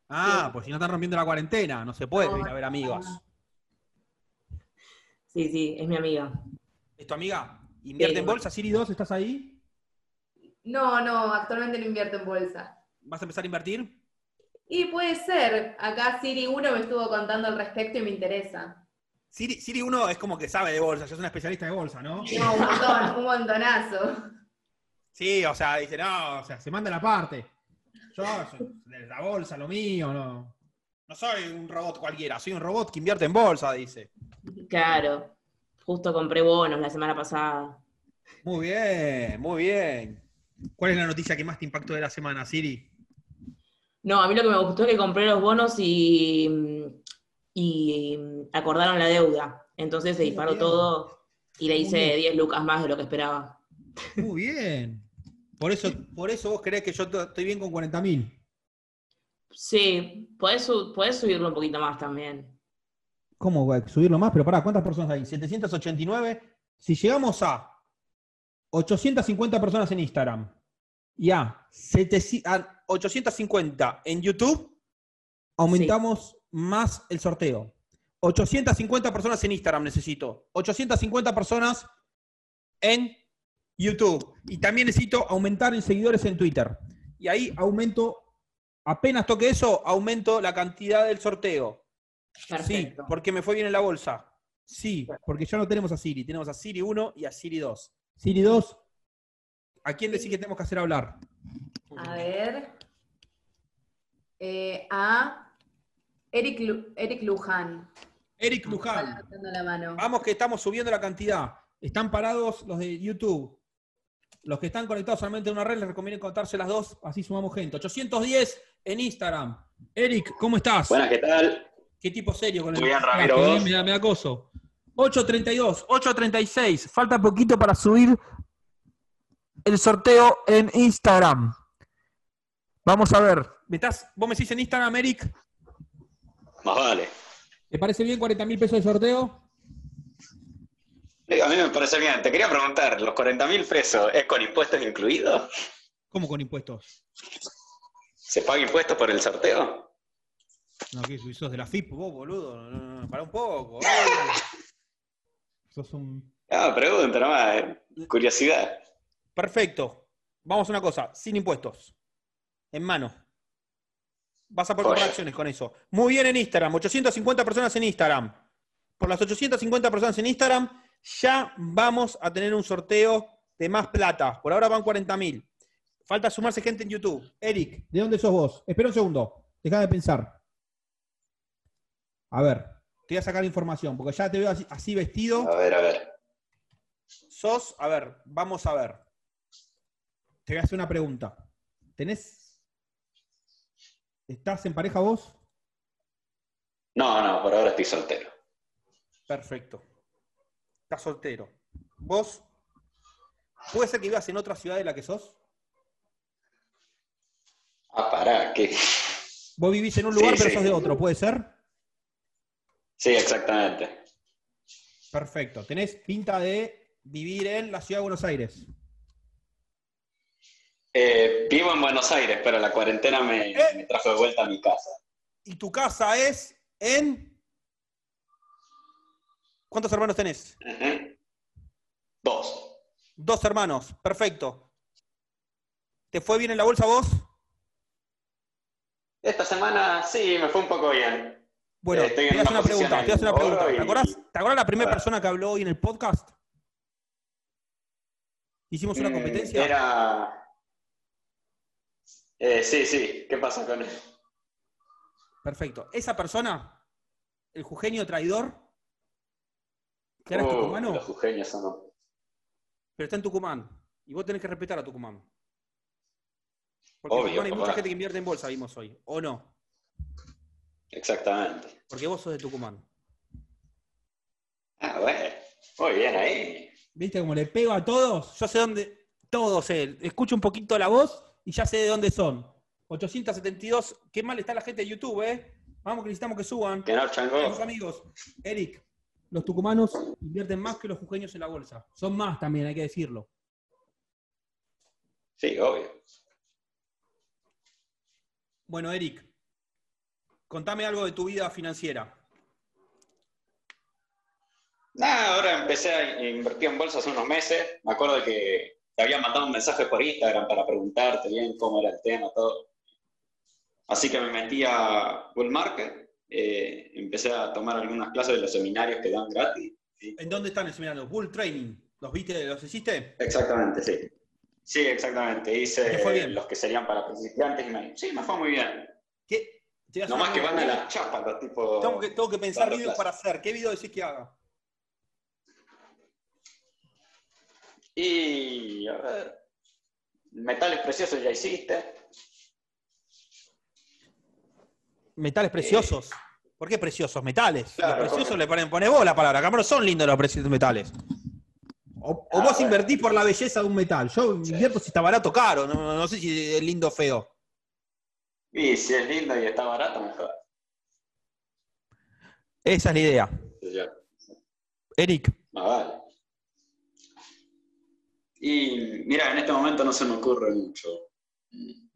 Speaker 1: Ah,
Speaker 10: Sí.
Speaker 1: pues si no están rompiendo la cuarentena, no se puede
Speaker 10: No,
Speaker 1: ir a ver amigos.
Speaker 2: Sí, sí, es mi amiga.
Speaker 1: ¿Es tu amiga? ¿Invierte
Speaker 2: Sí.
Speaker 1: en bolsa, Siri 2? ¿Estás ahí?
Speaker 10: No, no, actualmente no invierto en bolsa.
Speaker 1: ¿Vas a empezar a invertir?
Speaker 10: Y puede ser, acá Siri 1 me estuvo contando al respecto y me interesa.
Speaker 1: Siri, Siri 1 es como que sabe de bolsa, yo soy una especialista de bolsa, ¿no?
Speaker 10: No, un montón, un montonazo.
Speaker 1: Sí, o sea, dice, no, o sea, se manda la parte. Yo, yo- de la bolsa, lo mío, no. No soy un robot cualquiera, soy un robot que invierte en bolsa, dice.
Speaker 2: Claro. Justo compré bonos la semana pasada.
Speaker 1: Muy bien, muy bien. ¿Cuál es la noticia que más te impactó de la semana, Siri?
Speaker 2: No, a mí lo que me gustó es que compré los bonos y, y acordaron la deuda. Entonces se disparó
Speaker 1: bien.
Speaker 2: todo y le hice
Speaker 1: Muy bien.
Speaker 2: 10 lucas más de lo que esperaba.
Speaker 1: Muy bien. Por eso, por eso vos creés que yo to- estoy bien con 40 mil.
Speaker 2: Sí, podés, su- podés subirlo un poquito más también.
Speaker 1: ¿Cómo? va a Subirlo más, pero pará, ¿cuántas personas hay? 789. Si llegamos a 850 personas en Instagram y a, 700 a 850 en YouTube, aumentamos más el sorteo. 850 personas en Instagram necesito. 850 personas en YouTube. Y también necesito aumentar en seguidores en Twitter. Y ahí aumento, apenas toque eso, aumento la cantidad del sorteo.
Speaker 15: Perfecto.
Speaker 1: Sí, porque me fue bien en la bolsa. Sí, porque ya no tenemos a Siri, tenemos a Siri 1 y a Siri 2. Siri 2, ¿a quién decís que tenemos que hacer hablar?
Speaker 10: A ver. Eh, a Eric, Lu- Eric Luján.
Speaker 1: Eric Luján.
Speaker 10: Levantando la mano.
Speaker 1: Vamos que estamos subiendo la cantidad. Están parados los de YouTube. Los que están conectados solamente a una red, les recomiendo contarse las dos, así sumamos gente. 810 en Instagram. Eric, ¿cómo estás?
Speaker 3: Buenas, ¿qué tal?
Speaker 1: Qué tipo serio con el.
Speaker 3: Muy bien, Ramiro,
Speaker 1: Ah,
Speaker 3: vos.
Speaker 1: Me da, me da coso. 8.32, 8.36. Falta poquito para subir el sorteo en Instagram. Vamos a ver. ¿Me estás, ¿Vos me decís en Instagram, Eric?
Speaker 3: Más vale.
Speaker 1: ¿Te parece bien 40 mil pesos de sorteo?
Speaker 3: Eh, A mí me parece bien. Te quería preguntar, ¿los 40 mil pesos es con impuestos incluidos?
Speaker 1: ¿Cómo con impuestos?
Speaker 3: ¿Se paga impuestos por el sorteo?
Speaker 1: No, que sos de la FIP, vos, boludo. No, no, no, pará un [laughs] poco. eh. sos un.
Speaker 3: Ah, pregunta nomás, eh. curiosidad.
Speaker 1: Perfecto. Vamos a una cosa, sin impuestos. En mano. Vas a poder
Speaker 3: Joya.
Speaker 1: comprar acciones con eso. Muy bien en Instagram, 850 personas en Instagram. Por las 850 personas en Instagram, ya vamos a tener un sorteo de más plata. Por ahora van 40.000. Falta sumarse gente en YouTube. Eric, ¿de dónde sos vos? Espera un segundo. Deja de pensar. A ver, te voy a sacar información, porque ya te veo así, así vestido.
Speaker 3: A ver, a ver.
Speaker 1: Sos, a ver, vamos a ver. Te voy a hacer una pregunta. ¿Tenés? ¿Estás en pareja vos?
Speaker 3: No, no, por ahora estoy soltero.
Speaker 1: Perfecto. Estás soltero. ¿Vos? ¿Puede ser que vivas en otra ciudad de la que sos?
Speaker 3: Ah, pará, ¿qué?
Speaker 1: Vos vivís en un
Speaker 3: Sí,
Speaker 1: lugar pero
Speaker 3: sí.
Speaker 1: sos de otro, ¿puede ser?
Speaker 3: Sí, exactamente.
Speaker 1: Perfecto. ¿Tenés pinta de vivir en la ciudad de Buenos Aires?
Speaker 3: Eh, vivo en Buenos Aires, pero la cuarentena me,
Speaker 1: Eh.
Speaker 3: me trajo de vuelta a mi casa.
Speaker 1: ¿Y tu casa es en... ¿Cuántos hermanos tenés?
Speaker 3: Ajá. Dos.
Speaker 1: Dos hermanos, perfecto. ¿Te fue bien en la bolsa vos?
Speaker 3: Esta semana sí, me fue un poco bien.
Speaker 1: Bueno,
Speaker 3: Eh, estoy en
Speaker 1: te voy a hacer
Speaker 3: una
Speaker 1: una
Speaker 3: posición
Speaker 1: pregunta, te voy a hacer una
Speaker 3: en oro
Speaker 1: pregunta. ¿Te
Speaker 3: y-
Speaker 1: acordás, te acordás la primera
Speaker 3: Ah.
Speaker 1: persona que habló hoy en el podcast? Hicimos una
Speaker 3: Mm,
Speaker 1: competencia.
Speaker 3: Era. Eh, sí, sí, ¿qué pasa con él?
Speaker 1: Perfecto. Esa persona, el jujeño traidor, que ahora es
Speaker 3: Uh,
Speaker 1: tucumano,
Speaker 3: Los jujeños son.
Speaker 1: pero está en Tucumán. Y vos tenés que respetar a Tucumán. Porque
Speaker 3: Obvio,
Speaker 1: en Tucumán hay mucha
Speaker 3: papá.
Speaker 1: gente que invierte en bolsa, vimos hoy. ¿O no?
Speaker 3: Exactamente.
Speaker 1: Porque vos sos de Tucumán.
Speaker 3: Ah, bueno. Muy bien ahí.
Speaker 1: ¿Viste cómo le pego a todos? Yo sé dónde. Todos, eh. Escucho un poquito la voz y ya sé de dónde son. 872. Qué mal está la gente de YouTube, ¿eh? Vamos, que necesitamos que suban.
Speaker 3: Que no, Chango.
Speaker 1: Los amigos. Eric, los tucumanos invierten más que los jujeños en la bolsa. Son más también, hay que decirlo.
Speaker 3: Sí, obvio.
Speaker 1: Bueno, Eric, contame algo de tu vida financiera.
Speaker 3: Nada, ahora empecé a invertir en bolsa hace unos meses. Me acuerdo que te había mandado un mensaje por Instagram para preguntarte bien cómo era el tema, todo. Así que me metí a Bull Market. eh, empecé a tomar algunas clases de los seminarios que dan gratis.
Speaker 1: ¿En dónde están seminarios? Bull Training. ¿Los viste? ¿Los hiciste?
Speaker 3: Exactamente, sí. Sí, exactamente.
Speaker 1: ¿Te fue
Speaker 3: Hice
Speaker 1: bien?
Speaker 3: los que serían para principiantes y me... Sí, me fue muy bien.
Speaker 1: ¿Qué? Te voy a hacer
Speaker 3: No más
Speaker 1: una
Speaker 3: que van a
Speaker 1: pregunta.
Speaker 3: las chapas los tipos.
Speaker 1: Tengo que, tengo que pensar
Speaker 3: Dando
Speaker 1: videos
Speaker 3: clases.
Speaker 1: para hacer. ¿Qué video decís que haga?
Speaker 3: Y a ver. Metales preciosos ya hiciste.
Speaker 1: Metales preciosos. ¿Por qué preciosos? Metales.
Speaker 3: Eh, Claro,
Speaker 1: los preciosos
Speaker 3: porque-
Speaker 1: le ponen, pone vos la palabra. Acá no son lindos los preciosos metales. O, o
Speaker 3: Ah,
Speaker 1: vos
Speaker 3: bueno.
Speaker 1: invertís por la belleza de un metal. Yo invierto si está barato o caro. No, no- no sé si es lindo o feo.
Speaker 3: Y si es lindo y está barato, mejor.
Speaker 1: Esa es la idea.
Speaker 3: Sí, yo.
Speaker 1: Eric,
Speaker 3: Más vale. Y mira, en este momento no se me ocurre mucho.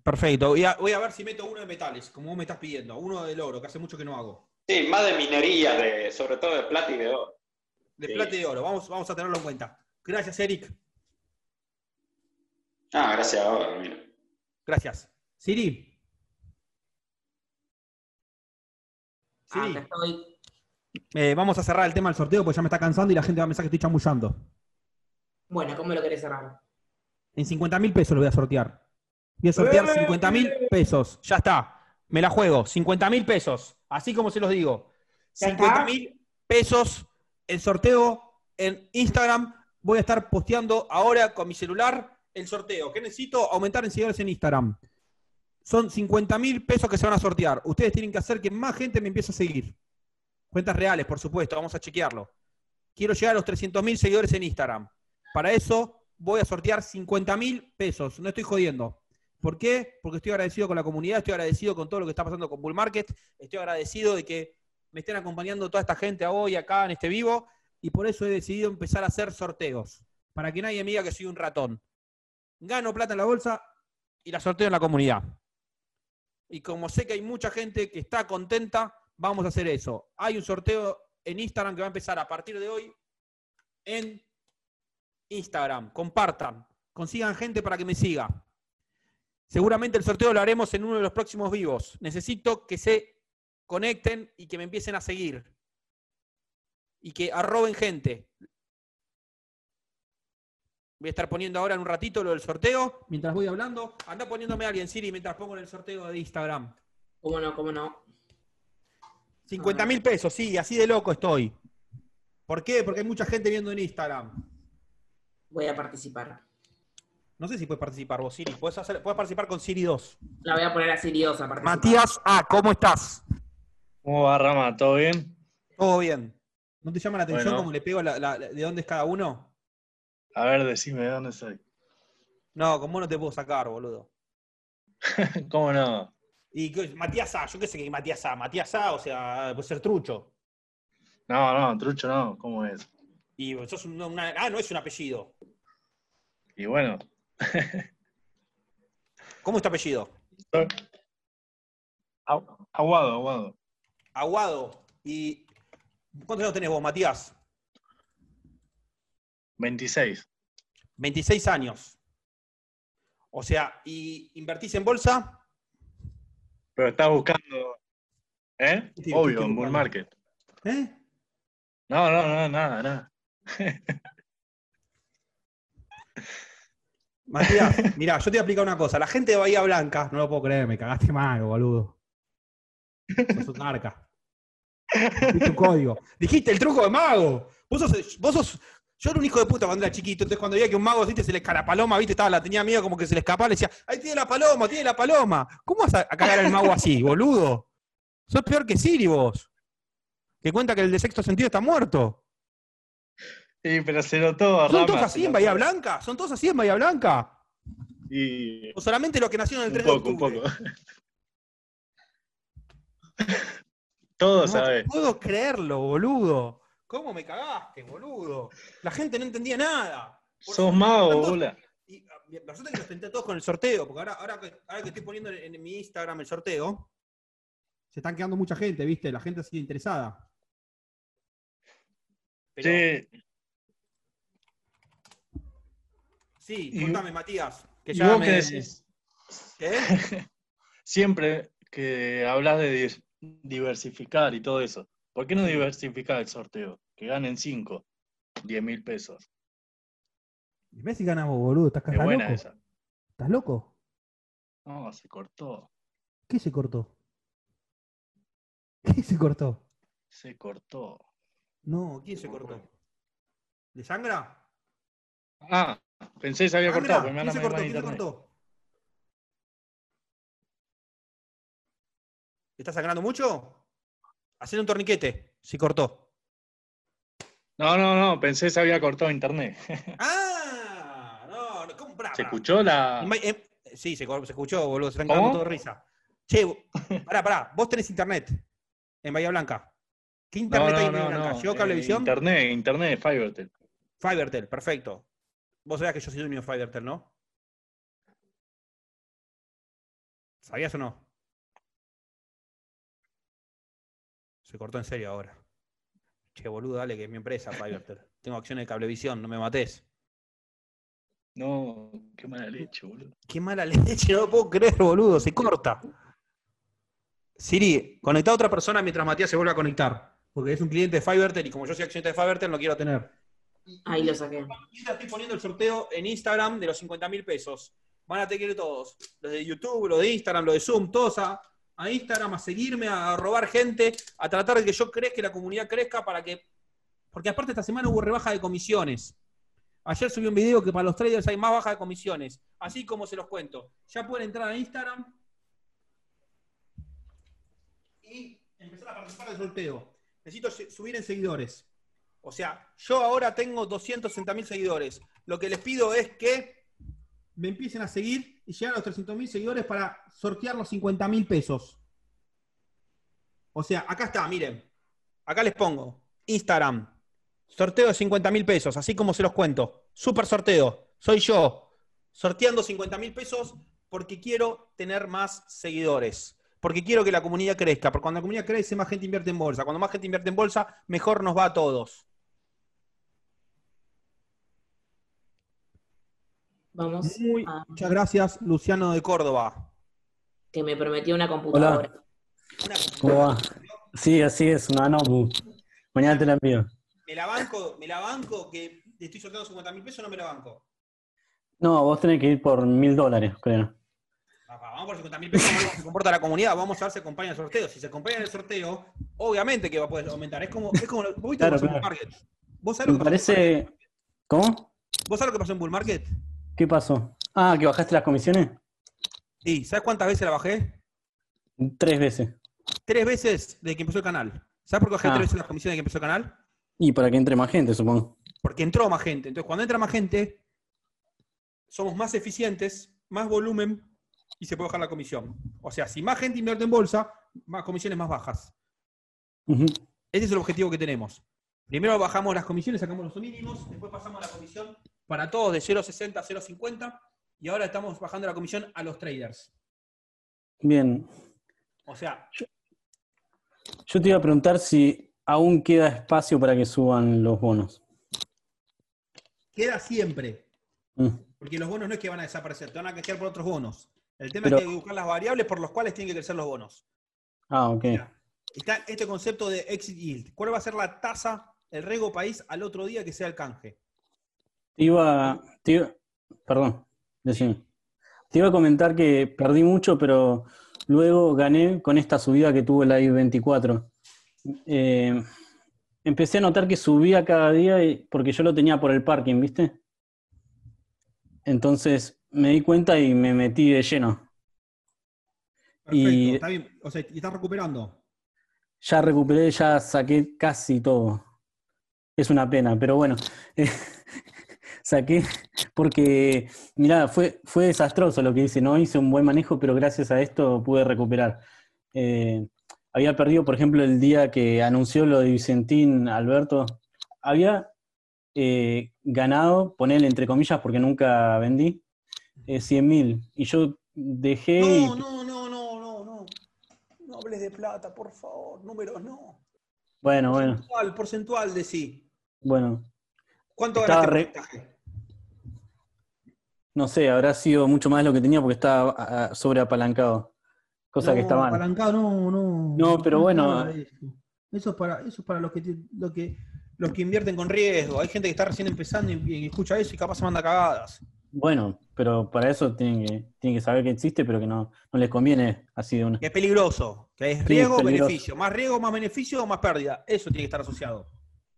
Speaker 1: perfecto. Voy a, voy a ver si meto uno de metales, como vos me estás pidiendo. Uno del oro, que hace mucho que no hago.
Speaker 3: Sí, más de minería, de, sobre todo de plata y de oro.
Speaker 1: De sí. plata y de oro, vamos, vamos a tenerlo en cuenta. Gracias, Eric.
Speaker 3: Ah, gracias a vos, mira.
Speaker 1: Gracias. Siri.
Speaker 2: Siri. Acá Ah, estoy.
Speaker 1: Eh, vamos a cerrar el tema del sorteo porque ya me está cansando y la gente va a pensar que estoy chamullando.
Speaker 2: Bueno, ¿cómo lo querés cerrar?
Speaker 1: En 50 mil pesos lo voy a sortear. Voy a sortear 50 mil pesos. Ya está. Me la juego. 50 mil pesos. Así como se los digo. 50 mil pesos el sorteo en Instagram. Voy a estar posteando ahora con mi celular el sorteo. ¿Qué necesito? Aumentar en seguidores en Instagram. Son 50 mil pesos que se van a sortear. Ustedes tienen que hacer que más gente me empiece a seguir. Cuentas reales, por supuesto. Vamos a chequearlo. Quiero llegar a los 300 mil seguidores en Instagram. Para eso voy a sortear 50 mil pesos. No estoy jodiendo. ¿Por qué? Porque estoy agradecido con la comunidad, estoy agradecido con todo lo que está pasando con Bull Market, estoy agradecido de que me estén acompañando toda esta gente hoy acá en este vivo y por eso he decidido empezar a hacer sorteos, para que nadie me diga que soy un ratón. Gano plata en la bolsa y la sorteo en la comunidad. Y como sé que hay mucha gente que está contenta, vamos a hacer eso. Hay un sorteo en Instagram que va a empezar a partir de hoy en Instagram. Compartan, consigan gente para que me siga. Seguramente el sorteo lo haremos en uno de los próximos vivos. Necesito que se conecten y que me empiecen a seguir. Y que arroben gente. Voy a estar poniendo ahora en un ratito lo del sorteo. Mientras voy hablando, anda poniéndome a alguien, Siri, mientras pongo en el sorteo de Instagram.
Speaker 2: ¿Cómo no? ¿Cómo no?
Speaker 1: 50 mil pesos, sí, así de loco estoy. ¿Por qué? Porque hay mucha gente viendo en Instagram.
Speaker 2: Voy a participar.
Speaker 1: No sé si puedes participar vos, Siri. Puedes, hacer, puedes participar con Siri 2.
Speaker 2: La voy a poner a Siri 2 a participar.
Speaker 1: Matías A, Ah, ¿cómo estás?
Speaker 16: ¿Cómo va, Rama? ¿Todo bien?
Speaker 1: Todo bien. ¿No te llama la atención bueno. cómo le pego la, la, la, de dónde es cada uno?
Speaker 16: A ver, decime, ¿de dónde soy?
Speaker 1: No, con vos no te puedo sacar, boludo.
Speaker 16: [laughs] ¿Cómo no?
Speaker 1: Y Matías A, yo qué sé que Matías A. Matías A, o sea, puede ser trucho.
Speaker 16: No, no, trucho no, ¿cómo [laughs] es?
Speaker 1: Y sos una, una, ah, no es un apellido.
Speaker 16: Y bueno,
Speaker 1: ¿Cómo es tu apellido?
Speaker 16: Aguado, Aguado.
Speaker 1: Aguado. ¿Y cuántos años tenés vos, Matías?
Speaker 16: 26.
Speaker 1: 26 años. O sea, ¿y invertís en bolsa?
Speaker 16: Pero estás buscando, ¿eh? Sí, Obvio, en bull market.
Speaker 1: ¿Eh?
Speaker 16: No, no, no, nada, nada.
Speaker 1: Matías, mirá, yo te voy a explicar una cosa. La gente de Bahía Blanca, no lo puedo creer, me cagaste mal, boludo. Sos un arca. Dijiste un código. Dijiste el truco de mago. Vos sos, vos sos. Yo era un hijo de puta cuando era chiquito, entonces cuando veía que un mago ¿viste? se le escapaba la paloma, viste, estaba, la tenía miedo como que se le escapaba, le decía, ahí tiene la paloma, tiene la paloma. ¿Cómo vas a, cagar al mago así, boludo? Sos peor que Siri vos. Que cuenta que el de sexto sentido está muerto.
Speaker 16: Sí, pero se notó.
Speaker 1: ¿Son todos así en Bahía Blanca? ¿Son todos así en Bahía Blanca?
Speaker 16: Y...
Speaker 1: ¿O solamente los que nacieron el 3
Speaker 16: un poco,
Speaker 1: de octubre?
Speaker 16: Un poco. todos,
Speaker 1: no,
Speaker 16: ¿sabes?
Speaker 1: No puedo creerlo, boludo. [laughs] ¿Cómo me cagaste, boludo? La gente no entendía nada.
Speaker 16: Por Sos mago, boludo.
Speaker 1: Y la suerte que los tenté todos con el sorteo, porque ahora, ahora, que, ahora que estoy poniendo en, en mi Instagram el sorteo, se están quedando mucha gente, ¿viste? La gente ha sido interesada.
Speaker 16: Pero, sí.
Speaker 1: Sí, contame, Matías.
Speaker 16: Que ya ¿Y vos me... qué decís? [laughs] ¿Qué? Siempre que hablas de diversificar y todo eso, ¿por qué no diversificar el sorteo? Que ganen 5, 10 mil pesos.
Speaker 1: Y Messi gana vos, boludo. ¿Estás,
Speaker 16: es buena
Speaker 1: loco?
Speaker 16: Esa.
Speaker 1: ¿Estás loco?
Speaker 16: No, se cortó.
Speaker 1: ¿Qué se cortó? ¿Qué se cortó?
Speaker 16: Se cortó.
Speaker 1: No, ¿quién se, se cortó? cortó? ¿De sangra?
Speaker 16: Ah, Pensé que se había ah, cortado,
Speaker 1: mirá, ¿quién se cortó? ¿Quién se cortó? ¿Está sangrando mucho? Hacer un torniquete, si cortó.
Speaker 16: No, no, no, pensé que se había cortado internet. [laughs]
Speaker 1: ¡Ah! No, no, ¿cómo? Pará, em,
Speaker 16: ¿Se escuchó la.?
Speaker 1: Sí, se, se escuchó, boludo, se están cagando todo de risa. Che, pará, pará, vos tenés internet en Bahía Blanca.
Speaker 16: [laughs]
Speaker 1: ¿Qué internet
Speaker 16: no,
Speaker 1: hay
Speaker 16: no,
Speaker 1: en Bahía
Speaker 16: no, eh,
Speaker 1: Blanca?
Speaker 16: no.
Speaker 1: ¿Llegó cablevisión?
Speaker 16: internet, internet, Fivertel.
Speaker 1: Fivertel, perfecto. Vos sabías que yo soy dueño de Fivertel, ¿no? ¿Sabías o no? Se cortó en serio ahora. Che, boludo, dale, que es mi empresa, Fiverr. [laughs] Tengo acciones de cablevisión, no me mates.
Speaker 17: No, qué mala leche, boludo.
Speaker 1: Qué mala [laughs] leche, no lo puedo creer, boludo, se corta. Siri, conecta a otra persona mientras Matías se vuelve a conectar. Porque es un cliente de Fivertel y como yo soy accionista de Fivertel, lo quiero tener.
Speaker 2: Ahí lo saqué.
Speaker 1: Mientras estoy poniendo el sorteo en Instagram de los 50 mil pesos. Van a tener que ir todos. Los de YouTube, los de Instagram, los de Zoom, todos a, a Instagram, a seguirme, a robar gente, a tratar de que yo crezca, que la comunidad crezca para que. Porque aparte esta semana hubo rebaja de comisiones. Ayer subí un video que para los traders hay más baja de comisiones. Así como se los cuento. Ya pueden entrar a Instagram y empezar a participar del sorteo. Necesito subir en seguidores. O sea, yo ahora tengo 260 mil seguidores. Lo que les pido es que me empiecen a seguir y llegar a los 300 mil seguidores para sortear los 50 mil pesos. O sea, acá está, miren. Acá les pongo Instagram. Sorteo de 50 mil pesos, así como se los cuento. Super sorteo. Soy yo. Sorteando 50 mil pesos porque quiero tener más seguidores porque quiero que la comunidad crezca, porque cuando la comunidad crece más gente invierte en bolsa, cuando más gente invierte en bolsa, mejor nos va a todos.
Speaker 2: Vamos.
Speaker 1: Muy,
Speaker 2: a-
Speaker 1: Muchas gracias, Luciano de Córdoba.
Speaker 2: Que me prometió una computadora.
Speaker 16: ¿Cómo va? Sí, así es, una Nobu. Mañana te la envío.
Speaker 1: Me la banco, me la banco, que le estoy sorteando 50 mil pesos, no me la banco.
Speaker 16: No, vos tenés que ir por mil dólares, creo.
Speaker 1: Papá, vamos por 50 mil pesos, cómo se comporta la comunidad, vamos a ver si acompaña el sorteo. Si se acompaña el sorteo, obviamente que va a poder aumentar. Es como, es como lo- ¿vos viste
Speaker 16: Claro,
Speaker 1: lo que pasó en
Speaker 16: claro.
Speaker 1: Bull Market? ¿Vos sabés,
Speaker 16: Me
Speaker 1: lo que pasó,
Speaker 16: parece. ¿Cómo?
Speaker 1: vos sabés lo que pasó en Bull Market?
Speaker 16: ¿Qué pasó? Ah, ¿que bajaste las comisiones?
Speaker 1: Sí, ¿sabes cuántas veces la bajé?
Speaker 16: Tres veces.
Speaker 1: Tres veces desde que empezó el canal. ¿Sabes por qué bajé
Speaker 16: Ah.
Speaker 1: tres veces las comisiones desde que empezó el canal?
Speaker 16: Y para que entre más gente, supongo.
Speaker 1: porque entró más gente. Entonces, cuando entra más gente, somos más eficientes, más volumen y se puede bajar la comisión. O sea, si más gente invierte en bolsa, más comisiones más bajas.
Speaker 16: Ujú.
Speaker 1: Ese es el objetivo que tenemos. Primero bajamos las comisiones, sacamos los mínimos, después pasamos la comisión para todos de 0.60 a 0.50 y ahora estamos bajando la comisión a los traders.
Speaker 16: Bien.
Speaker 1: O sea,
Speaker 16: Yo te iba a preguntar si aún queda espacio para que suban los bonos.
Speaker 1: queda siempre,
Speaker 16: Mm.
Speaker 1: porque los bonos no es que van a desaparecer, te van a crecer por otros bonos. El tema
Speaker 16: Pero-
Speaker 1: es que hay que buscar las variables por las cuales tienen que crecer los bonos.
Speaker 16: Ah, ok.
Speaker 1: está este concepto de exit yield. ¿Cuál va a ser la tasa, el riesgo país al otro día que sea el canje?
Speaker 16: Te iba, te iba- perdón, decime. Te iba a comentar que perdí mucho, pero luego gané con esta subida que tuvo el I-24. Eh, empecé a notar que subía cada día y- porque yo lo tenía por el parking, ¿viste? Entonces me di cuenta y me metí de lleno.
Speaker 1: Perfecto,
Speaker 16: Y-
Speaker 1: está bien. O sea, y estás recuperando.
Speaker 16: Ya recuperé, ya saqué casi todo. Es una pena, pero bueno. [laughs] eh, saqué porque, mirá, fue, fue desastroso lo que hice. No hice un buen manejo, pero gracias a esto pude recuperar. Eh, había perdido, por ejemplo, el día que anunció lo de Vicentín Alberto. Había eh, ganado, poner entre comillas, porque nunca vendí, eh, 100 mil. Y yo dejé... y-
Speaker 1: No, no, no, no, no, no. No hables de plata, por favor. Números no.
Speaker 16: Bueno, bueno,
Speaker 1: Porcentual, porcentual de sí.
Speaker 16: bueno.
Speaker 1: ¿Cuánto
Speaker 16: Estaba
Speaker 1: ganaste?
Speaker 16: re- No sé, habrá sido mucho más de lo que tenía porque estaba a- a- sobreapalancado. Cosa que está
Speaker 1: No,
Speaker 16: mal.
Speaker 1: apalancado, no, no.
Speaker 16: No, pero bueno.
Speaker 1: No, eso. Eso es para, eso es para los que, ti- lo que, los que invierten con riesgo. Hay gente que está recién empezando y, y escucha eso y capaz se manda cagadas.
Speaker 16: Bueno, pero para eso tienen que, tienen que saber que existe, pero que no, no les conviene así de una.
Speaker 1: Que es peligroso. Que es
Speaker 16: Sí,
Speaker 1: riesgo,
Speaker 16: peligroso.
Speaker 1: beneficio. Más riesgo, más beneficio, más pérdida. Eso tiene que estar asociado.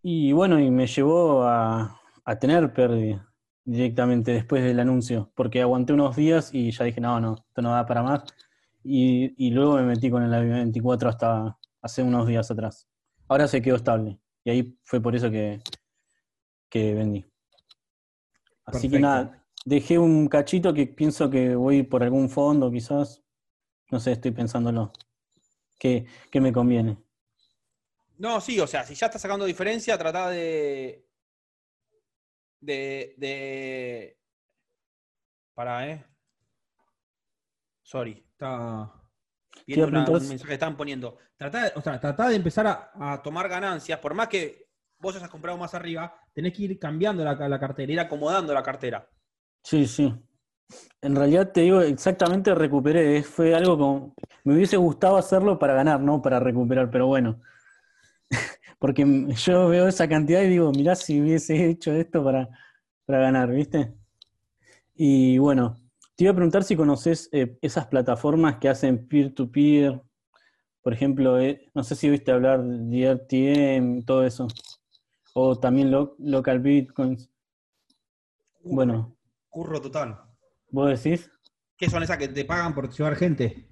Speaker 16: Y bueno, y me llevó a, a tener pérdida directamente después del anuncio, porque aguanté unos días y ya dije, no, no, esto no da para más. Y, y luego me metí con el A24 hasta hace unos días atrás. Ahora se quedó estable. Y ahí fue por eso que, que vendí. Así que
Speaker 3: Perfecto.
Speaker 16: nada, dejé un cachito que pienso que voy por algún fondo quizás. No sé, estoy pensándolo. ¿Qué, qué me conviene?
Speaker 1: No, sí, o sea, si ya estás sacando diferencia, trata de. De. de. Pará, eh. Sorry. Está. Viendo una, un mensaje que estaban poniendo. Tratá, o sea, tratá de empezar a, a, tomar ganancias, por más que vos hayas comprado más arriba, tenés que ir cambiando la, la cartera, ir acomodando la cartera.
Speaker 16: Sí, sí. En realidad te digo, exactamente recuperé. eh, Fue algo como. Me hubiese gustado hacerlo para ganar, no para recuperar, pero bueno. [laughs] Porque yo veo esa cantidad y digo, mirá si hubiese hecho esto para, para ganar, ¿viste? Y bueno, te iba a preguntar si conoces eh, esas plataformas que hacen peer-to-peer. -peer. Por ejemplo, eh, no sé si viste hablar de RTM, todo eso. O también lo, local bitcoins.
Speaker 1: Curro, bueno. Curro total.
Speaker 16: ¿Vos decís?
Speaker 1: ¿Qué son esas que te pagan por llevar gente?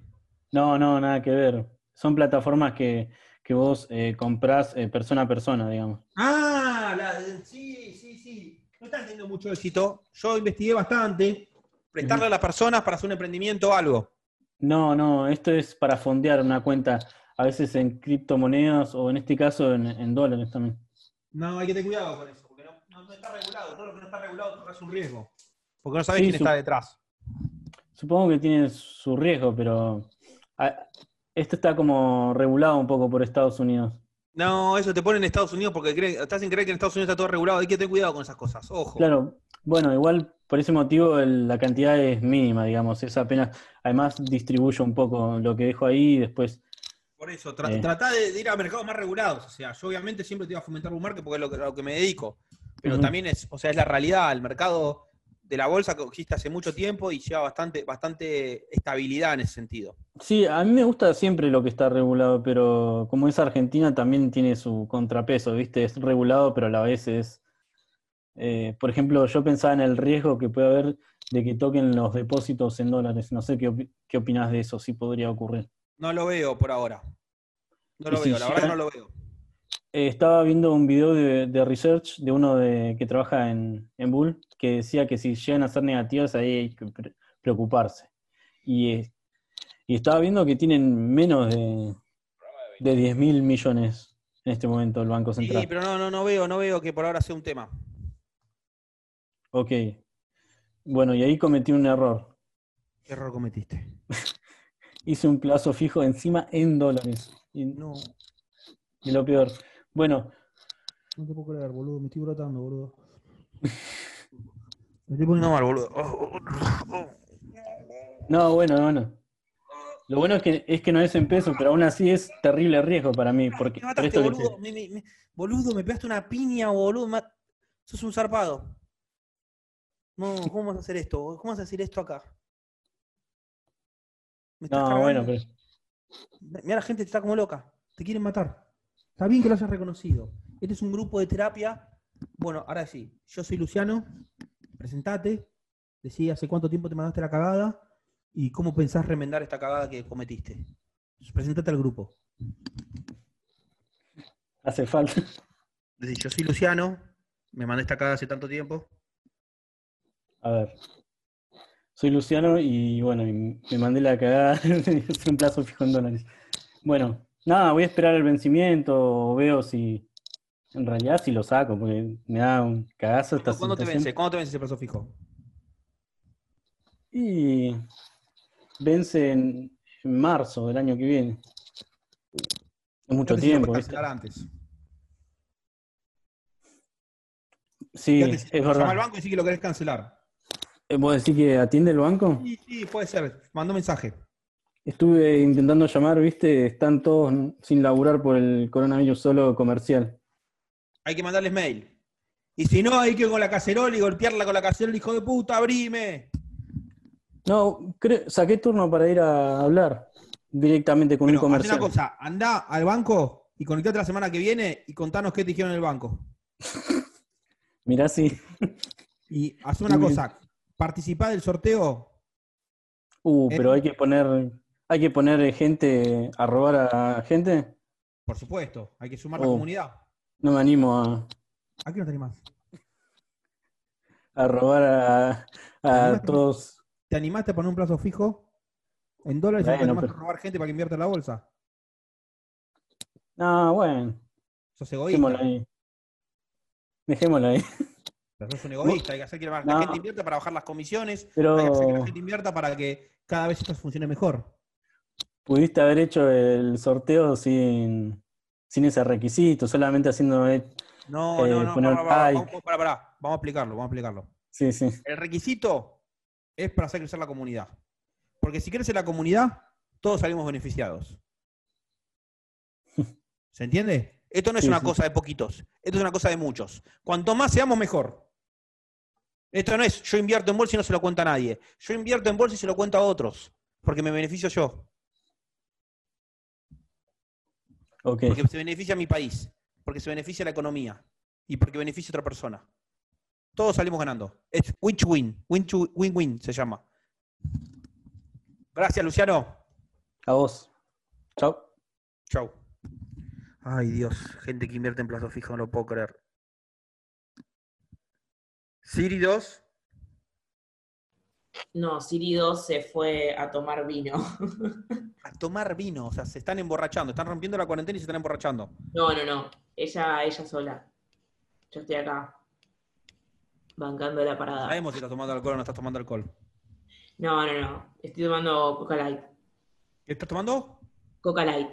Speaker 16: No, no, nada que ver. Son plataformas que, que vos eh, comprás eh, persona a persona, digamos.
Speaker 1: Ah, la, sí, sí, sí. No están teniendo mucho éxito. Yo investigué bastante. Prestarle uh -huh. a las personas para hacer un emprendimiento o algo.
Speaker 16: No, no, esto es para fondear una cuenta, a veces en criptomonedas o en este caso en, en dólares también.
Speaker 1: No, hay que tener cuidado con eso, porque no, no, no está regulado. Todo lo que no está regulado corres un riesgo. Porque no sabes sí, quién está detrás.
Speaker 16: Supongo que tiene su riesgo, pero a, esto está como regulado un poco por Estados Unidos.
Speaker 1: No, eso te pone en Estados Unidos porque creen, te hacen creer que en Estados Unidos está todo regulado. Hay que tener cuidado con esas cosas, ojo.
Speaker 16: Claro, bueno, igual por ese motivo el, la cantidad es mínima, digamos. Es apenas, además distribuyo un poco lo que dejo ahí y después.
Speaker 1: Por eso, tra eh. tratá de, de, ir a mercados más regulados. O sea, yo obviamente siempre te iba a fomentar un market porque es lo que, lo que me dedico. Pero uh -huh. también es, o sea, es la realidad. El mercado de la bolsa que existe hace mucho tiempo y lleva bastante, bastante estabilidad en ese sentido.
Speaker 16: Sí, a mí me gusta siempre lo que está regulado, pero como es Argentina también tiene su contrapeso, ¿viste? Es regulado, pero a la vez es... Eh, por ejemplo, yo pensaba en el riesgo que puede haber de que toquen los depósitos en dólares. No sé qué, op qué opinas de eso, si podría ocurrir.
Speaker 1: No lo veo por ahora. No lo veo, si la verdad no lo veo.
Speaker 16: Eh, estaba viendo un video de, de research de uno de, que trabaja en, en, Bull que decía que si llegan a ser negativas ahí hay que pre preocuparse. Y, eh, y, estaba viendo que tienen menos de, de 10 mil millones en este momento el Banco Central.
Speaker 1: Sí, pero no, no, no veo, no veo que por ahora sea un tema.
Speaker 16: Ok. Bueno, y ahí cometí un error.
Speaker 1: ¿Qué error cometiste?
Speaker 16: [laughs] Hice un plazo fijo encima en dólares. Y, no. y lo peor. Bueno.
Speaker 1: No te puedo creer, boludo. Me estoy brotando, [laughs] boludo. Me estoy poniendo mal, boludo. Oh, oh, oh.
Speaker 16: No, bueno, bueno. Lo bueno es que, es que no es en peso, pero aún así es terrible riesgo para mí. Porque
Speaker 1: me mataste, esto boludo, te... me, me, me, boludo, me pegaste una piña, boludo. Me... Sos un zarpado. No, ¿cómo vas a hacer esto? ¿Cómo vas a decir esto acá?
Speaker 16: ¿Me estás no, cargando? bueno, pero...
Speaker 1: Mira, la gente está como loca. Te quieren matar. Está bien que lo hayas reconocido. Este es un grupo de terapia. Bueno, ahora sí, yo soy Luciano, presentate, decí hace cuánto tiempo te mandaste la cagada y cómo pensás remendar esta cagada que cometiste. Presentate al grupo.
Speaker 16: Hace falta.
Speaker 1: Decí, yo soy Luciano, me mandé esta cagada hace tanto tiempo.
Speaker 16: A ver. Soy Luciano y bueno, y me mandé la cagada [laughs] es un plazo fijo en dólares. Bueno, nada, voy a esperar el vencimiento, veo si. En realidad, si lo saco, porque me da un cagazo esta
Speaker 1: ¿Cuándo te vence? ¿Cuándo te vence ese plazo fijo?
Speaker 16: Y. Vence en, en marzo del año que viene. Es mucho Creo tiempo.
Speaker 1: Que antes.
Speaker 16: Sí, es
Speaker 1: te
Speaker 16: verdad. Llama
Speaker 1: al banco y sí que lo querés cancelar.
Speaker 16: ¿Vos decís que atiende el banco?
Speaker 1: Sí, sí, puede ser. Mandó mensaje.
Speaker 16: Estuve intentando llamar, viste, están todos sin laburar por el coronavirus solo comercial.
Speaker 1: Hay que mandarles mail. Y si no, hay que ir con la cacerola y golpearla con la cacerola, hijo de puta, abrime.
Speaker 16: No, saqué turno para ir a hablar directamente con bueno, un comercial.
Speaker 1: Haz una cosa, anda al banco y conectate la semana que viene y contanos qué te dijeron en el banco.
Speaker 16: Mirá, sí.
Speaker 1: Y haz una cosa, participá del sorteo.
Speaker 16: Uh,
Speaker 1: Eh,
Speaker 16: pero hay que poner ¿Hay que poner gente a robar a gente?
Speaker 1: Por supuesto, hay que sumar oh, la comunidad.
Speaker 16: No me animo a.
Speaker 1: ¿A qué no te animás?
Speaker 16: A robar a, a
Speaker 1: [laughs] ¿Te
Speaker 16: todos.
Speaker 1: ¿Te animaste a poner un plazo fijo? ¿En dólares bueno, te animaste pero... a robar gente para que invierta en la bolsa?
Speaker 16: No, bueno.
Speaker 1: Sos egoísta.
Speaker 16: Dejémoslo ahí. Dejémoslo ahí. [laughs]
Speaker 1: Pero sos un egoísta, hay que hacer que la no. gente invierta para bajar las comisiones, pero... hay que hacer que la gente invierta para que cada vez estas funcione mejor.
Speaker 16: pudiste haber hecho el sorteo sin, sin ese requisito, solamente haciendo.
Speaker 1: No, eh, no, no, poner... para, para, vamos, para, vamos, a explicarlo, vamos a explicarlo.
Speaker 16: Sí, sí.
Speaker 1: El requisito es para hacer crecer la comunidad. Porque si crece la comunidad, todos salimos beneficiados. ¿Se entiende? Esto no es sí, una sí. cosa de poquitos, esto es una cosa de muchos. Cuanto más seamos, mejor. Esto no es yo invierto en bolsa y no se lo cuenta a nadie. Yo invierto en bolsa y se lo cuento a otros, porque me beneficio yo.
Speaker 16: Okay.
Speaker 1: Porque se beneficia mi país, porque se beneficia la economía y porque beneficia a otra persona. Todos salimos ganando. Es win-win, win-win se llama. Gracias, Luciano.
Speaker 16: A vos. Chau.
Speaker 1: Chau. Ay, Dios, gente que invierte en plazo fijo, no lo puedo creer. Siri 2.
Speaker 2: No, Siri 2 se fue a tomar vino.
Speaker 1: a tomar vino, o sea, se están emborrachando, están rompiendo la cuarentena y se están emborrachando.
Speaker 2: No, no, no. Ella, ella sola. Yo estoy acá. Bancando la parada.
Speaker 1: Sabemos si estás tomando alcohol o no estás tomando alcohol.
Speaker 2: No, no, no. Estoy tomando Coca Light.
Speaker 1: ¿Qué estás tomando?
Speaker 2: Coca Light.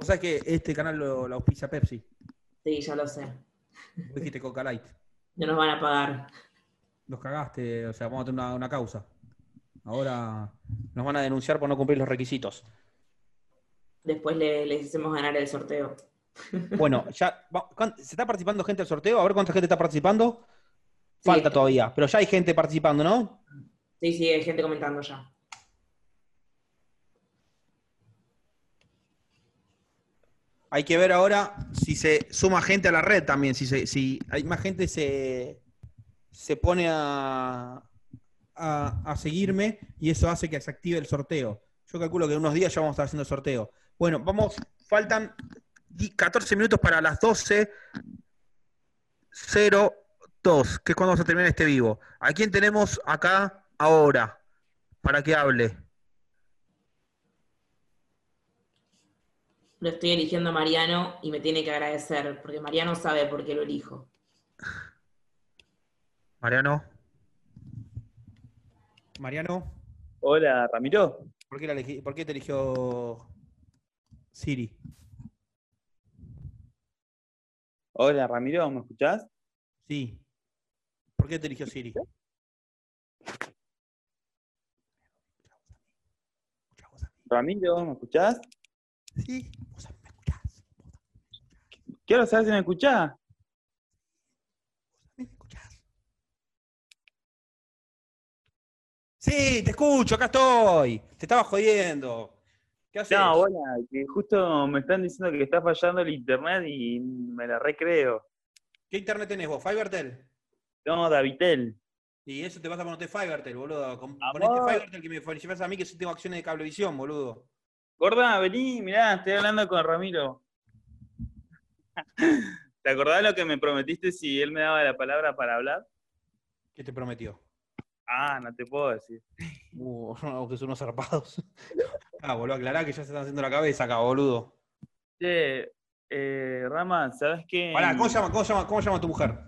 Speaker 1: O sea que este canal lo, lo auspicia Pepsi.
Speaker 2: Sí, ya lo sé.
Speaker 1: Vos dijiste Coca Light.
Speaker 2: No nos van a pagar.
Speaker 1: Nos cagaste, o sea, vamos a tener una, una, causa. Ahora nos van a denunciar por no cumplir los requisitos.
Speaker 2: Después le, les hicimos ganar el sorteo.
Speaker 1: Bueno, ya se está participando gente al sorteo, a ver cuánta gente está participando. Falta sí. todavía, pero ya hay gente participando, ¿no?
Speaker 2: Sí, sí, hay gente comentando ya.
Speaker 1: Hay que ver ahora si se suma gente a la red también, si, se, si hay más gente se, se pone a, a, a, seguirme y eso hace que se active el sorteo. Yo calculo que en unos días ya vamos a estar haciendo el sorteo. Bueno, vamos, faltan 14 minutos para las 12.02, que es cuando vamos a terminar este vivo. ¿A quién tenemos acá ahora para que hable?
Speaker 2: lo estoy eligiendo a Mariano y me tiene que agradecer, porque Mariano sabe por qué lo elijo.
Speaker 1: Mariano. Mariano.
Speaker 17: Hola, Ramiro.
Speaker 1: ¿Por qué, la elegí, por qué te eligió Siri?
Speaker 17: Hola, Ramiro, ¿me escuchás?
Speaker 1: Sí. ¿Por qué te eligió Siri?
Speaker 17: Ramiro, ¿me escuchás?
Speaker 1: Sí. me
Speaker 17: escuchás. Quiero saber si me escuchás.
Speaker 1: me escuchás? Sí, te escucho, acá estoy. Te estaba jodiendo. ¿Qué haces?
Speaker 17: No, bueno, que justo me están diciendo que está fallando el internet y me la recreo.
Speaker 1: ¿Qué internet tenés vos? ¿Fibertel?
Speaker 17: No, Davitel.
Speaker 1: Y eso te pasa cuando te Fibertel, boludo. Ponete Fibertel que me felicitas a mí que sí tengo acciones de cablevisión, boludo.
Speaker 17: Gorda, vení, mirá, estoy hablando con Ramiro. ¿Te acordás lo que me prometiste si él me daba la palabra para hablar?
Speaker 1: ¿Qué te prometió?
Speaker 17: Ah, no te puedo decir.
Speaker 1: Uh, [laughs] no, que son unos zarpados. [laughs] ah, boludo, aclará que ya se están haciendo la cabeza acá, boludo.
Speaker 17: Che, eh, Rama, ¿sabés qué?
Speaker 1: Pará, ¿cómo llama, cómo, llama, ¿cómo llama tu mujer?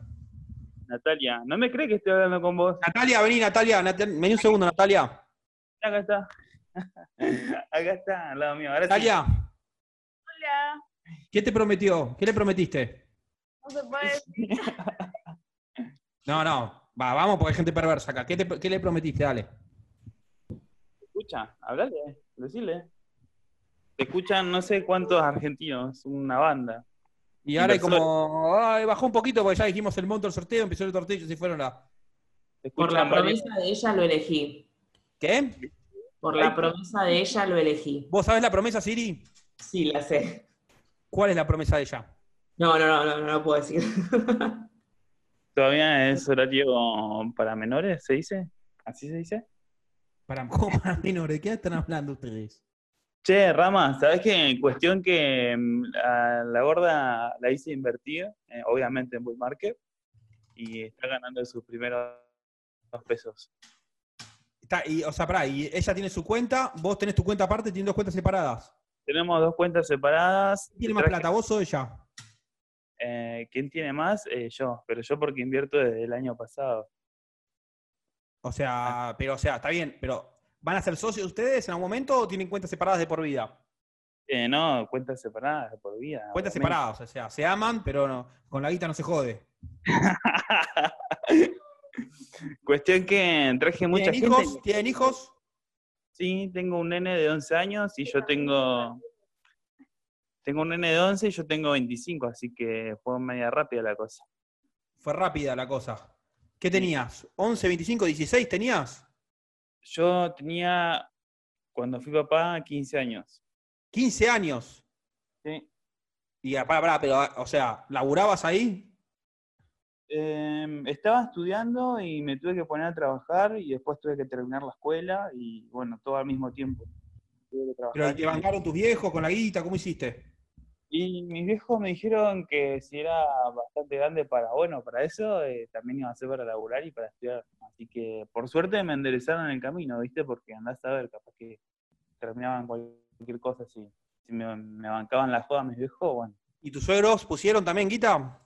Speaker 17: Natalia. ¿No me crees que estoy hablando con vos?
Speaker 1: Natalia, vení, Natalia. Nat vení un segundo, Natalia.
Speaker 17: Acá está. [laughs] Acá está, al lado mío. Ahora
Speaker 1: Natalia.
Speaker 11: Sí. Hola.
Speaker 1: ¿Qué te prometió? ¿Qué le prometiste?
Speaker 11: No se puede decir.
Speaker 1: no, no. Va, vamos porque hay gente perversa acá. ¿Qué, te, qué le prometiste? Dale.
Speaker 17: Escucha, hablale, decile. Te escuchan no sé cuántos argentinos, una banda.
Speaker 1: Y ahora hay como. Ay, bajó un poquito porque ya dijimos el monto del sorteo, empezó el tortillo y se fueron a.
Speaker 2: Por la promesa de ella lo elegí.
Speaker 1: ¿Qué?
Speaker 2: Por la promesa de ella lo elegí.
Speaker 1: ¿Vos sabés la promesa, Siri?
Speaker 2: Sí, la sé.
Speaker 1: ¿Cuál es la promesa de ella?
Speaker 2: No, no, no, no, no lo puedo decir. [laughs]
Speaker 17: ¿Todavía es horario para menores, se dice? ¿Así se dice?
Speaker 1: ¿Para, ¿Cómo para menores? ¿Qué están hablando ustedes?
Speaker 17: Che, Rama, ¿sabés qué? Cuestión que mm, la, la gorda la hice invertir, eh, obviamente en Bull Market, y está ganando sus primeros dos pesos.
Speaker 1: Está, y, o sea, pará, y ella tiene su cuenta, vos tenés tu cuenta aparte, tienen dos cuentas separadas.
Speaker 17: Tenemos dos cuentas separadas.
Speaker 1: ¿Quién tiene más plata, vos o ella?
Speaker 17: Eh, ¿Quién tiene más? Eh, yo, pero yo porque invierto desde el año pasado.
Speaker 1: Ah. O sea, pero o sea, está bien, pero ¿Van a ser socios ustedes en algún momento o tienen cuentas separadas de por vida?
Speaker 17: Eh, no, cuentas separadas de por vida.
Speaker 1: Cuentas separadas, o sea, se aman, pero no, con la guita no se jode.
Speaker 17: Cuestión que traje mucha
Speaker 1: ¿Tienen hijos?
Speaker 17: gente.
Speaker 1: ¿Tienen hijos?
Speaker 17: Sí, tengo un nene de 11 años y yo tengo. Tengo un nene de 11 y yo tengo 25, así que fue media rápida la cosa.
Speaker 1: Fue rápida la cosa. ¿Qué tenías? ¿11, 25, 16 tenías?
Speaker 17: Yo tenía, cuando fui papá, 15 años.
Speaker 1: ¿15 años?
Speaker 17: Sí.
Speaker 1: Y para, para, pero, ah, o sea, ¿laburabas ahí?
Speaker 17: Eh, estaba estudiando y me tuve que poner a trabajar y después tuve que terminar la escuela y bueno, todo al mismo tiempo. Tuve que trabajar.
Speaker 1: ¿Pero te bancaron tus viejos con la guita? ¿Cómo hiciste?
Speaker 17: Y mis viejos me dijeron que si era bastante grande para, bueno, para eso, eh, también iba a ser para laburar y para estudiar. Así que por suerte me enderezaron en el camino, ¿viste? Porque andás a ver, capaz que terminaban cualquier cosa así. Si me, me bancaban la joda mis viejos, bueno.
Speaker 1: ¿Y tus suegros pusieron también guita?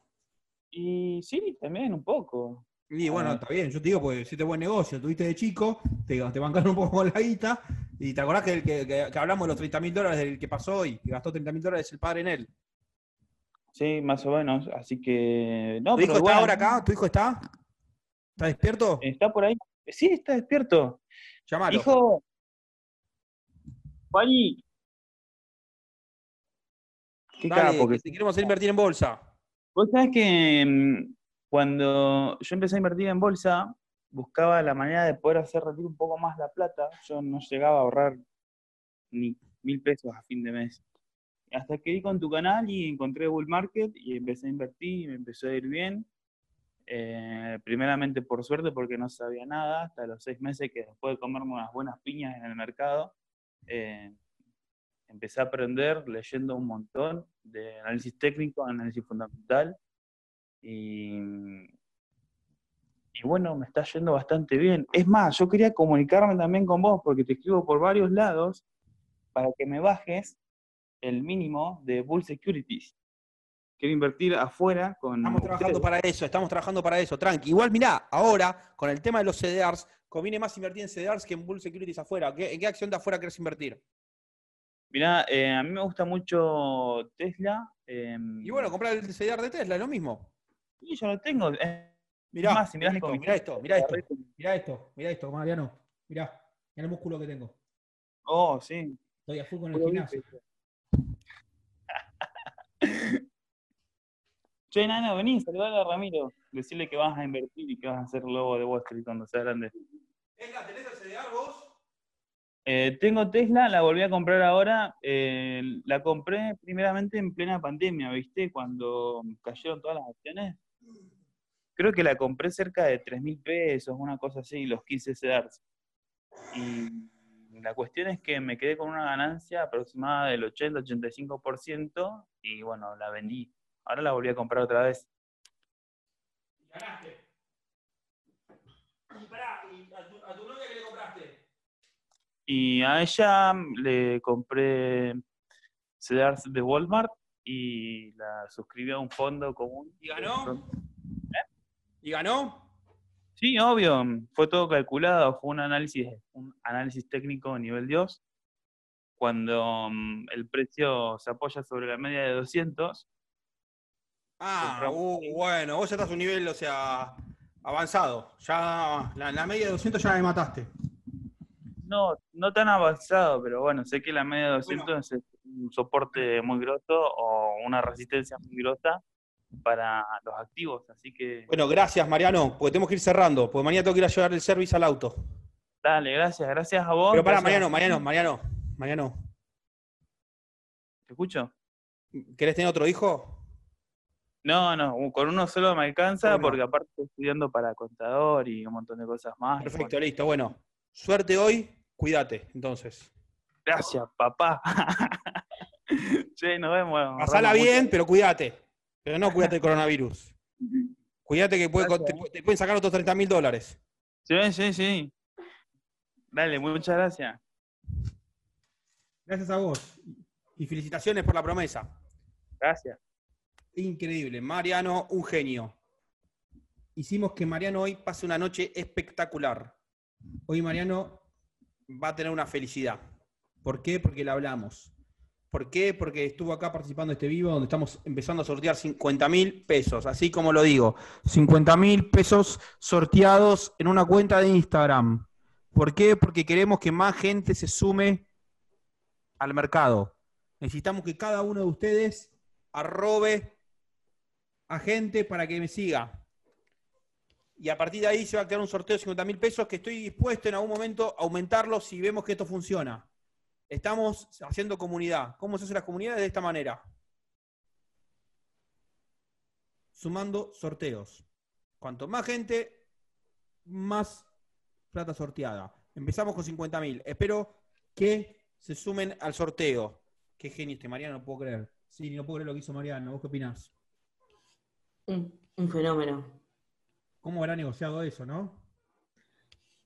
Speaker 17: Y sí, también un poco.
Speaker 1: Y bueno,
Speaker 17: Ah.
Speaker 1: está bien, yo te digo, porque hiciste buen negocio, tuviste de chico, te, te bancaron un poco con la guita, y te acordás que, el que, que- que hablamos de los 30 mil dólares del que pasó y que gastó 30 mil dólares el padre en él.
Speaker 17: Sí, más o menos. Así que. No,
Speaker 1: ¿Tu hijo
Speaker 17: pero
Speaker 1: está
Speaker 17: igual,
Speaker 1: ahora acá? ¿Tu hijo está? ¿Está despierto?
Speaker 17: Está por ahí. Sí, está despierto.
Speaker 1: Llamalo.
Speaker 17: Hijo. Juani. Qué
Speaker 1: Dale,
Speaker 17: capo
Speaker 1: que
Speaker 17: que
Speaker 1: si queremos invertir en bolsa.
Speaker 17: Vos sabés que mm, cuando yo empecé a invertir en bolsa, buscaba la manera de poder hacer rendir un poco más la plata. Yo no llegaba a ahorrar ni mil pesos a fin de mes. Hasta que di con tu canal y encontré Bull Market y empecé a invertir y me empezó a ir bien. Eh, primeramente por suerte porque no sabía nada, hasta los seis meses que después de comerme unas buenas piñas en el mercado, eh, empecé a aprender leyendo un montón de análisis técnico, análisis fundamental. Y, y bueno, me está yendo bastante bien. Es más, yo quería comunicarme también con vos porque te escribo por varios lados para que me bajes el mínimo de Bull Securities. Quiero invertir afuera con...
Speaker 1: Estamos trabajando
Speaker 17: ustedes.
Speaker 1: para eso, estamos trabajando para eso, tranqui. Igual, mirá, ahora, con el tema de los CDRs, conviene más invertir en CDRs que en Bull Securities afuera. ¿Qué- ¿En qué acción de afuera querés invertir?
Speaker 17: Mirá, eh, a mí me gusta mucho Tesla. eh,
Speaker 1: Y bueno, comprar el CDR de Tesla, es lo mismo.
Speaker 17: Sí, yo lo tengo. eh,
Speaker 1: Mirá,
Speaker 17: más, si mirás
Speaker 1: mirá
Speaker 17: mi-
Speaker 1: esto, mirá esto, mirá esto, mirá esto, mirá esto, Mariano, mirá, mirá el músculo que tengo.
Speaker 17: Oh, sí.
Speaker 1: Estoy a full con el gimnasio.
Speaker 17: [laughs] Che, Nano, vení, saludar a Ramiro. Decirle que vas a invertir y que vas a hacer lobo de Wall Street cuando sea grande.
Speaker 1: Venga, ¿tenés el CDR vos?
Speaker 17: Eh, tengo Tesla, la volví a comprar ahora. eh, la compré primeramente en plena pandemia, ¿viste? Cuando cayeron todas las acciones. Creo que la compré cerca de 3 mil pesos, una cosa así, los 15 CDRs. Y la cuestión es que me quedé con una ganancia aproximada del 80-85% y bueno, la vendí. Ahora la volví a comprar otra vez.
Speaker 1: Ganaste. Y pará, y a, tu, a tu novia que le compraste.
Speaker 17: Y a ella le compré CDRs de Walmart y la suscribí a un fondo común.
Speaker 1: ¿Y ganó? ¿Y ganó?
Speaker 17: Sí, obvio, fue todo calculado, fue un análisis, un análisis técnico a nivel Dios. Cuando mm, el precio se apoya sobre la media de 200,
Speaker 1: Ah, uh, bueno, vos ya estás a un nivel, o sea, avanzado. Ya la, la media de 200 ya me mataste.
Speaker 17: no, no tan avanzado, pero bueno, sé que la media de 200 es un soporte muy grosso o una resistencia muy grosa para los activos, así que
Speaker 1: Bueno, gracias Mariano, porque tenemos que ir cerrando, porque mañana tengo que ir a llevar el service al auto.
Speaker 17: dale, gracias, gracias a vos.
Speaker 1: Pero pará,
Speaker 17: gracias-
Speaker 1: Mariano, Mariano, Mariano, Mariano,
Speaker 17: ¿Te escucho?
Speaker 1: ¿querés tener otro hijo?
Speaker 17: No, no, con uno solo me alcanza
Speaker 1: Uno.
Speaker 17: porque aparte estoy estudiando para contador y un montón de cosas más. y
Speaker 1: Perfecto,
Speaker 17: bueno.
Speaker 1: listo, bueno. Suerte hoy, cuídate, entonces.
Speaker 17: Gracias, papá. [laughs] che, nos vemos.
Speaker 1: Pasala
Speaker 17: Ramos,
Speaker 1: bien, pero cuídate. Pero
Speaker 17: [laughs]
Speaker 1: no cuídate del coronavirus. Cuídate que puede-
Speaker 17: Gracias,
Speaker 1: te, te pueden sacar otros 30 mil dólares.
Speaker 17: mucho- Sí, sí, sí. Dale, muchas gracias.
Speaker 1: Gracias a vos. Y felicitaciones por la promesa.
Speaker 17: Gracias.
Speaker 1: Increíble. Mariano, un genio. Hicimos que Mariano hoy pase una noche espectacular. Hoy Mariano va a tener una felicidad. ¿Por qué? Porque la hablamos. ¿Por qué? Porque estuvo acá participando de este vivo donde estamos empezando a sortear 50 mil pesos, así como lo digo, 50 mil pesos sorteados en una cuenta de Instagram. ¿Por qué? Porque queremos que más gente se sume al mercado. Necesitamos que cada uno de ustedes arrobe a gente para que me siga. Y a partir de ahí se va a crear un sorteo de 50 mil pesos que estoy dispuesto en algún momento a aumentarlo si vemos que esto funciona. Estamos haciendo comunidad. ¿Cómo se hace la comunidad? De esta manera. Sumando sorteos. Cuanto más gente, más plata sorteada. Empezamos con 50 mil. Espero que se sumen al sorteo. Qué genio este, Mariano, no puedo creer. Sí, no puedo creer lo que hizo Mariano. ¿Vos qué opinás?
Speaker 2: Un, un fenómeno.
Speaker 1: ¿Cómo habrá negociado eso, no?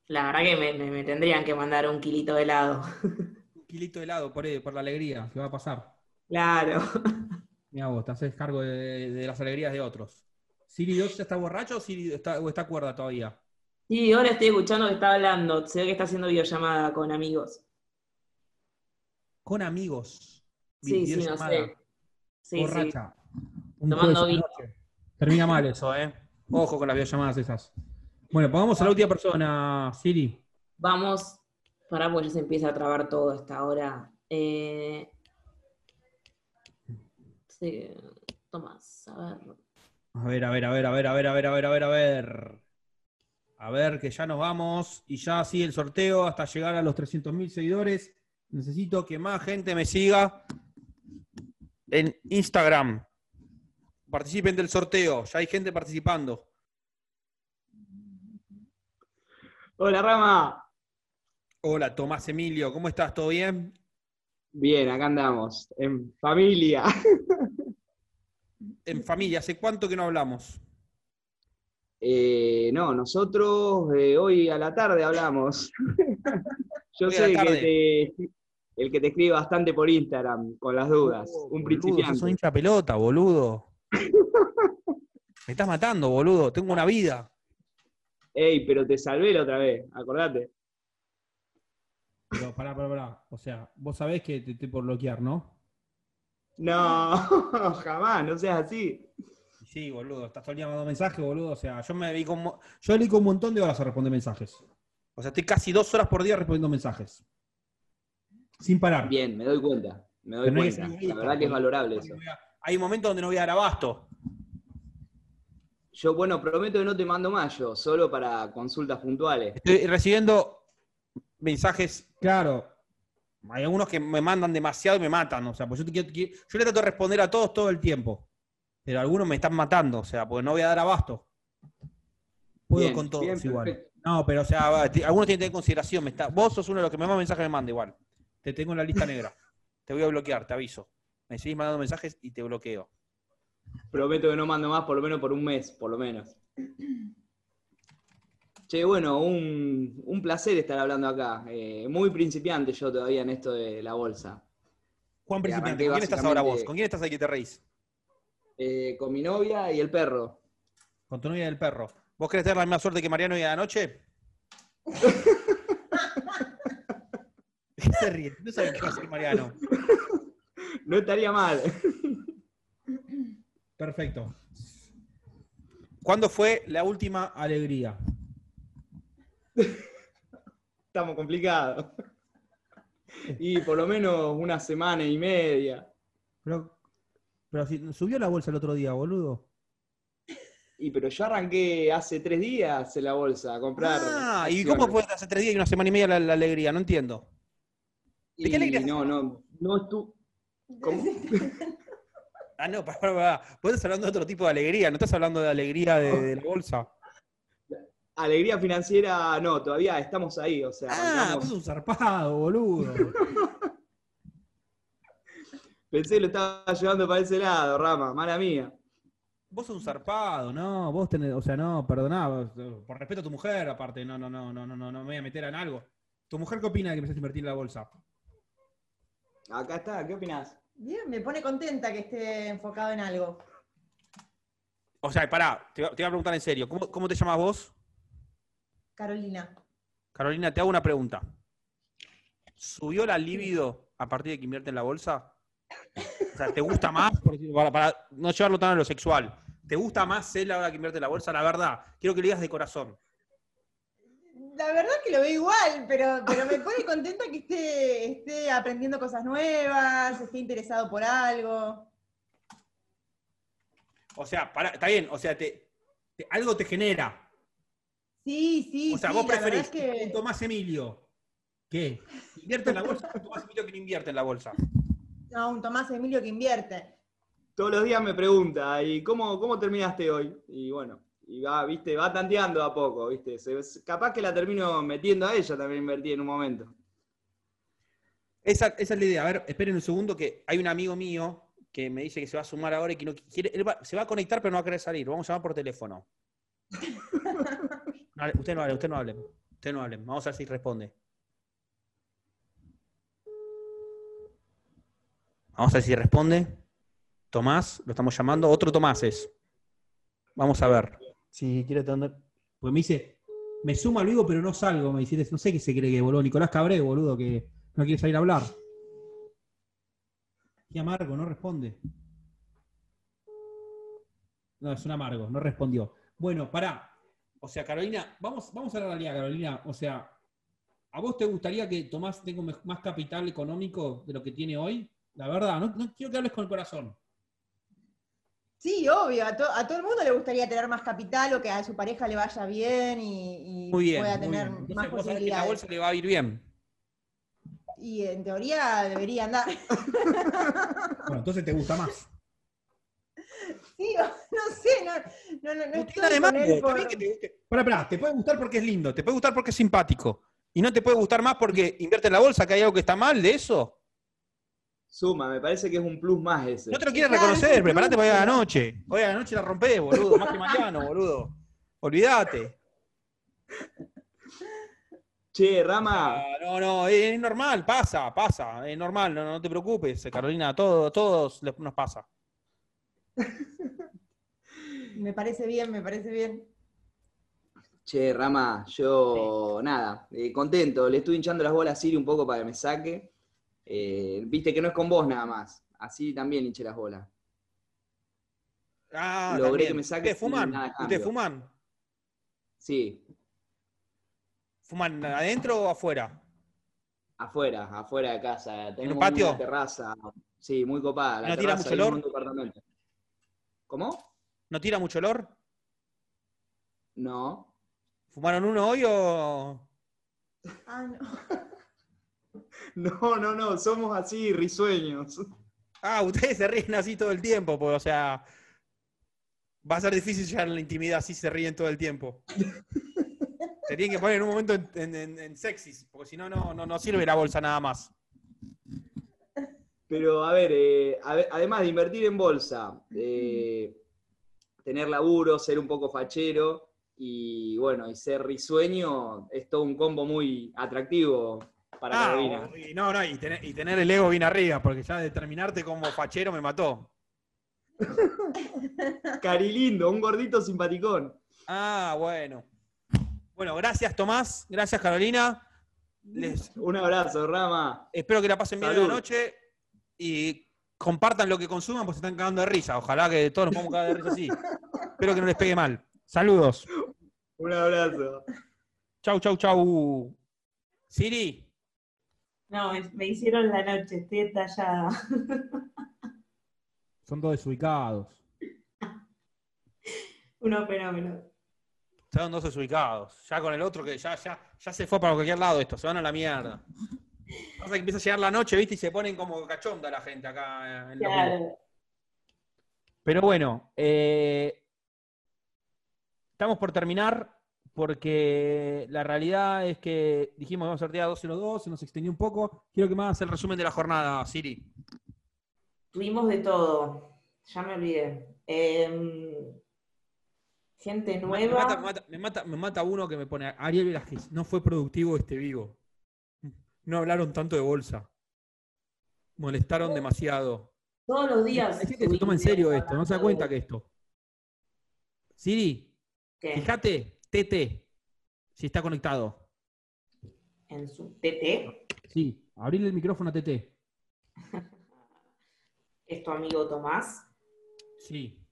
Speaker 2: La verdad que me, me- me tendrían que mandar un kilito de helado. [laughs]
Speaker 1: Un kilito de helado por, eh, por la alegría que va a pasar. [laughs]
Speaker 2: Claro.
Speaker 1: Mira vos, te haces cargo de, de las alegrías de otros. ¿Siri Dios ya está borracho o, Siri está, o está cuerda todavía?
Speaker 2: Y ahora estoy escuchando que está hablando. Se ve que está haciendo videollamada con amigos.
Speaker 1: Con amigos.
Speaker 2: Sí, sí, no
Speaker 1: Videollamada.
Speaker 2: sé. Sí, sí.
Speaker 1: Borracha. Un
Speaker 2: Tomando
Speaker 1: jueves
Speaker 2: vino.
Speaker 1: a la noche. Termina mal eso, ¿eh? Ojo con las videollamadas esas. Bueno, pongamos a la última persona, Siri.
Speaker 2: Vamos, para porque ya se empieza a trabar todo hasta ahora. Eh, sí, Tomás, a ver.
Speaker 1: A ver, a ver, a ver, a ver, a ver, a ver, a ver, a ver, a ver. A ver, que ya nos vamos y ya sigue el sorteo hasta llegar a los 300.000 seguidores. Necesito que más gente me siga en Instagram. Participen del sorteo, ya hay gente participando.
Speaker 18: Hola, Rama.
Speaker 1: Hola, Tomás Emilio, ¿cómo estás? ¿Todo bien?
Speaker 18: Bien, acá andamos, en familia.
Speaker 1: En familia, ¿hace cuánto que no hablamos?
Speaker 18: Eh, no, nosotros eh, hoy a la tarde
Speaker 1: [laughs]
Speaker 18: hablamos. Yo
Speaker 1: Hoy a
Speaker 18: soy
Speaker 1: la
Speaker 18: el que, te, el que te escribe bastante por Instagram, con las dudas. un
Speaker 1: Oh, Boludo, sos un
Speaker 18: principiante.
Speaker 1: hincha pelota,
Speaker 18: [laughs]
Speaker 1: boludo. Me estás matando, boludo. Tengo una vida.
Speaker 18: Ey, pero te salvé la otra vez, acordate.
Speaker 1: Pero pará, pará, pará. O sea, vos sabés que te estoy por bloquear, ¿no?
Speaker 18: No, [laughs] jamás, no seas así.
Speaker 1: Sí, boludo. Estás todo el día mandando mensajes, boludo. O sea, yo me dedico, mo- yo dedico un montón de horas a responder mensajes. O sea, estoy casi dos horas por día respondiendo mensajes. Sin parar.
Speaker 18: Bien, me doy cuenta, me doy
Speaker 1: Pero no hay
Speaker 18: cuenta.
Speaker 1: que ser
Speaker 18: La verdad que es valorable eso.
Speaker 1: Hay momentos donde no voy a dar abasto.
Speaker 18: Yo, bueno, prometo que no te mando más yo, solo para consultas puntuales.
Speaker 1: Estoy recibiendo mensajes. Claro. Hay algunos que me mandan demasiado y me matan. O sea, pues yo, te quiero- qui- yo le trato de responder a todos todo el tiempo. Pero algunos me están matando, o sea, porque no voy a dar abasto. Puedo
Speaker 18: Bien,
Speaker 1: con todos
Speaker 18: bien,
Speaker 1: igual.
Speaker 18: perfecto.
Speaker 1: No, pero o sea, va, te- algunos tienen que tener consideración. me está- vos sos uno de los que me más mensajes me manda igual. Te tengo en la [laughs] lista negra. te voy a bloquear, te aviso. Me seguís mandando mensajes y te bloqueo.
Speaker 18: Prometo que no mando más, por lo menos por un mes, por lo menos. Che, bueno, un, un placer estar hablando acá. Eh, muy principiante yo todavía en esto de la bolsa.
Speaker 1: Juan
Speaker 18: Y
Speaker 1: Principiante,
Speaker 18: arranqué
Speaker 1: ¿con quién estás ahora vos?
Speaker 18: básicamente-
Speaker 1: ¿Con quién estás ahí que te reís?
Speaker 18: Eh, con mi novia y el perro.
Speaker 1: Con tu novia del perro. ¿Vos querés tener la misma suerte que Mariano hoy a la
Speaker 18: [laughs]
Speaker 1: noche? ¿Qué se ríe? No saben qué va a hacer Mariano.
Speaker 18: No estaría mal.
Speaker 1: Perfecto. ¿Cuándo fue la última alegría?
Speaker 18: Estamos
Speaker 1: [laughs]
Speaker 18: complicados. Y por lo menos una semana y media.
Speaker 1: Pero, pero si- subió la bolsa el otro día, boludo.
Speaker 18: Y pero yo arranqué hace tres días en la bolsa a comprar.
Speaker 1: Ah, ¿y
Speaker 18: acciones.
Speaker 1: cómo fue hace tres días y una semana y media la, la alegría? No entiendo. ¿De qué alegría?
Speaker 18: Y No, no, no estuve.
Speaker 1: [laughs] Ah, no, pará, pará, pará. Vos estás hablando de otro tipo de alegría, no estás hablando de alegría de, de la bolsa.
Speaker 18: Alegría financiera, no, todavía estamos ahí, o sea,
Speaker 1: Ah,
Speaker 18: digamos,
Speaker 1: vos sos un zarpado, boludo.
Speaker 18: pensé que lo estaba llevando para ese lado, Rama, mala mía.
Speaker 1: [laughs] Vos sos un zarpado, no, vos tenés, o sea, no, perdoná, vos- por respeto a tu mujer, aparte, no, no, no, no, no, no, no me voy a meter en algo. ¿Tu mujer qué opina de que empezaste a invertir en la bolsa?
Speaker 18: Acá está, ¿qué opinás?
Speaker 19: [clears throat] Bien, me pone contenta que esté enfocado en algo.
Speaker 1: O sea, pará, te, te voy a preguntar en serio, ¿cómo, cómo te llamas vos?
Speaker 19: Carolina.
Speaker 1: Carolina, te hago una pregunta. ¿Subió la libido a partir de que invierte en la bolsa? O sea, ¿te gusta más? Para, para no llevarlo tan a lo sexual. ¿Te gusta más él ahora que invierte en la bolsa? La verdad, quiero que lo digas de corazón.
Speaker 19: La verdad es que lo veo igual, pero, pero me
Speaker 1: [laughs]
Speaker 19: pone contenta que esté, esté aprendiendo cosas nuevas, esté interesado por algo.
Speaker 1: O sea, para, está bien, o sea, te, te- algo te genera.
Speaker 19: Sí, sí,
Speaker 1: O sea,
Speaker 19: sí,
Speaker 1: vos
Speaker 19: la verdad
Speaker 1: preferís
Speaker 19: es que-
Speaker 1: Tomás Emilio. ¿Qué? ¿Invierte en la bolsa [laughs] o Tomás Emilio que no invierte en la bolsa?
Speaker 19: No, un Tomás Emilio que invierte.
Speaker 18: Todos los días me pregunta, ¿y cómo, cómo terminaste hoy? Y bueno, y va, viste, va tanteando a poco, viste. Se- se- capaz que la termino metiendo a ella también invertí en un momento.
Speaker 1: Esa, esa es la idea. A ver, esperen un segundo que hay un amigo mío que me dice que se va a sumar ahora y que no quiere. Él va- se va a conectar, pero no va a querer salir. Lo Vamos a llamar por teléfono. No, usted no hable, usted no hable. Usted no hable. Vamos a ver si responde. Vamos a ver si responde. Tomás, lo estamos llamando. Otro Tomás es. Vamos a ver.
Speaker 20: Si quiere tener. Pues me dice, me sumo al vivo, pero no salgo. Me dice, no sé qué se cree que, boludo. Nicolás Cabré, boludo, que no quiere salir a hablar. Qué amargo, no responde. No, es un amargo, no respondió. Bueno, pará. O sea, Carolina, vamos, vamos a la realidad, Carolina. O sea, ¿a vos te gustaría que Tomás tenga un mej- más capital económico de lo que tiene hoy? La verdad, no, no quiero que hables con el corazón.
Speaker 19: Sí, obvio, a, to- a todo el mundo le gustaría tener más capital o que a su pareja le vaya bien y, y
Speaker 1: Muy bien.
Speaker 19: pueda
Speaker 1: muy
Speaker 19: tener
Speaker 1: bien. Entonces,
Speaker 19: más
Speaker 1: vos sabés que la
Speaker 19: posibilidades.
Speaker 1: bolsa le va a ir bien.
Speaker 19: Y en teoría debería andar.
Speaker 1: Bueno, entonces te gusta más.
Speaker 19: [laughs] sí, o- no sé, no, no, no, no estoy
Speaker 1: tiene nada de
Speaker 19: con
Speaker 1: malo,
Speaker 19: él
Speaker 1: está
Speaker 19: por-
Speaker 1: bien que te guste. Pará, pará, te puede gustar porque es lindo, te puede gustar porque es simpático. Y no te puede gustar más porque invierte en la bolsa, que hay algo que está mal de eso.
Speaker 18: Suma, me parece que es un plus más ese.
Speaker 1: No te lo quieres reconocer, preparate para hoy a la noche. Hoy a la noche la rompés, boludo, más que mañana, boludo. Olvídate.
Speaker 18: Che, Rama.
Speaker 1: Ah, No, no, es, es normal, pasa, pasa, es normal, no, no te preocupes, eh, Carolina, a todos, todos les- nos pasa.
Speaker 19: Me parece bien, me parece bien.
Speaker 18: [laughs] Che, Rama, yo nada, eh, contento, le estoy hinchando las bolas a Siri un poco para que me saque. Eh, Viste que no es con vos nada más, así también hinché las bolas.
Speaker 1: Ah, también.
Speaker 18: Logré que me saque
Speaker 1: ¿Ustedes
Speaker 18: sin
Speaker 1: fuman?
Speaker 18: nada a cambio.
Speaker 1: ¿Ustedes fuman?
Speaker 18: Sí,
Speaker 1: ¿Fuman adentro o afuera?
Speaker 18: afuera, afuera de casa. Tenemos
Speaker 1: un patio?
Speaker 18: una terraza, sí, muy copada. La
Speaker 1: ¿No tira mucho
Speaker 18: terraza y un
Speaker 1: olor?
Speaker 18: buen departamento. ¿Cómo?
Speaker 1: ¿No tira mucho olor?
Speaker 18: No.
Speaker 1: ¿Fumaron uno hoy o...?
Speaker 19: Ah, no.
Speaker 18: [laughs] No, no, no, somos así, risueños.
Speaker 1: Ah, ustedes se ríen así todo el tiempo, pues, o sea, va a ser difícil llegar a la intimidad si se ríen todo el
Speaker 18: [laughs]
Speaker 1: tiempo. Se tienen que poner en un momento en, en- en- en sexys, porque si no, no, no, no sirve la bolsa nada más.
Speaker 18: Pero a ver, eh, a ver, además de invertir en bolsa, eh, tener laburo, ser un poco fachero y bueno, y ser risueño, es todo un combo muy atractivo para
Speaker 1: Ah,
Speaker 18: Carolina.
Speaker 1: y, no, no, y tener, y tener el ego bien arriba, porque ya determinarte como fachero me mató.
Speaker 18: Carilindo, un gordito simpaticón.
Speaker 1: Ah, bueno. Bueno, gracias Tomás, gracias Carolina. Les-
Speaker 18: Un abrazo, Rama.
Speaker 1: Espero que la pasen bien
Speaker 18: Salud.
Speaker 1: la noche y compartan lo que consuman, porque se están cagando de risa. Ojalá que todos nos podamos cagar de risa así. Espero que no les pegue mal. Saludos.
Speaker 18: Un abrazo.
Speaker 1: Chau, chau, chau. Siri,
Speaker 13: No, me, me hicieron la noche, estoy [laughs] estallada.
Speaker 20: Son todos desubicados.
Speaker 13: Unos fenómenos.
Speaker 1: están dos desubicados. Ya con el otro que ya, ya, ya se fue para cualquier lado esto, se van a la mierda. Pasa que empieza a llegar la noche, ¿viste? Y se ponen como cachonda la gente acá. eh, En la
Speaker 13: Claro.
Speaker 1: Pero bueno, eh, estamos por terminar porque la realidad es que dijimos vamos a sortear 2-0-2, se nos extendió un poco. Quiero que me hagas el resumen de la jornada, Siri.
Speaker 2: Tuvimos de todo. Ya me olvidé. Em, gente
Speaker 1: Me
Speaker 2: nueva.
Speaker 1: mata, me mata- me mata- me mata uno que me pone Ariel Velázquez. No fue productivo este vivo. No hablaron tanto de bolsa. Molestaron demasiado.
Speaker 2: Todos los días.
Speaker 1: Hay gente que se toma en serio esto, no se da cuenta que esto. Siri,
Speaker 2: ¿Qué?
Speaker 1: fíjate, TT, si está conectado.
Speaker 2: En su TT.
Speaker 1: Sí, Abrile el micrófono a Tete.
Speaker 2: ¿Es tu amigo Tomás?
Speaker 1: Sí.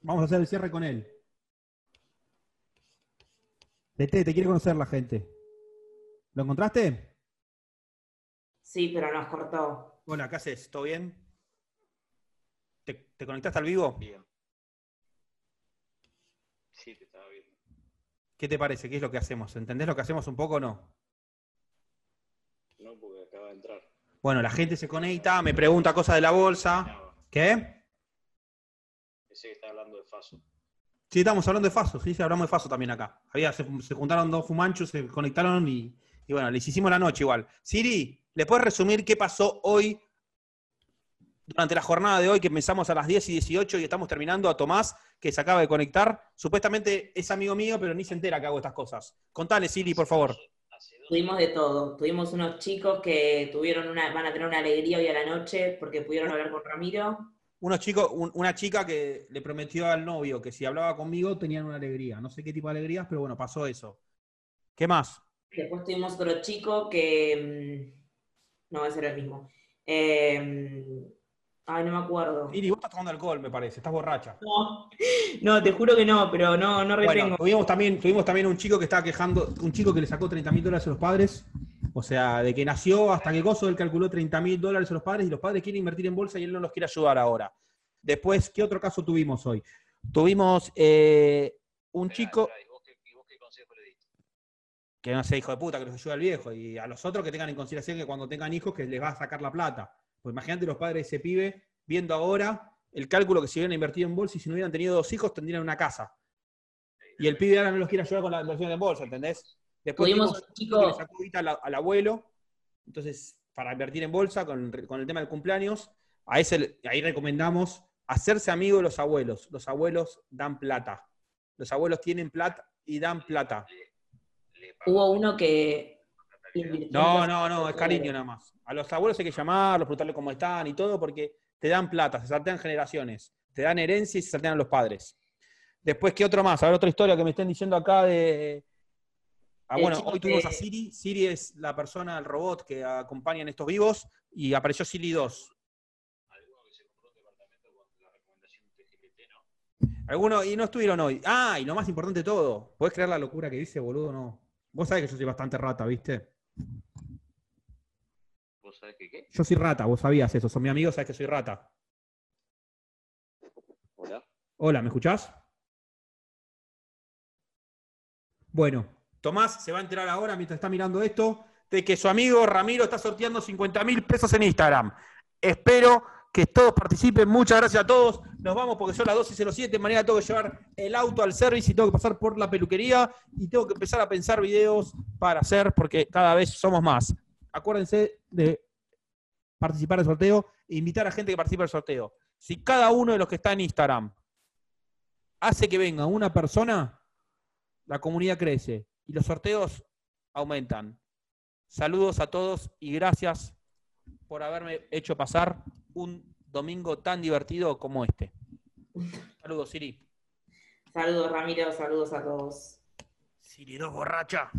Speaker 1: Vamos a hacer el cierre con él. Tete, te quiere conocer la gente. ¿Lo encontraste?
Speaker 2: Sí, pero nos cortó.
Speaker 1: Hola, ¿qué haces? ¿Todo bien? ¿Te, te conectaste al vivo?
Speaker 3: Bien. Sí, te estaba viendo.
Speaker 1: ¿Qué te parece? ¿Qué es lo que hacemos? ¿Entendés lo que hacemos un poco o no?
Speaker 3: No, porque acaba de entrar.
Speaker 1: Bueno, la gente se conecta, me pregunta cosas de la bolsa. ¿Qué?
Speaker 3: Ese que está hablando de Faso.
Speaker 1: Sí, estamos hablando de Faso, sí, sí, hablamos de Faso también acá. Había, se, se juntaron dos fumanchos, se conectaron y, y bueno, les hicimos la noche igual. Siri, ¿le puedes resumir qué pasó hoy durante la jornada de hoy que empezamos a las 10 y 18 y estamos terminando a Tomás, que se acaba de conectar. Supuestamente es amigo mío, pero ni se entera que hago estas cosas. Contale, Siri, por favor.
Speaker 2: Tuvimos de todo. Tuvimos unos chicos que tuvieron una, van a tener una alegría hoy a la noche porque pudieron hablar con Ramiro.
Speaker 1: Unos chicos, un- una chica que le prometió al novio que si hablaba conmigo tenían una alegría. No sé qué tipo de alegrías, pero bueno, pasó eso. ¿Qué más?
Speaker 2: Después tuvimos otro chico que. mm, No, ese era el mismo. Eh, ay, no me acuerdo.
Speaker 1: Siri, vos estás tomando alcohol, me parece, estás borracha.
Speaker 2: No, no, te juro que no, pero no, no retengo.
Speaker 1: Bueno, tuvimos también, tuvimos también un chico que estaba quejando, un chico que le sacó 30 mil dólares a los padres. O sea, de que nació hasta que gozo, él calculó 30 mil dólares a los padres y los padres quieren invertir en bolsa y él no los quiere ayudar ahora. Después, ¿qué otro caso tuvimos hoy? Tuvimos eh, un chico que no sea hijo de puta, que los ayuda al viejo, y a los otros que tengan en consideración que cuando tengan hijos que les va a sacar la plata. Pues imagínate los padres de ese pibe viendo ahora el cálculo que si hubieran invertido en bolsa y si no hubieran tenido dos hijos tendrían una casa. Y el pibe ahora no los quiere ayudar con la inversión en bolsa, ¿entendés? Después
Speaker 2: Tuvimos
Speaker 1: tuvimos
Speaker 2: un
Speaker 1: que
Speaker 2: chico-
Speaker 1: le sacó guita al, al abuelo, entonces para invertir en bolsa con, con el tema del cumpleaños, a ese, ahí recomendamos hacerse amigo de los abuelos. Los abuelos dan plata. Los abuelos tienen plata y dan plata.
Speaker 2: Hubo uno que.
Speaker 1: No, no, no, es cariño nada más. A los abuelos hay que llamarlos, preguntarle cómo están y todo, porque te dan plata, se saltean generaciones, te dan herencia y se saltean a los padres. Después, ¿qué otro más? A ver, otra historia que me estén diciendo acá de... Ah,
Speaker 2: El
Speaker 1: bueno,
Speaker 2: chico
Speaker 1: hoy tuvimos
Speaker 2: que-
Speaker 1: a Siri. Siri es la persona, el robot que acompaña en estos vivos y apareció Siri 2. Algunos, y no estuvieron hoy. Ah, y lo más importante de todo, ¿podés creer la locura que dice, boludo? No. Vos sabés que yo soy bastante rata, ¿viste?
Speaker 3: ¿Vos sabés que qué?
Speaker 1: Yo soy rata, vos sabías eso. Son mis amigos, sabés que soy rata.
Speaker 3: Hola.
Speaker 1: Hola, ¿me escuchás? Bueno, Tomás se va a enterar ahora mientras está mirando esto de que su amigo Ramiro está sorteando 50 mil pesos en Instagram. Espero que todos participen. Muchas gracias a todos. Nos vamos porque son las 12.07. Mañana tengo que llevar el auto al service y tengo que pasar por la peluquería y tengo que empezar a pensar videos para hacer porque cada vez somos más. Acuérdense de participar del sorteo e invitar a gente que participe del sorteo. Si cada uno de los que está en Instagram hace que venga una persona, la comunidad crece y los sorteos aumentan. Saludos a todos y gracias por haberme hecho pasar un domingo tan divertido como este. Saludos, Siri.
Speaker 2: Saludos, Ramiro, saludos a todos.
Speaker 1: Siri dos borracha.